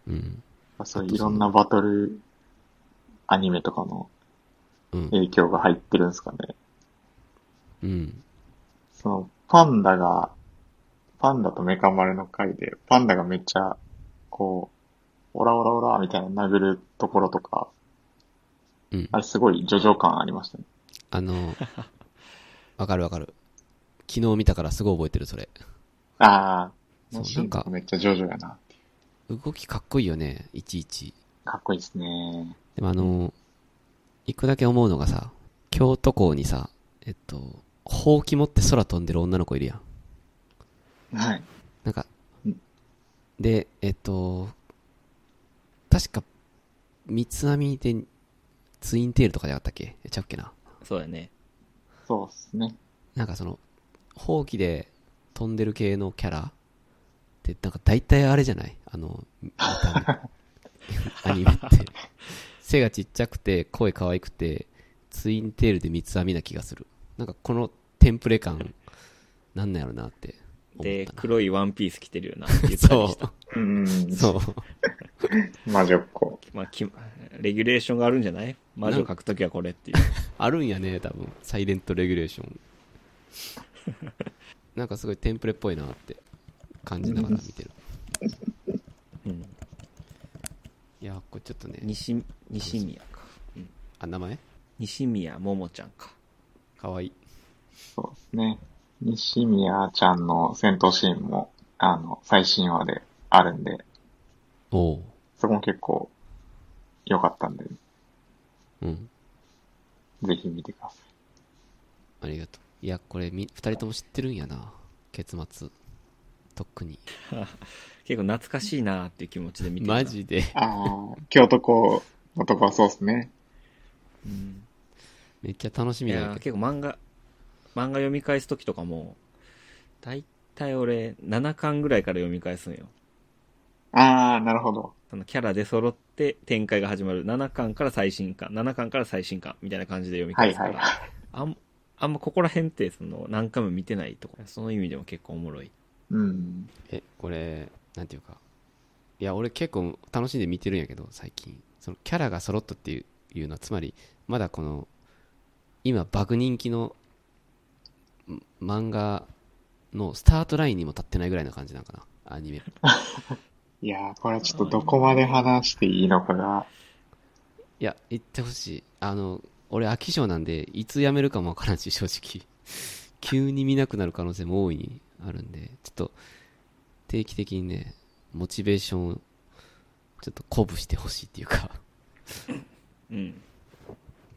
Speaker 1: うん。
Speaker 3: そういういろんなバトルアニメとかの
Speaker 1: うん。
Speaker 3: 影響が入ってるんですかね。
Speaker 1: うん。
Speaker 3: その、パンダが、パンダとメカ丸の回で、パンダがめっちゃ、こう、オラオラオラみたいな殴るところとか、
Speaker 1: うん
Speaker 3: あれすごい叙情感ありましたね。
Speaker 1: あの、わかるわかる。昨日見たからすごい覚えてる、それ。
Speaker 3: ああ、
Speaker 1: そう
Speaker 3: もうシーンと
Speaker 1: なんか
Speaker 3: かめっちゃ叙情やな。
Speaker 1: 動きかっこいいよね、いちいち。
Speaker 3: かっこいいですね。
Speaker 1: でもあの、一個だけ思うのがさ、京都港にさ、えっと、ほうき持って空飛んでる女の子いるやん。
Speaker 3: はい。
Speaker 1: なんか
Speaker 3: うん、
Speaker 1: で、えっと、確か、三つ編みで、ツインテールとかじゃなかったっけちゃうっけな。
Speaker 2: そうだね
Speaker 3: そうですね。
Speaker 1: なんかその、ほうきで飛んでる系のキャラって、なんか大体あれじゃないあの、見た 目アニメって。背がちっちゃくて、声可愛くて、ツインテールで三つ編みな気がする。なんかこのテンプレ感、なんなんやろなって思っ
Speaker 2: で
Speaker 1: たな。
Speaker 2: 黒いワンピース着てる ようなゆったり
Speaker 1: そ
Speaker 2: した
Speaker 3: うん。
Speaker 1: う。そう。
Speaker 3: 魔女っ子。
Speaker 2: まあ、きレギュレーションがあるんじゃない魔女書くときはこれっていう。
Speaker 1: あるんやね、多分。サイレントレギュレーシ ョン。なんかすごいテンプレっぽいなって感じながら見てる。
Speaker 2: うん、
Speaker 1: いや、これちょっとね、
Speaker 2: 西西宮か。うん、
Speaker 1: あ、名前
Speaker 2: 西宮ももちゃんか。
Speaker 1: かわいい。
Speaker 3: そうですね。西宮ちゃんの戦闘シーンも、あの、最新話であるんで、
Speaker 1: おう。
Speaker 3: そこも結構良かったんで、
Speaker 1: うん。
Speaker 3: ぜひ見てください。
Speaker 1: ありがとう。いや、これみ、二人とも知ってるんやな。結末。とっくに。
Speaker 2: 結構懐かしいなーっていう気持ちで見てた。
Speaker 1: マジ で。
Speaker 3: ああ、京都校のとこはそうですね。
Speaker 2: うん
Speaker 1: めっちゃ楽し
Speaker 2: い
Speaker 1: み
Speaker 2: や
Speaker 1: だ
Speaker 2: ー
Speaker 1: け
Speaker 2: 結構漫画、漫画読み返すときとかも、だいたい俺、7巻ぐらいから読み返すんよ。
Speaker 3: ああ、なるほど。
Speaker 2: そのキャラで揃って展開が始まる。7巻から最新巻、7巻から最新巻みたいな感じで読み
Speaker 3: は
Speaker 2: 返
Speaker 3: い
Speaker 2: すか
Speaker 3: は
Speaker 2: ら。
Speaker 3: いはい。
Speaker 2: あんあんまここら辺ってその何回も見てないとか、その意味でも結構おもろい。
Speaker 3: うん。
Speaker 1: え、これ、なんていうか。いや、俺結構楽しんで見てるんやけど、最近。その、キャラが揃ったっていういうのは、つまり、まだこの、今、バグ人気の、ん漫画のスタートラインにも立ってないぐらいな感じなんかな。アニメ。
Speaker 3: いやー、これはちょっとどこまで話していいのかが。
Speaker 1: いや、言ってほしい。あの、俺飽き性なんで、いつ辞めるかもわからんし、正直。 急に見なくなる可能性も大いにあるんで、ちょっと、定期的にね、モチベーションを、ちょっと鼓舞してほしいっていうか、
Speaker 2: うん。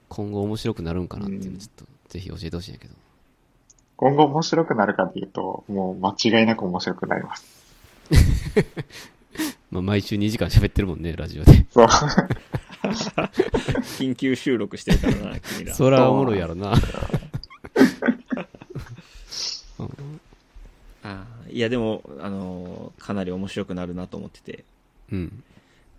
Speaker 1: 今後面白くなるんかなっていう
Speaker 3: う
Speaker 1: の、
Speaker 3: ん
Speaker 1: ちょっと、ぜひ教えてほしいんやけど。
Speaker 3: 今後面白くなるかっていうと、もう間違いなく面白くなります。
Speaker 1: まあ、毎週2時間喋ってるもんね、ラジオで。
Speaker 3: そう。
Speaker 2: 緊急収録してるからな、君ら。
Speaker 1: そらおもろいやろな。
Speaker 2: いや、でも、あのーかなり面白くなるなと思ってて、
Speaker 1: うん。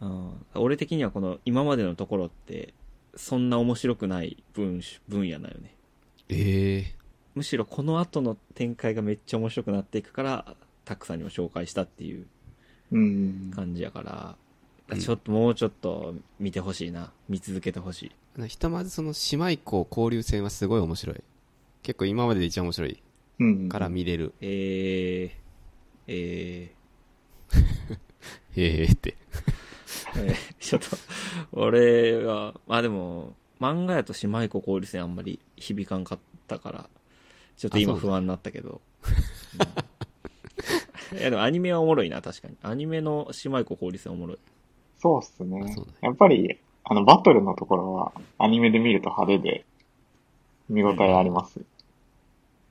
Speaker 2: うん、俺的にはこの今までのところって、そんな面白くない分し分野だよね。
Speaker 1: ええ
Speaker 2: むしろこの後の展開がめっちゃ面白くなっていくから、たくさんにも紹介したっていう
Speaker 3: うん。
Speaker 2: 感じやから、
Speaker 1: うん
Speaker 2: ちょっともうちょっと見てほしいな。見続けてほしい。
Speaker 1: あのひとまずその姉妹校交流戦はすごい面白い。結構今までで一番面白い
Speaker 3: うん。
Speaker 1: から見れる。
Speaker 2: えー、え
Speaker 1: へえって。
Speaker 2: ー、えーちょっと、俺は、まあでも、漫画やと姉妹子交流戦あんまり響かんかったから、ちょっと今
Speaker 1: あそう
Speaker 2: 不安になったけど。うんいやでもアニメはおもろいな、確かに。アニメの姉妹子交流戦おもろい。
Speaker 3: そうっす
Speaker 1: あ
Speaker 3: ね
Speaker 1: そうだね。
Speaker 3: やっぱり、あの、バトルのところは、アニメで見ると派手で、見応えあります。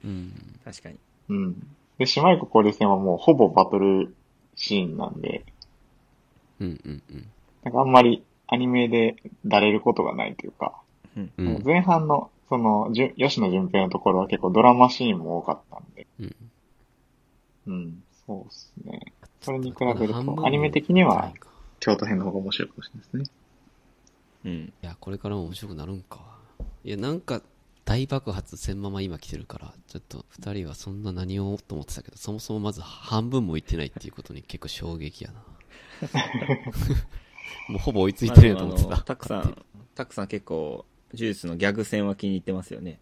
Speaker 1: うん。
Speaker 2: 確かに。
Speaker 3: うん。で、姉妹湖交流戦はもうほぼバトルシーンなんで、
Speaker 1: うんうんうん。
Speaker 3: なんかあんまりアニメでだれることがないというか、
Speaker 2: うん。
Speaker 1: うん。うん
Speaker 3: 前半の、その、じゅ吉野順平のところは結構ドラマシーンも多かったんで、
Speaker 1: うん。
Speaker 3: うん、そうっすね。そ
Speaker 1: そ
Speaker 3: れに比べると、アニメ的には、京都編の方が面白いかもしれないですね。
Speaker 2: うん。
Speaker 1: いや、これからも面白くなるんか。いや、なんか、大爆発せんまま今来てるから、ちょっと二人はそんな何をと思ってたけど、そもそもまず半分もいってないっていうことに結構衝撃 やな。もうほぼ追いついてるやと思って
Speaker 2: まあ
Speaker 1: た。
Speaker 2: でもあのたくさん、たくさん結構、呪術のギャグ戦は気に入ってますよね。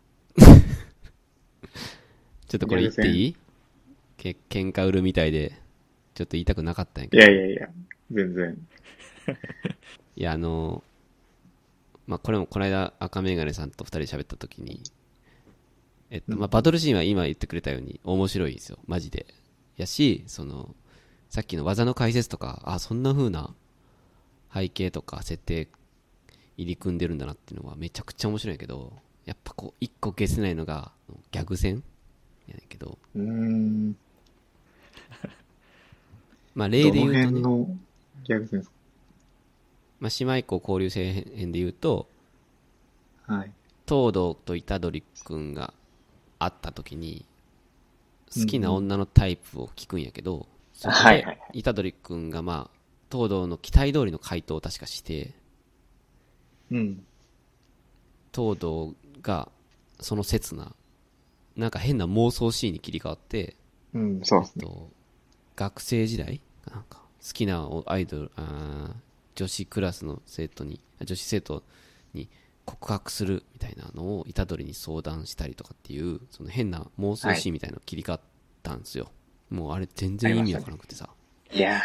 Speaker 1: ちょっとこれ言っていいけ喧嘩売るみたいで、ちょっと言いたくなかったんやけ
Speaker 3: い
Speaker 1: ど。
Speaker 3: やいやいや、全然。
Speaker 1: いや、あの、まあ、これもこの間赤メガネさんと二人で喋った時に、えっと、まあ、バトルシーンは今言ってくれたように面白いんですよ。マジで。やし、その、さっきの技の解説とか、あ、そんな風な背景とか設定入り組んでるんだなっていうのはめちゃくちゃ面白いんやけど、やっぱこう、一個消せないのが、ギャグ戦やねんけど、
Speaker 3: うーん。ど
Speaker 1: まあ、例
Speaker 3: の
Speaker 1: で言うと
Speaker 3: 辺
Speaker 1: ね、
Speaker 3: のギャグ戦です
Speaker 1: まあ、姉妹校交流戦編で言うと、
Speaker 3: かはい。
Speaker 1: 東堂と虎杖君が会った時に好きな女のタイプを聞くんやけど、そこ
Speaker 3: はいはいは
Speaker 1: で虎杖君がまあ東堂の期待通りの回答を確かして
Speaker 3: うん。
Speaker 1: 東堂がその刹那なんか変な妄想シーンに切り替わって
Speaker 3: うん、そうです
Speaker 1: えっ
Speaker 3: ね。
Speaker 1: と学生時代なんか好きなアイドルあー女子クラスの生徒にあ女子生徒に告白するみたいなのを虎杖に相談したりとかっていうその変な妄想シーンみたいなの切り替わったんですよ、もうあれ全然意味わからなくてさ、
Speaker 3: いや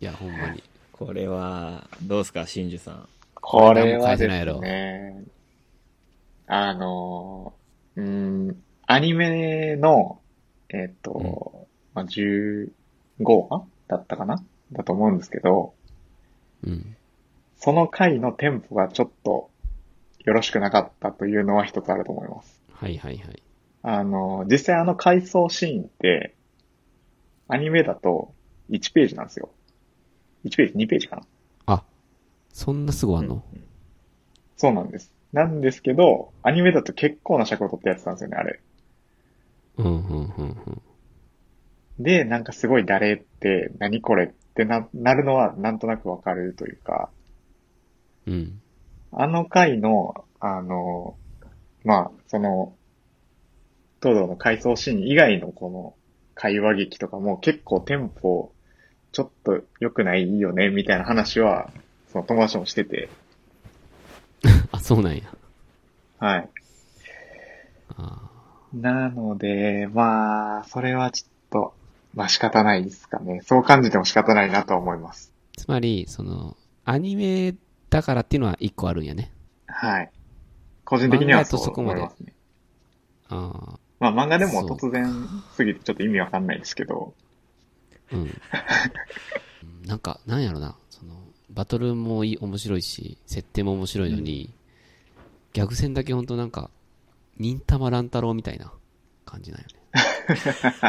Speaker 1: いやほんまに
Speaker 2: これは、どうすか、真珠さん。
Speaker 3: これはで
Speaker 1: これ何
Speaker 3: す
Speaker 1: も
Speaker 3: ね、あの、うーん、アニメの、えっ、と、まあ、15話だったかなだと思うんですけど、
Speaker 1: うん
Speaker 3: その回のテンポがちょっとよろしくなかったというのは一つあると思います。
Speaker 1: はいはいはい
Speaker 3: あの、実際あの回想シーンって、アニメだと1ページなんですよ。1ページ、2ページかな
Speaker 1: あそんなすごいあんの、
Speaker 2: うん
Speaker 3: そうなんです。なんですけど、アニメだと結構な尺を取ってやってたんですよね、あれ。
Speaker 1: うん、うんうんうん
Speaker 3: で、なんかすごい誰って、何これってな、なるのはなんとなくわかるというか、
Speaker 1: うん
Speaker 3: あの回の、あの、まあ、その、東堂の回想シーン以外のこの会話劇とかも結構テンポ、ちょっと良くないよね、みたいな話は、その友達ともしてて、
Speaker 1: あそうなんや
Speaker 3: はい。
Speaker 1: あ
Speaker 3: なので、まあ、それはちょっと、まあ仕方ないですかね。そう感じても仕方ないなとは思います。
Speaker 1: ーつまりそのアニメだからっていうのは一個あるんやね
Speaker 3: はい。個人的には
Speaker 1: 漫画だと
Speaker 3: そ
Speaker 1: そうこまで
Speaker 3: 思いますね。
Speaker 1: ああ
Speaker 3: まあ漫画でも
Speaker 1: そう
Speaker 3: 突然すぎてちょっと意味わかんないですけど、
Speaker 1: うん。なんか、なんやろな。その、バトルもいい面白いし、設定も面白いのに、逆戦だけほんとなんか、忍たま乱太郎みたいな感じなんよね。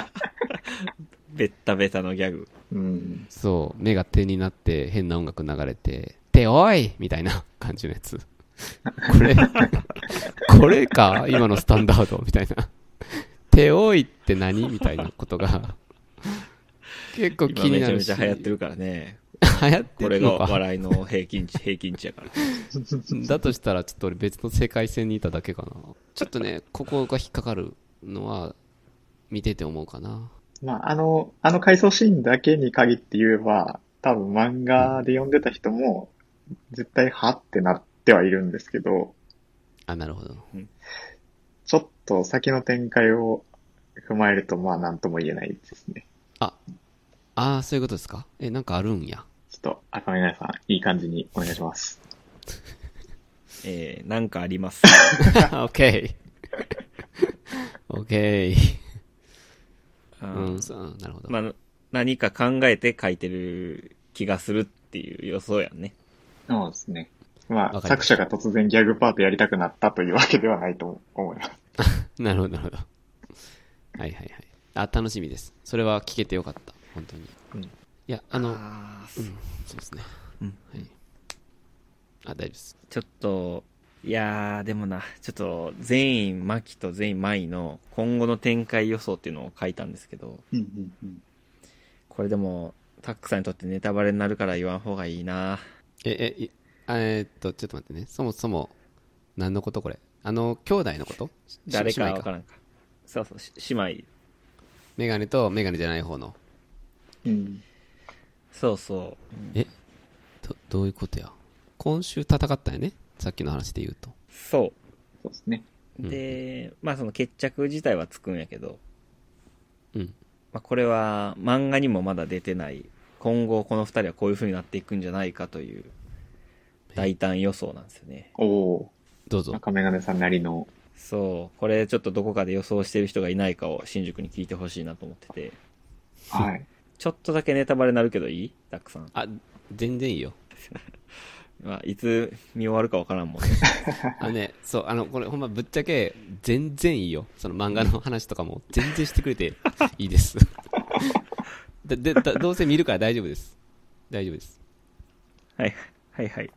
Speaker 2: ベッタベタのギャグ。
Speaker 3: うん。
Speaker 1: そう、目が点になって変な音楽流れて、ておいみたいな 感じのやつ。 これ、これか今のスタンダードみたいな。手多いって何みたいなことが、結構
Speaker 2: 今
Speaker 1: 気に
Speaker 2: めち
Speaker 1: な
Speaker 2: ゃ
Speaker 1: る
Speaker 2: め
Speaker 1: し。
Speaker 2: ちゃ流行ってるからね。
Speaker 1: 流行って
Speaker 2: こ
Speaker 1: る
Speaker 2: れが
Speaker 1: のか。
Speaker 2: 笑いの平均値、平均値やから。
Speaker 1: だとしたら、ちょっと俺別の世界線にいただけかな。ちょっとね、ここが引っかかるのは、見てて思うかな。
Speaker 3: まあ、あの、あの回想シーンだけに限って言えば、多分漫画で読んでた人も、絶対はってなってはいるんですけど、
Speaker 1: あ、なるほど。
Speaker 3: ちょっと先の展開を踏まえると、まあ、なんとも言えないですね。
Speaker 1: ああ、そういうことですかえ、なんかあるん や。
Speaker 3: ちょっと、赤嶺さん、いい感じにお願いします。
Speaker 2: えー、なんかあり ます。
Speaker 1: OK。OK。
Speaker 2: う
Speaker 1: うんん、そう、うんなるほど。
Speaker 2: まあ、何か考えて書いてる気がするっていう予想やんね。
Speaker 3: そうですね。ま
Speaker 1: わ
Speaker 3: あ、
Speaker 1: かりま
Speaker 3: 作
Speaker 1: した
Speaker 3: 者が突然ギャグパートやりたくなったというわけではないと思います。
Speaker 1: なるほど、なるほど。はいはいはい。あ、楽しみです。それは聞けてよかった。本当に。
Speaker 2: うん
Speaker 1: いや、あの、
Speaker 2: ああ、
Speaker 1: うん、そうですね。
Speaker 2: うん
Speaker 1: はい。あ、大丈夫です。
Speaker 2: ちょっと、いやー、でもな、ちょっと、全員マキと全員マイの今後の展開予想っていうのを書いたんですけど、
Speaker 3: うんうんうん。
Speaker 2: これでも、タックさんにとってネタバレになるから言わん方がいいな
Speaker 1: え、え、いあえーっと、ちょっと待ってね。そもそも、何のことこれ。あの、兄弟のことし
Speaker 2: 誰か
Speaker 1: 姉妹
Speaker 2: わからんか。そうそう、し姉妹。
Speaker 1: メガネとメガネじゃない方の。
Speaker 3: うん。
Speaker 2: そうそう。
Speaker 1: ど、どういうことや。今週戦ったよね。さっきの話で言うと。
Speaker 2: そ
Speaker 3: そうですね。
Speaker 2: う。で、まあその決着自体はつくんやけど、
Speaker 1: うん。
Speaker 2: まあ、これは漫画にもまだ出てない、今後この二人はこういう風になっていくんじゃないかという、大胆予想なんですよね。
Speaker 3: おお
Speaker 1: どう
Speaker 3: ー、
Speaker 1: ぞ。
Speaker 3: 赤メガネさんなりの。
Speaker 2: そう、これちょっとどこかで予想してる人がいないかを新宿に聞いてほしいなと思ってて、
Speaker 3: はい。
Speaker 2: ちょっとだけネタバレになるけどいいたくさん。
Speaker 1: あ、全然いいよ。
Speaker 2: まあ、いつ見終わるかわからんもんね。
Speaker 1: あのね、そう、あの、これほんまぶっちゃけ、全然いいよ。その漫画の話とかも、全然してくれていいです。ででだどうせ見るから大丈夫です。大丈夫です。
Speaker 2: はい、 はい、はい。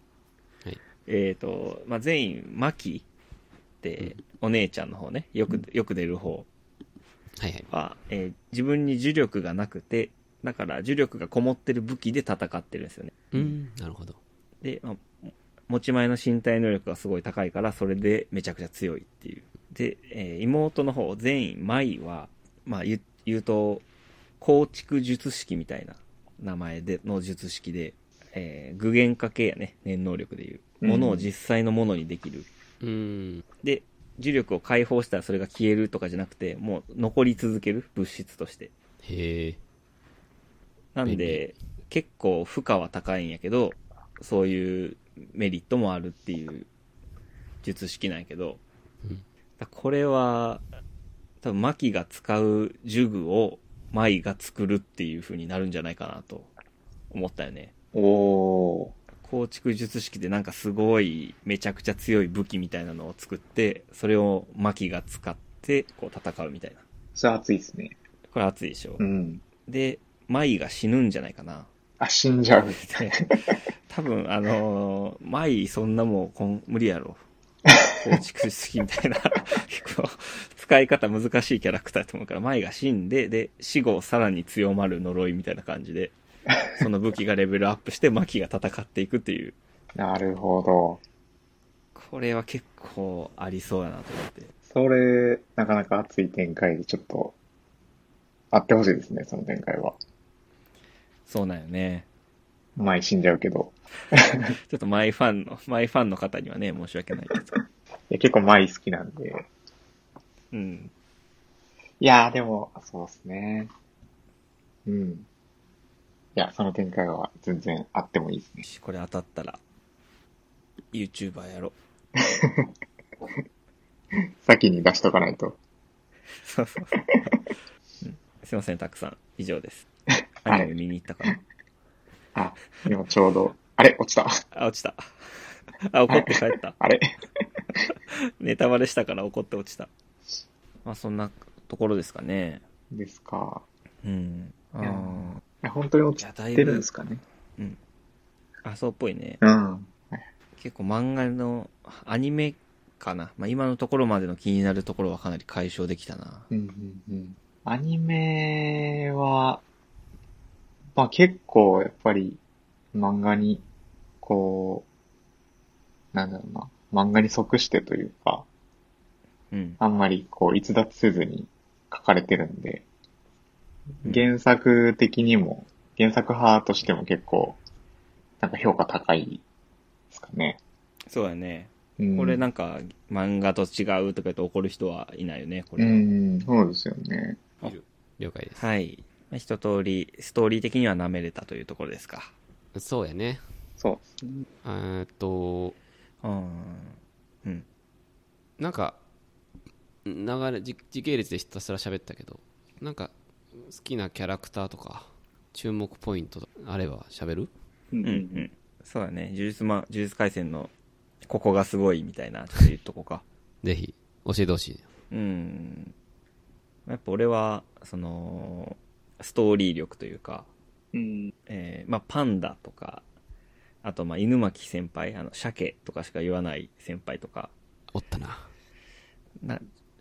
Speaker 1: はい
Speaker 2: えっ、と、まあ、全員、マキって、お姉ちゃんの方ね、よく、よく出る方
Speaker 1: はいはい。
Speaker 2: は、えー自分に呪力がなくて、だから呪力がこもってる武器で戦ってるんですよね。
Speaker 1: うん、なるほど。
Speaker 2: で、まあも持ち前の身体能力がすごい高いから、それでめちゃくちゃ強いっていう。で、えー妹の方、善意舞は、まあ言う言うと、構築術式みたいな名前での術式で、えー具現化系やね、念能力でいう。
Speaker 3: うん
Speaker 2: ものを実際のものにできる。
Speaker 1: うん、
Speaker 2: で、呪力を解放したらそれが消えるとかじゃなくて、もう残り続ける、物質として。
Speaker 1: へえ。
Speaker 2: なんで、結構負荷は高いんやけど、そういうメリットもあるっていう術式なんやけど、
Speaker 1: うん
Speaker 2: だこれは、多分マキが使う呪具をマイが作るっていう風になるんじゃないかなと思ったよね。
Speaker 3: おお
Speaker 2: 構築術式でなんかすごいめちゃくちゃ強い武器みたいなのを作って、それをマキが使ってこう戦うみたいな。
Speaker 3: ー、それ熱いですね。
Speaker 2: これ熱いでしょ。
Speaker 3: うん。
Speaker 2: で、マイが死ぬんじゃないかな。
Speaker 3: あ、死んじゃう。
Speaker 2: 多分あのー、舞そんなもうこん無理やろ。構築好きみたいな、結構、使い方難しいキャラクターと思うから、舞が死んで、で、死後さらに強まる呪いみたいな感じで、その武器がレベルアップして、マキが戦っていくっていう、
Speaker 3: なるほど。
Speaker 2: これは結構ありそうやなと思って。
Speaker 3: それ、なかなか熱い展開で、ちょっと、あってほしいですね、その展開は。
Speaker 2: そうなんよね。
Speaker 3: 前死んじゃうけど。
Speaker 2: ちょっと舞ファンの、舞ファンの方にはね、申し訳ないけど。
Speaker 3: いや、結構前好きなんで。
Speaker 2: うん。
Speaker 3: いやー、でも、そうですね。うん。いや、その展開は全然あってもいいですね。
Speaker 2: これ当たったら、YouTuber やろ。
Speaker 3: 先に出しとかないと。
Speaker 2: そうそうそう。うんすいません、たくさん。以上です。アニメ見に行ったから。
Speaker 3: あ、でもちょうど、あれ落ちた。
Speaker 2: あ、落ちた。あ、怒って帰 った。
Speaker 3: あれ
Speaker 2: ネタバレしたから怒って落ちた。まあ、そんなところですかね。
Speaker 3: ですか。
Speaker 2: うん。あ
Speaker 3: いや
Speaker 2: ー
Speaker 3: いや本当に落
Speaker 2: い
Speaker 3: ち
Speaker 2: や、だい
Speaker 3: てるん
Speaker 2: ぶ
Speaker 3: で、すかね。
Speaker 2: あ、そうっぽいね。
Speaker 3: うん。
Speaker 2: 結構漫画のアニメかな。まあ、今のところまでの気になるところはかなり解消できたな。
Speaker 3: うんうんうん。アニメは、まあ結構やっぱり漫画に、こう、なんだろうな、漫画に即してというか、
Speaker 2: うん。
Speaker 3: あんまりこう逸脱せずに書かれてるんで、
Speaker 2: うん
Speaker 3: 原作的にも、原作派としても結構、なんか評価高いですかね。
Speaker 2: そうだね。
Speaker 3: うん、
Speaker 2: これなんか、漫画と違うとか言って怒る人はいないよね、こ
Speaker 3: う
Speaker 2: れ。
Speaker 3: ん、そうですよね。
Speaker 1: 了解で
Speaker 2: はい。まあ一通り、ストーリー的には舐めれたというところですか。
Speaker 1: す。そうやね。
Speaker 3: そうです
Speaker 1: えーっと、
Speaker 2: うん。うん。
Speaker 1: なんか、流れ、時時系列でひたすら喋ったけど、なんか、好きなキャラクターとか、注目ポイントあれば喋る
Speaker 3: うん
Speaker 2: うんうん。そうだね。呪術ま、呪術廻戦の、ここがすごいみたいな、ちょっと言っとこうか。
Speaker 1: ぜひ、教えてほしい。
Speaker 2: うん。やっぱ俺は、その、ストーリー力というか、
Speaker 3: うん。
Speaker 2: えーまあ、パンダとか、あと、まあ、犬巻先輩、あの、鮭とかしか言わない先輩とか、
Speaker 1: おったな。
Speaker 2: な、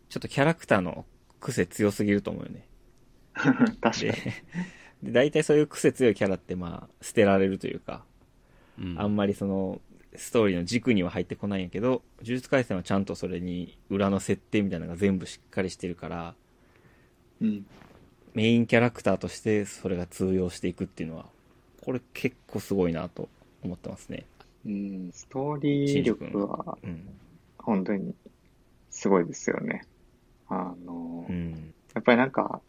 Speaker 2: ちょっとキャラクターの癖強すぎると思うよね。
Speaker 3: 確かに
Speaker 2: で。、 で大体そういう癖強いキャラって、まあ、捨てられるというか、
Speaker 1: うん。
Speaker 2: あんまりその、ストーリーの軸には入ってこないんやけど、呪術廻戦はちゃんとそれに裏の設定みたいなのが全部しっかりしてるから、
Speaker 3: うん。
Speaker 2: メインキャラクターとしてそれが通用していくっていうのは、これ結構すごいなと思ってますね。
Speaker 3: うん。ストーリー力は
Speaker 2: うん。
Speaker 3: 本当にすごいですよね。あの、
Speaker 2: うん。
Speaker 3: やっぱりなんか、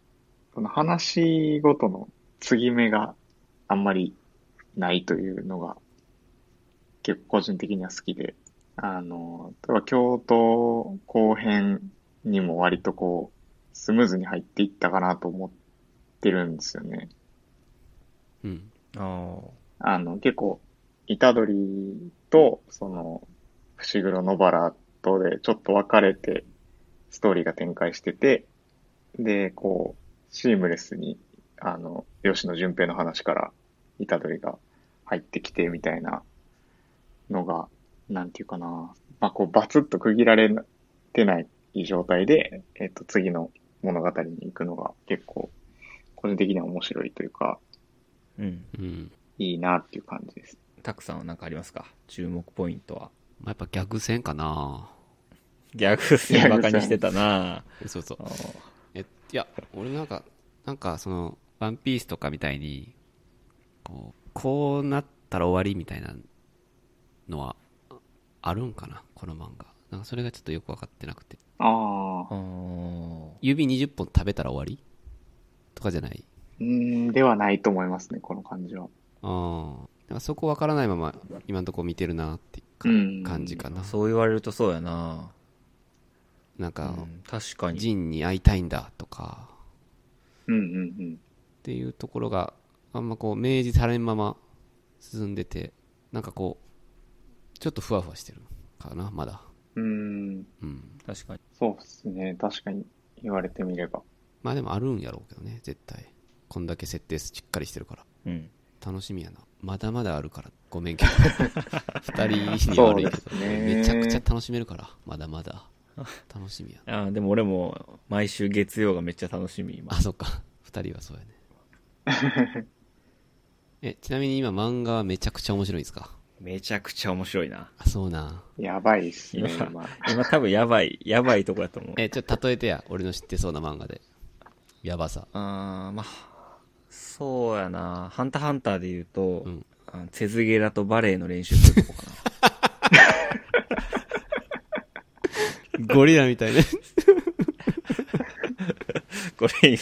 Speaker 3: この話ごとの継ぎ目があんまりないというのが結構個人的には好きで、あの、例えば京都後編にも割とこう、スムーズに入っていったかなと思ってるんですよね。
Speaker 1: うん。
Speaker 2: ああ。
Speaker 3: あの、結構、虎杖と、その、伏黒野原とで、ちょっと分かれて、ストーリーが展開してて、で、こう、シームレスに、あの、吉野順平の話から、虎杖が入ってきて、みたいなのが、なんていうかな、まあ、こう、バツッと区切られてない状態で、えっと、次の物語に行くのが、結構、個人的には面白いというか、
Speaker 2: うん。
Speaker 1: うん。
Speaker 3: いいなっていう感じです。
Speaker 2: たくさんは何かありますか注目ポイントは。
Speaker 1: まあ、やっぱ逆戦かな。
Speaker 2: 逆戦バカにしてたな
Speaker 1: そうそう
Speaker 2: あ。ー
Speaker 1: えいや俺なんかなんかその「ワンピースとかみたいにこうこうなったら終わりみたいなのはああるんかなこの漫画なんかそれがちょっとよく分かってなくて
Speaker 3: あ
Speaker 2: あ
Speaker 3: あ、
Speaker 2: ー。
Speaker 1: 指20本食べたら終わりとかじゃないう
Speaker 3: ーん、ではないと思いますね、この感じは。
Speaker 1: ああだからそこ分からないまま今のとこ見てるなっていうか
Speaker 3: うん
Speaker 1: 感じかな
Speaker 2: そう言われるとそうやな
Speaker 1: なん
Speaker 2: う
Speaker 1: か
Speaker 2: ん確かに。
Speaker 1: ジンに会いたいんだとか
Speaker 3: うんうん
Speaker 1: っていうところがあんまこう明示されんまま進んでてなんかこうちょっとふわふわしてるかなまだ
Speaker 3: うん。うーん、
Speaker 1: うん
Speaker 2: 確かに。
Speaker 3: そうっすね、確かに言われてみれば。
Speaker 1: まあでもあるんやろうけどね絶対こんだけ設定しっかりしてるから
Speaker 2: うん。
Speaker 1: 楽しみやなまだまだあるからごめんけ ど二人には悪いけど、
Speaker 3: そうですね
Speaker 1: めちゃくちゃ楽しめるからまだまだ楽しみや
Speaker 2: ああ、でも俺も毎週月曜がめっちゃ楽しみ、今
Speaker 1: あ。そっか二人はそうやねえちなみに今漫画はめちゃくちゃ面白いんですか
Speaker 2: めちゃくちゃ面白いな。
Speaker 1: あそうなん
Speaker 3: やばいっすね、
Speaker 2: 今
Speaker 3: 今。
Speaker 2: 今多分やばい、やばいとこやと思う。
Speaker 1: えちょっと例えてや俺の知ってそうな漫画でやばさ
Speaker 2: あーまあ、そうやな。ハンターハンターで言うと、
Speaker 1: うん
Speaker 2: あセズゲラとバレエの練習するとこか な。
Speaker 1: ゴリラみた いね。
Speaker 2: ゴレイヌ、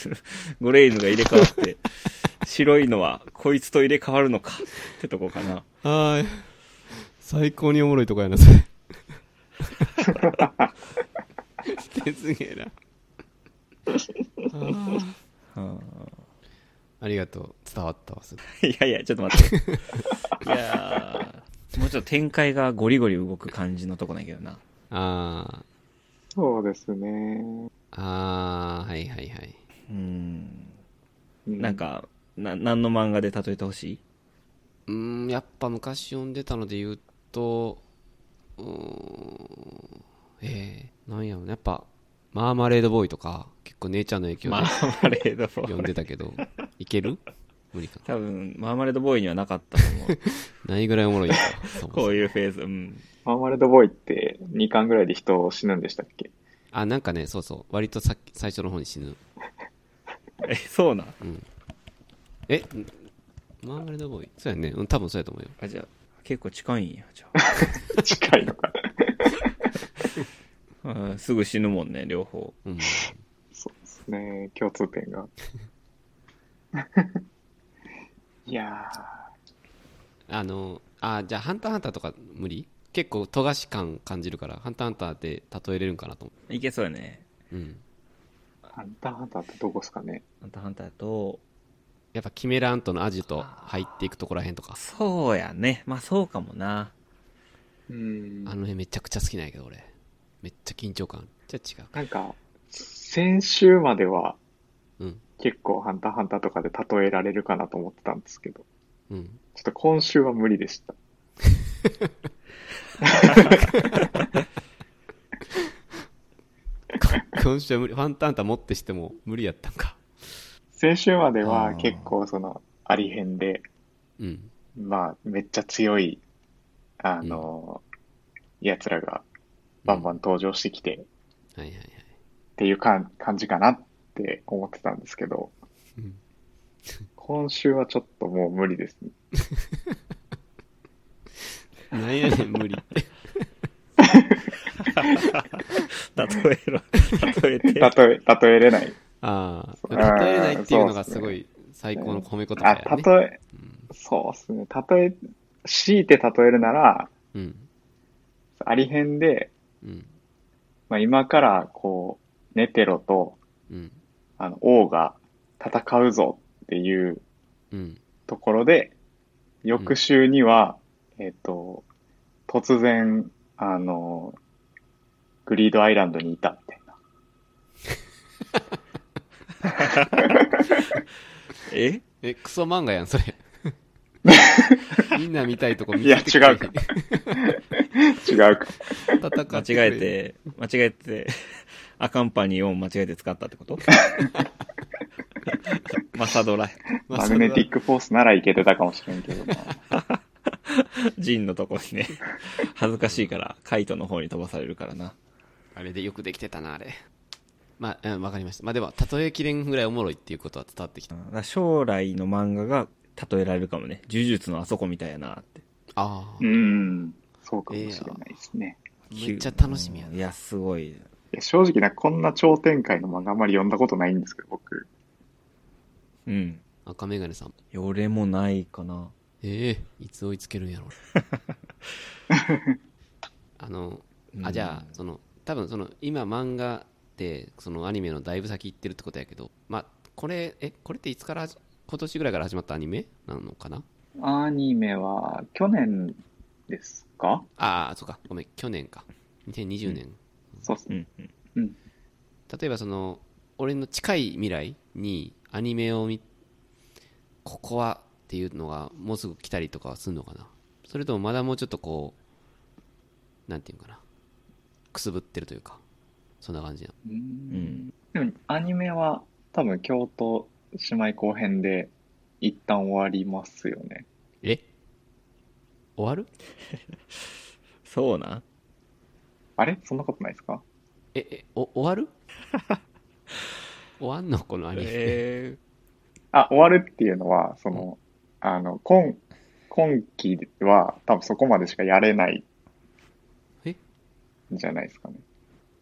Speaker 2: ゴレイヌが入れ替わって、白いのはこいつと入れ替わるのかってとこかな。
Speaker 1: はい。最高におもろいとこやな、そ れ。てすげえ な。
Speaker 2: うん
Speaker 1: ありがとう。伝わったわ、すごい
Speaker 2: いやいや、ちょっと待って。いやーもうちょっと展開がゴリゴリ動く感じのとこなんやけどな。
Speaker 1: あ
Speaker 3: そうですね。
Speaker 1: ー。あー、はいはいはい。
Speaker 2: うん。
Speaker 3: う
Speaker 2: なん、か、な、何の漫画で例えてほしいう
Speaker 1: ーん、やっぱ昔読んでたので言うと、うーん、ええなんやろうねやっぱ、マーマレードボーイとか、結構姉ちゃんの影響
Speaker 2: マ
Speaker 1: で
Speaker 2: ーマレードボ
Speaker 1: 読ん
Speaker 2: ーイ。
Speaker 1: でたけど、いける無理か
Speaker 2: 多分、マーマレードボーイにはなかったと思う。
Speaker 1: な。ないぐらいおもろいんだ。そもそ
Speaker 2: こ
Speaker 1: も
Speaker 2: ういうフェーズ。うん。
Speaker 3: マーマレードボーイって2巻ぐらいで人死ぬんでしたっけ
Speaker 1: あ、なんかね、そうそう。割とさっき、最初の方に死ぬ。
Speaker 2: え、そうなん。
Speaker 1: うん。えんマーマレードボーイそうやね。うん、多分そうやと思うよ。
Speaker 2: あ、じゃあ、結構近いんや、じゃあ。
Speaker 3: 近いの か。
Speaker 2: うんすぐ死ぬもんね、両方。
Speaker 1: うん。
Speaker 3: そうですね、共通点 が。いや
Speaker 1: あの、あ、じゃあ、ハンターハンターとか無理結構、富樫感感じるから、ハンターハンターって例えれるんかなと思
Speaker 2: いけそうやね。
Speaker 1: う。うん。
Speaker 3: ー、ハンターハンターってどこですかね。
Speaker 2: ハンターハンターと、
Speaker 1: やっぱ、キメラアントのアジと入っていくとこらへんとか、
Speaker 2: そうやね。まあそうかもな。
Speaker 3: うん
Speaker 1: あの辺めちゃくちゃ好きなんやけど、俺。めっちゃ緊張感ある。じゃあ違うか。
Speaker 3: なんか、先週までは
Speaker 1: うん。
Speaker 3: 結構ハンターハンターとかで例えられるかなと思ってたんですけど、
Speaker 1: うん。
Speaker 3: ちょっと今週は無理でした。
Speaker 1: 今週は無理。ハンターハンター持ってしても無理やったんか。
Speaker 3: 先週まで
Speaker 2: あ
Speaker 3: は
Speaker 2: ー
Speaker 3: 結構その、ありへんで、
Speaker 1: うん。
Speaker 3: まあ、めっちゃ強い、あの、奴らがバンバン登場してきて、
Speaker 1: はいはいはい。
Speaker 3: っていうかん感じかなって思ってたんですけど、
Speaker 1: うん
Speaker 3: 今週はちょっともう無理ですね。
Speaker 1: なんやねん、無理って。
Speaker 2: 例えろ。例えて。
Speaker 3: 例え、例えれない。
Speaker 1: ああ、
Speaker 3: あー
Speaker 1: 例えれないっていうのが
Speaker 3: そうっ
Speaker 1: す
Speaker 3: すね
Speaker 1: ごい最高の褒め言葉
Speaker 3: あ、
Speaker 1: だよね。
Speaker 3: 例え、そうですね。例え、強いて例えるなら、
Speaker 1: うん。
Speaker 3: ありへんで、
Speaker 1: うん。
Speaker 3: まあ、今からこう、ネテロと、
Speaker 1: うん。
Speaker 3: あの、王が戦うぞっていう
Speaker 1: うん。
Speaker 3: ところで、翌週には、えっと、突然、あの、グリードアイランドにいたみたいな。
Speaker 2: え
Speaker 1: え、クソ漫画やん、 それ。みんな見たいとこ見
Speaker 3: いや
Speaker 1: つけてくれ
Speaker 3: 違うか違うか。
Speaker 1: 戦って
Speaker 2: 間違
Speaker 1: くれ
Speaker 2: え。て、間違えて、アカンパニーを間違えて使ったってこと マサドラ、
Speaker 1: まあ
Speaker 3: マグネティ
Speaker 1: そ
Speaker 3: ックフォースならいけてたかもしれ んけどな。
Speaker 2: ジンのとこにね、恥ずかしいから、カイトの方に飛ばされるからな。
Speaker 1: れはあれでよくできてたな、あれ。まあ、うん、わかりました。まあでも、例えきれんぐらいおもろいっていうことは伝わってき
Speaker 2: う
Speaker 1: た。
Speaker 2: んだから将来の漫画が例えられるかもね。呪術のあそこみたいやなって。
Speaker 1: ああ
Speaker 3: う。ん。そうかもしれないですね。
Speaker 1: めっちゃ楽しみや
Speaker 2: う
Speaker 1: なん
Speaker 2: いや、すごい。
Speaker 3: いや正直な、こんな超展開の漫画あんまり読んだことないんですけど、僕。
Speaker 2: うん。
Speaker 1: 赤メガネさん。
Speaker 2: よれもないかな。
Speaker 1: ええいつ追いつけるん やろ。あの、
Speaker 2: う
Speaker 1: あ
Speaker 2: ん
Speaker 1: じゃあその多分その今漫画ってそのアニメのだいぶ先行ってるってことやけどまあこれえこれっていつからはじ今年ぐらいから始まったアニメなのかな
Speaker 3: アニメは、去年ですか
Speaker 1: ああそうかごめん去年か2020年、
Speaker 3: そうっす
Speaker 2: う
Speaker 3: ね。
Speaker 2: ん。うん
Speaker 1: 例えばその俺の近い未来にアニメを見ここはっていうのがもうすぐ来たりとかはするのかなそれともまだもうちょっとこうなんていうのかなくすぶってるというかそんな感じなの
Speaker 3: う。
Speaker 2: うんん。
Speaker 3: でも、アニメは、多分、京都姉妹後編で、一旦終わりますよね。
Speaker 1: え終わる
Speaker 2: そうなん
Speaker 3: あれそんなことないですか
Speaker 1: え、え、お、終わ る終わんのこのアニメ。
Speaker 2: え
Speaker 3: あ、終わるっていうのは、その、あの、今、今期は、多分そこまでしかやれない。
Speaker 1: え
Speaker 3: んじゃないですかね。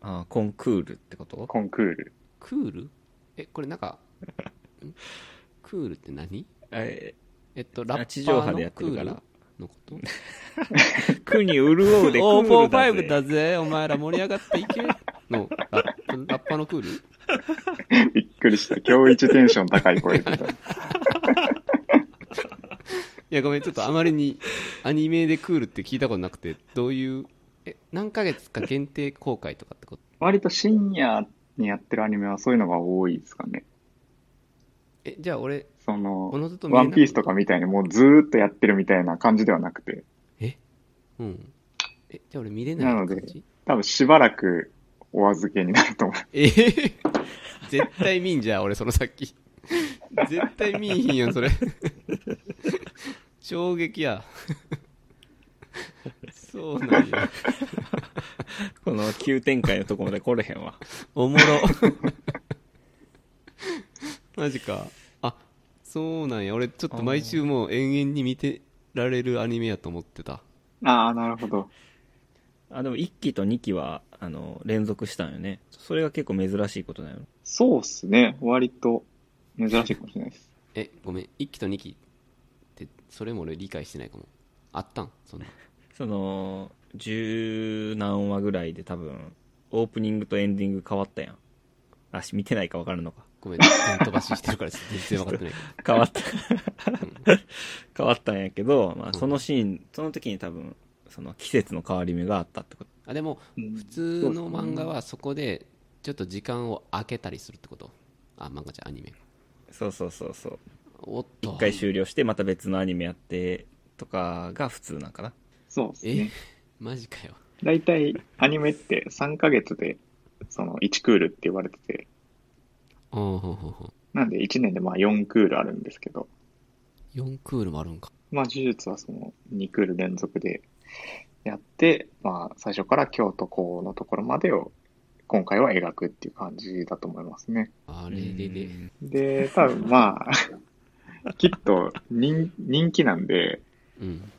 Speaker 2: ー、あーコンクールってこと
Speaker 3: コンクール。
Speaker 1: クールえ、これなん か、んクールって何
Speaker 2: え
Speaker 1: えっと、ラッパ
Speaker 2: 地上波
Speaker 1: ー
Speaker 2: でや
Speaker 1: の
Speaker 2: っ
Speaker 1: ク
Speaker 2: てる
Speaker 1: ー
Speaker 2: か
Speaker 1: ル
Speaker 2: ら
Speaker 1: のこと
Speaker 2: ー、苦に潤う でク
Speaker 1: オーー
Speaker 2: ールだ
Speaker 1: ファイ
Speaker 2: ぜ
Speaker 1: ブだぜ、お前ら盛り上がっていけのラップ、ラッパーのクール
Speaker 3: びっくりした。今日一テンション高い声出た。
Speaker 1: いや、ごめん、ちょっとあまりにアニメでクールって聞いたことなくて、どういう、え、何ヶ月か限定公開とかってこと
Speaker 3: 割と深夜にやってるアニメはそういうのが多いですかね。
Speaker 1: え、じゃあ俺、
Speaker 3: その
Speaker 1: お、のずと見れ
Speaker 3: ワ
Speaker 1: な
Speaker 3: ンピースとかみたいにもうずーっとやってるみたいな感じではなくて。
Speaker 1: えうん。え、じゃあ俺見れない
Speaker 3: なので
Speaker 1: 感じ
Speaker 3: 多分しばらくお預けになると思う。
Speaker 1: えー、絶対見んじゃん、俺その先。絶対見んひんやん、それ。衝撃や。そうなんや。
Speaker 2: この急展開のとこまで来れへん わ。
Speaker 1: おもろ。マジか。あ、そうなんや。俺ちょっと毎週もう延々に見てられるアニメやと思ってた。
Speaker 3: ああ、なるほど。
Speaker 2: あ、でも1期と2期は、あの、連続したんよね。それが結構珍しいことだよ。
Speaker 3: そうっすね。割と珍しいかもしれないです。
Speaker 1: え、ごめん。1期と2期って、それも俺理解してないかも。あったんそんな。
Speaker 2: その、十何話ぐらいで多分、オープニングとエンディング変わったやん。あ、し見てないか分からんのか。
Speaker 1: ごめん。飛ばししてるから全然分かってないけど。
Speaker 2: 変わった。 変わったんやけど、まあ、そのシーン、その時に多分、その季節の変わり目があったってこと。
Speaker 1: あ、でも、普通の漫画はそこでちょっと時間を空けたりするってことあ漫画じゃアニメ
Speaker 2: そうそうそうそう。
Speaker 1: おっと
Speaker 2: 一回終了して、また別のアニメやって、とかが普通なんかな。
Speaker 3: そうです
Speaker 1: え
Speaker 3: ね。
Speaker 1: マジかよ
Speaker 3: 大体アニメって3ヶ月でその1クールって言われてて、
Speaker 1: うんうんうんうん
Speaker 3: なんで1年でまあ4クールあるんですけど、
Speaker 1: 4クールもあるんか
Speaker 3: まあ呪術はその2クール連続でやって、まあ最初から京都校のところまでを今回は描くっていう感じだと思いますね。
Speaker 1: あれれれ
Speaker 2: うん
Speaker 3: で、多分ま あ、きっと人人気なんで、
Speaker 1: うん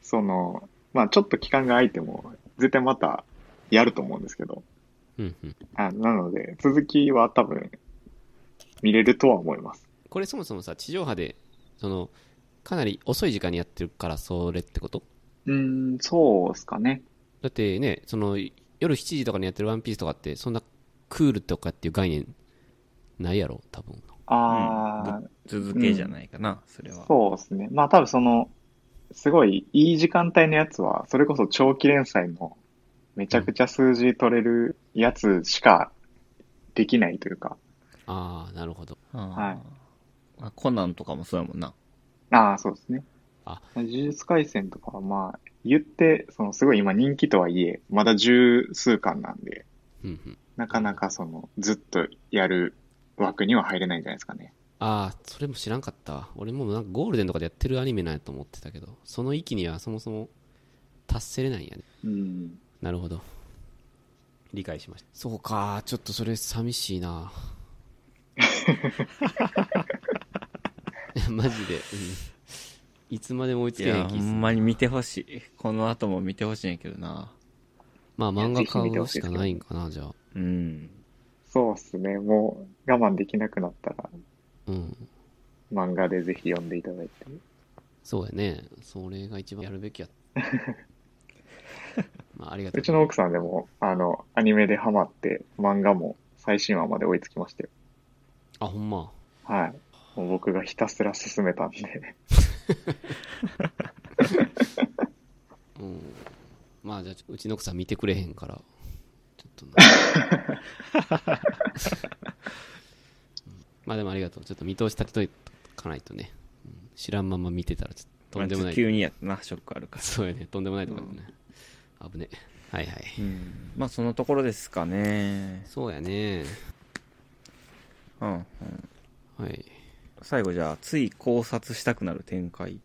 Speaker 3: その、まあちょっと期間が空いても、絶対またやると思うんですけど、
Speaker 1: うんうん
Speaker 3: あなので、続きは多分、見れるとは思います。
Speaker 1: これそもそもさ地上波でそのかなり遅い時間にやってるからそれってこと
Speaker 3: うーん、そうですかね。
Speaker 1: だってねその夜7時とかにやってるワンピースとかってそんなクールとかっていう概念ないやろ多分
Speaker 3: ああ、
Speaker 2: 続けじゃないかな、それは。
Speaker 3: そうですね。まあ多分その、すごいいい時間帯のやつは、それこそ長期連載のめちゃくちゃ数字取れるやつしかできないというか、
Speaker 1: ああなるほど
Speaker 2: あー
Speaker 3: はい
Speaker 2: あコナンとかもそうやもんな。
Speaker 3: ああ、そうですね。
Speaker 1: あ
Speaker 3: 呪術廻戦とかはまあ、言って、そのすごい今人気とはいえ、まだ十数巻なんで、
Speaker 1: うんうん
Speaker 3: なかなかその、ずっとやる枠には入れないんじゃないですかね。
Speaker 1: ああそれも知らんかったわ俺もなんかゴールデンとかでやってるアニメなんやと思ってたけどその域にはそもそも達せれないんやね
Speaker 3: うん。
Speaker 1: なるほど理解しましたそうかちょっとそれ寂しいないや マジで、うんいつまでも追いつ
Speaker 2: い
Speaker 1: けへ
Speaker 2: や、
Speaker 1: ん
Speaker 2: ほ
Speaker 1: 気す
Speaker 2: んまに見てほしい。この後も見てほしいんやけどな。
Speaker 1: まあ漫画買うしか
Speaker 3: ぜひ見てほしいですけど
Speaker 1: ないんかなじゃあ
Speaker 2: うん。
Speaker 3: そうっすね。もう我慢できなくなったら、
Speaker 1: うん
Speaker 3: 漫画でぜひ読んでいただいて。
Speaker 1: そうやねそれが一番やるべ きやまあありがとう
Speaker 3: うちの奥さんでも、あの、アニメでハマって、漫画も最新話まで追いつきましたよ。
Speaker 1: あほんま
Speaker 3: はい。もう僕がひたすら進めたんで。
Speaker 1: うん、まあじゃあうちの奥さん見てくれへんからちょっとなうんまあでもありがとうちょっと見通し立てといかないとね、うん知らんまま見てたらちょっととんでも
Speaker 2: ま
Speaker 1: な
Speaker 2: あ
Speaker 1: い、
Speaker 2: 急にやったな、ショックあるから。
Speaker 1: そうやねとんでもないとこだね、危ねはいはい、
Speaker 2: うん。まあ、そのところですかね。
Speaker 1: そうやね
Speaker 2: うん、うん。
Speaker 1: はい
Speaker 2: 最後じゃあ、つい考察したくなる展開。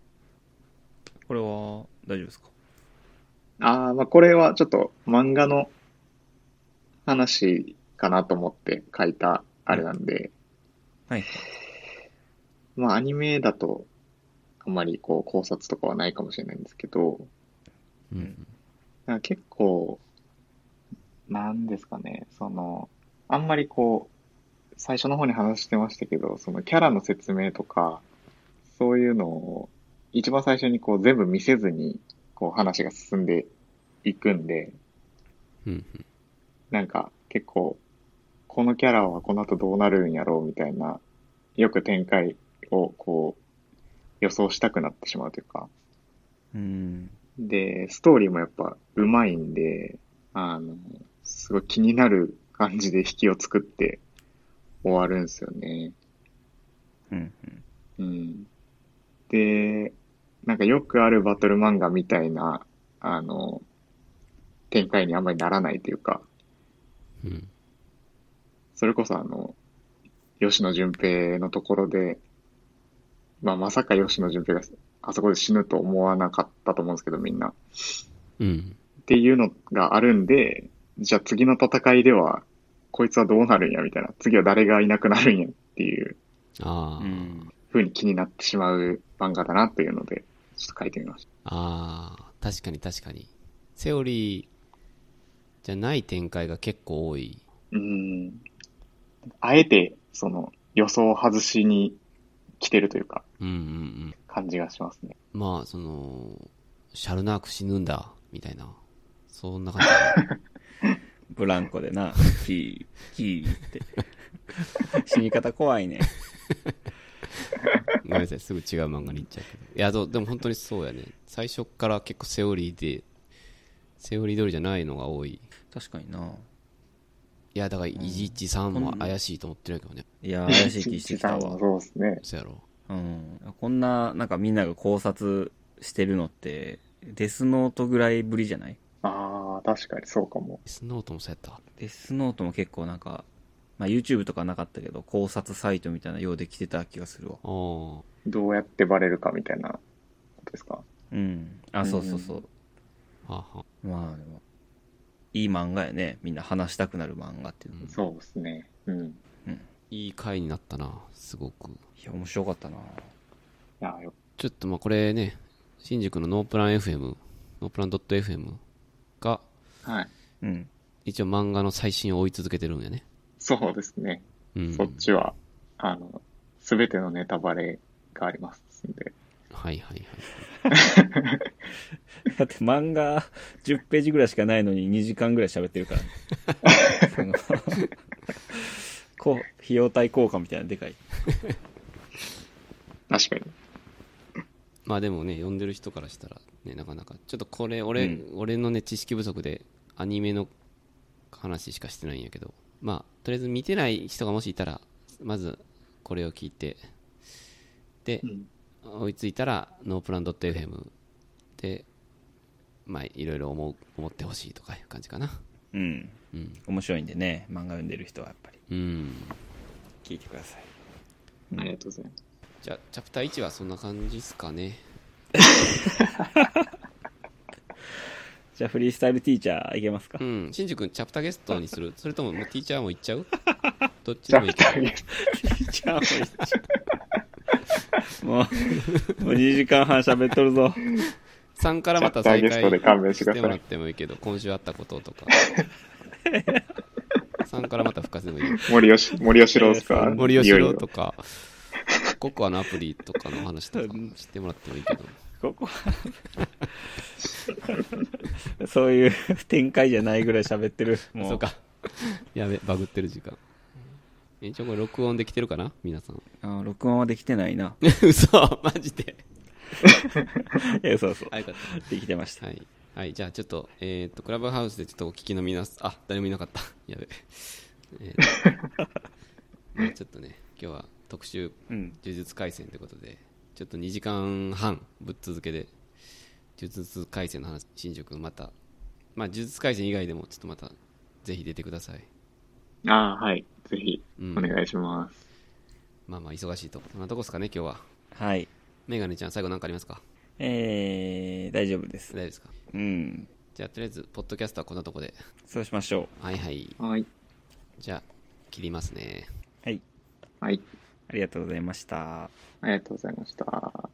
Speaker 2: これは、大丈夫ですか
Speaker 3: ああ、まあこれはちょっと漫画の話かなと思って書いたあれなんで、
Speaker 2: はい。
Speaker 3: まあアニメだとあんまりこう考察とかはないかもしれないんですけど、
Speaker 1: うん
Speaker 3: なんか結構、なんですかね、その、あんまりこう、最初の方に話してましたけど、そのキャラの説明とか、そういうのを一番最初にこう全部見せずに、こう話が進んでいくんで、
Speaker 1: うん
Speaker 3: なんか結構、このキャラはこの後どうなるんやろうみたいな、よく展開をこう予想したくなってしまうというか。
Speaker 2: うん。
Speaker 3: で、ストーリーもやっぱうまいんで、あの、すごい気になる感じで引きを作って終わるんですよね。
Speaker 2: うん。
Speaker 3: うん。で、なんかよくあるバトル漫画みたいな、あの、展開にあんまりならないというか、
Speaker 1: うん。
Speaker 3: それこそあの、吉野淳平のところで、まあまさか吉野淳平があそこで死ぬと思わなかったと思うんですけど、みんな。
Speaker 1: うん。
Speaker 3: っていうのがあるんで、じゃあ次の戦いでは、こいつはどうなるんやみたいな、次は誰がいなくなるんやっていう
Speaker 1: ああ、
Speaker 2: うん。
Speaker 3: 風に気になってしまう漫画だなというので、ちょっと書いてみまし
Speaker 1: ああ、確かに確かに。セオリーじゃない展開が結構多い。
Speaker 3: た。うん。あえて、その、予想外しに来てるというか、
Speaker 1: うんうんうん。
Speaker 3: 感じがしますね。
Speaker 1: まあ、その、シャルナーク死ぬんだ、みたいな。そんな感
Speaker 2: ブランコでな、 キー、キーって。 死に方怖いね。
Speaker 1: じ。ごめんなさい、すぐ違う漫画に行っちゃうけど。いや、どでも本当にそうやね。最初っから結構セオリーで、セオリー通りじゃないのが多い。
Speaker 2: 確かにな。
Speaker 1: いや、だから、いじいちさんも怪しいと思ってるけどね。
Speaker 2: いやー、怪しい気してきた
Speaker 3: 一一さん
Speaker 2: わ
Speaker 3: は。そうですね。
Speaker 1: そうやろ。
Speaker 2: うん。こんな、なんかみんなが考察してるのって、デスノートぐらいぶりじゃない
Speaker 3: ああ、確かにそうかも。
Speaker 1: スノートもそうやった。
Speaker 2: デスノートも結構なんか、まあ YouTube とかなかったけど、考察サイトみたいなようで来てた気がするわ。
Speaker 1: ああ。
Speaker 3: どうやってバレるかみたいなことですか。
Speaker 2: うん。あ、そうそうそう。
Speaker 1: はあはあ
Speaker 2: まあ、でもいい漫画やね。みんな話したくなる漫画っていうの。
Speaker 1: うん
Speaker 3: そうですね。うん。い
Speaker 1: いい回になったな、すごく。
Speaker 2: いや、面白かったな。
Speaker 3: やー、よ
Speaker 1: ちょっとまあこれね、新宿のノープラン FM、ノープラン .fm が
Speaker 3: はい。
Speaker 2: うん。
Speaker 1: 一応漫画の最新を追い続けてるんやね。
Speaker 3: そうですね。
Speaker 1: うん。
Speaker 3: そっちは、あの、すべてのネタバレがありますんで。
Speaker 1: はいはいはい。
Speaker 2: だって漫画10ページぐらいしかないのに2時間ぐらい喋ってるから、 ね。そのこう、費用対効果みたいなのでかい。
Speaker 3: 確かに。
Speaker 1: まあでもね、読んでる人からしたらね、なかなか。ちょっとこれ、俺、
Speaker 2: う
Speaker 1: 俺のね、知識不足でアニメの話しかしてないんやけど、まあ、とりあえず見てない人がもしいたら、まずこれを聞いて、で、
Speaker 3: うん。
Speaker 1: 追いついたらノープラン .fm で、まあ、いろいろ思う思ってほしいとかいう感じかな。
Speaker 2: うん。
Speaker 1: うん。
Speaker 2: 面白いんでね、漫画読んでる人はやっぱり
Speaker 1: うん。
Speaker 2: 聞いてください。
Speaker 3: ありがとうございます。
Speaker 1: じゃあ、チャプター1はそんな感じですかね。
Speaker 2: じゃあフリースタイルティーチャーいけますか、
Speaker 1: うん。新宿君、チャプターゲストにするそれとも、もうティーチャーも行っちゃうどっち
Speaker 3: じ
Speaker 1: で
Speaker 3: ゃあ、
Speaker 1: もい
Speaker 3: 二
Speaker 1: いけど。
Speaker 3: 人です。
Speaker 2: じゃあもういっちゃうもう、もう2時間半喋っとるぞ。
Speaker 1: 3からまた
Speaker 3: チャ
Speaker 1: 再
Speaker 3: プターゲストで勘
Speaker 1: 開
Speaker 3: 弁してく
Speaker 1: し
Speaker 3: ださ
Speaker 1: て
Speaker 3: い
Speaker 1: もらってもいいけど、今週あったこととか。3からまた復活でもいいよ。
Speaker 3: 森吉、森吉郎ですか
Speaker 1: 森
Speaker 3: いよ
Speaker 1: 吉
Speaker 3: い
Speaker 1: 郎
Speaker 3: よ
Speaker 1: とか、ココアのアプリとかの話とかしてもらってもいいけど。
Speaker 2: ここはそういう展開じゃないぐらい喋ってる。も
Speaker 1: そう。か。 やべ、バグってる時間。一応これ録音できてるかな皆さん。
Speaker 2: あ録音はできてないな。
Speaker 1: 嘘マジで。
Speaker 2: え、そうそう。
Speaker 1: あ、よかった。
Speaker 2: できてました。
Speaker 1: はい。はい、じゃあちょっと、えーっ、と、クラブハウスでちょっとお聞きの皆さん、あ、誰もいなかった。やべ。えーっ とまあちょっとね、今日は特集、
Speaker 2: うん。
Speaker 1: 呪術廻戦ということで、ちょっと2時間半ぶっ続けで、呪術廻戦の話、新宿また、まあ呪術廻戦以外でもちょっとまた、ぜひ出てください。
Speaker 3: ああ、はい。ぜひ、
Speaker 1: うん
Speaker 3: お願いします。
Speaker 1: まあまあ忙しいと。そんなとこですかね、今日は。
Speaker 2: はい。
Speaker 1: メガネちゃん、最後何かありますか
Speaker 2: えー、大丈夫で
Speaker 1: 大
Speaker 2: す。
Speaker 1: 丈夫ですか
Speaker 2: うん。
Speaker 1: じゃあとりあえず、ポッドキャストはこんなとこで。
Speaker 2: そうしましょ
Speaker 1: はいはい。
Speaker 3: はい。
Speaker 1: じゃあ、切りますね。
Speaker 2: う。はい。
Speaker 3: はい。
Speaker 2: ありがとうございました。
Speaker 3: ありがとうございました。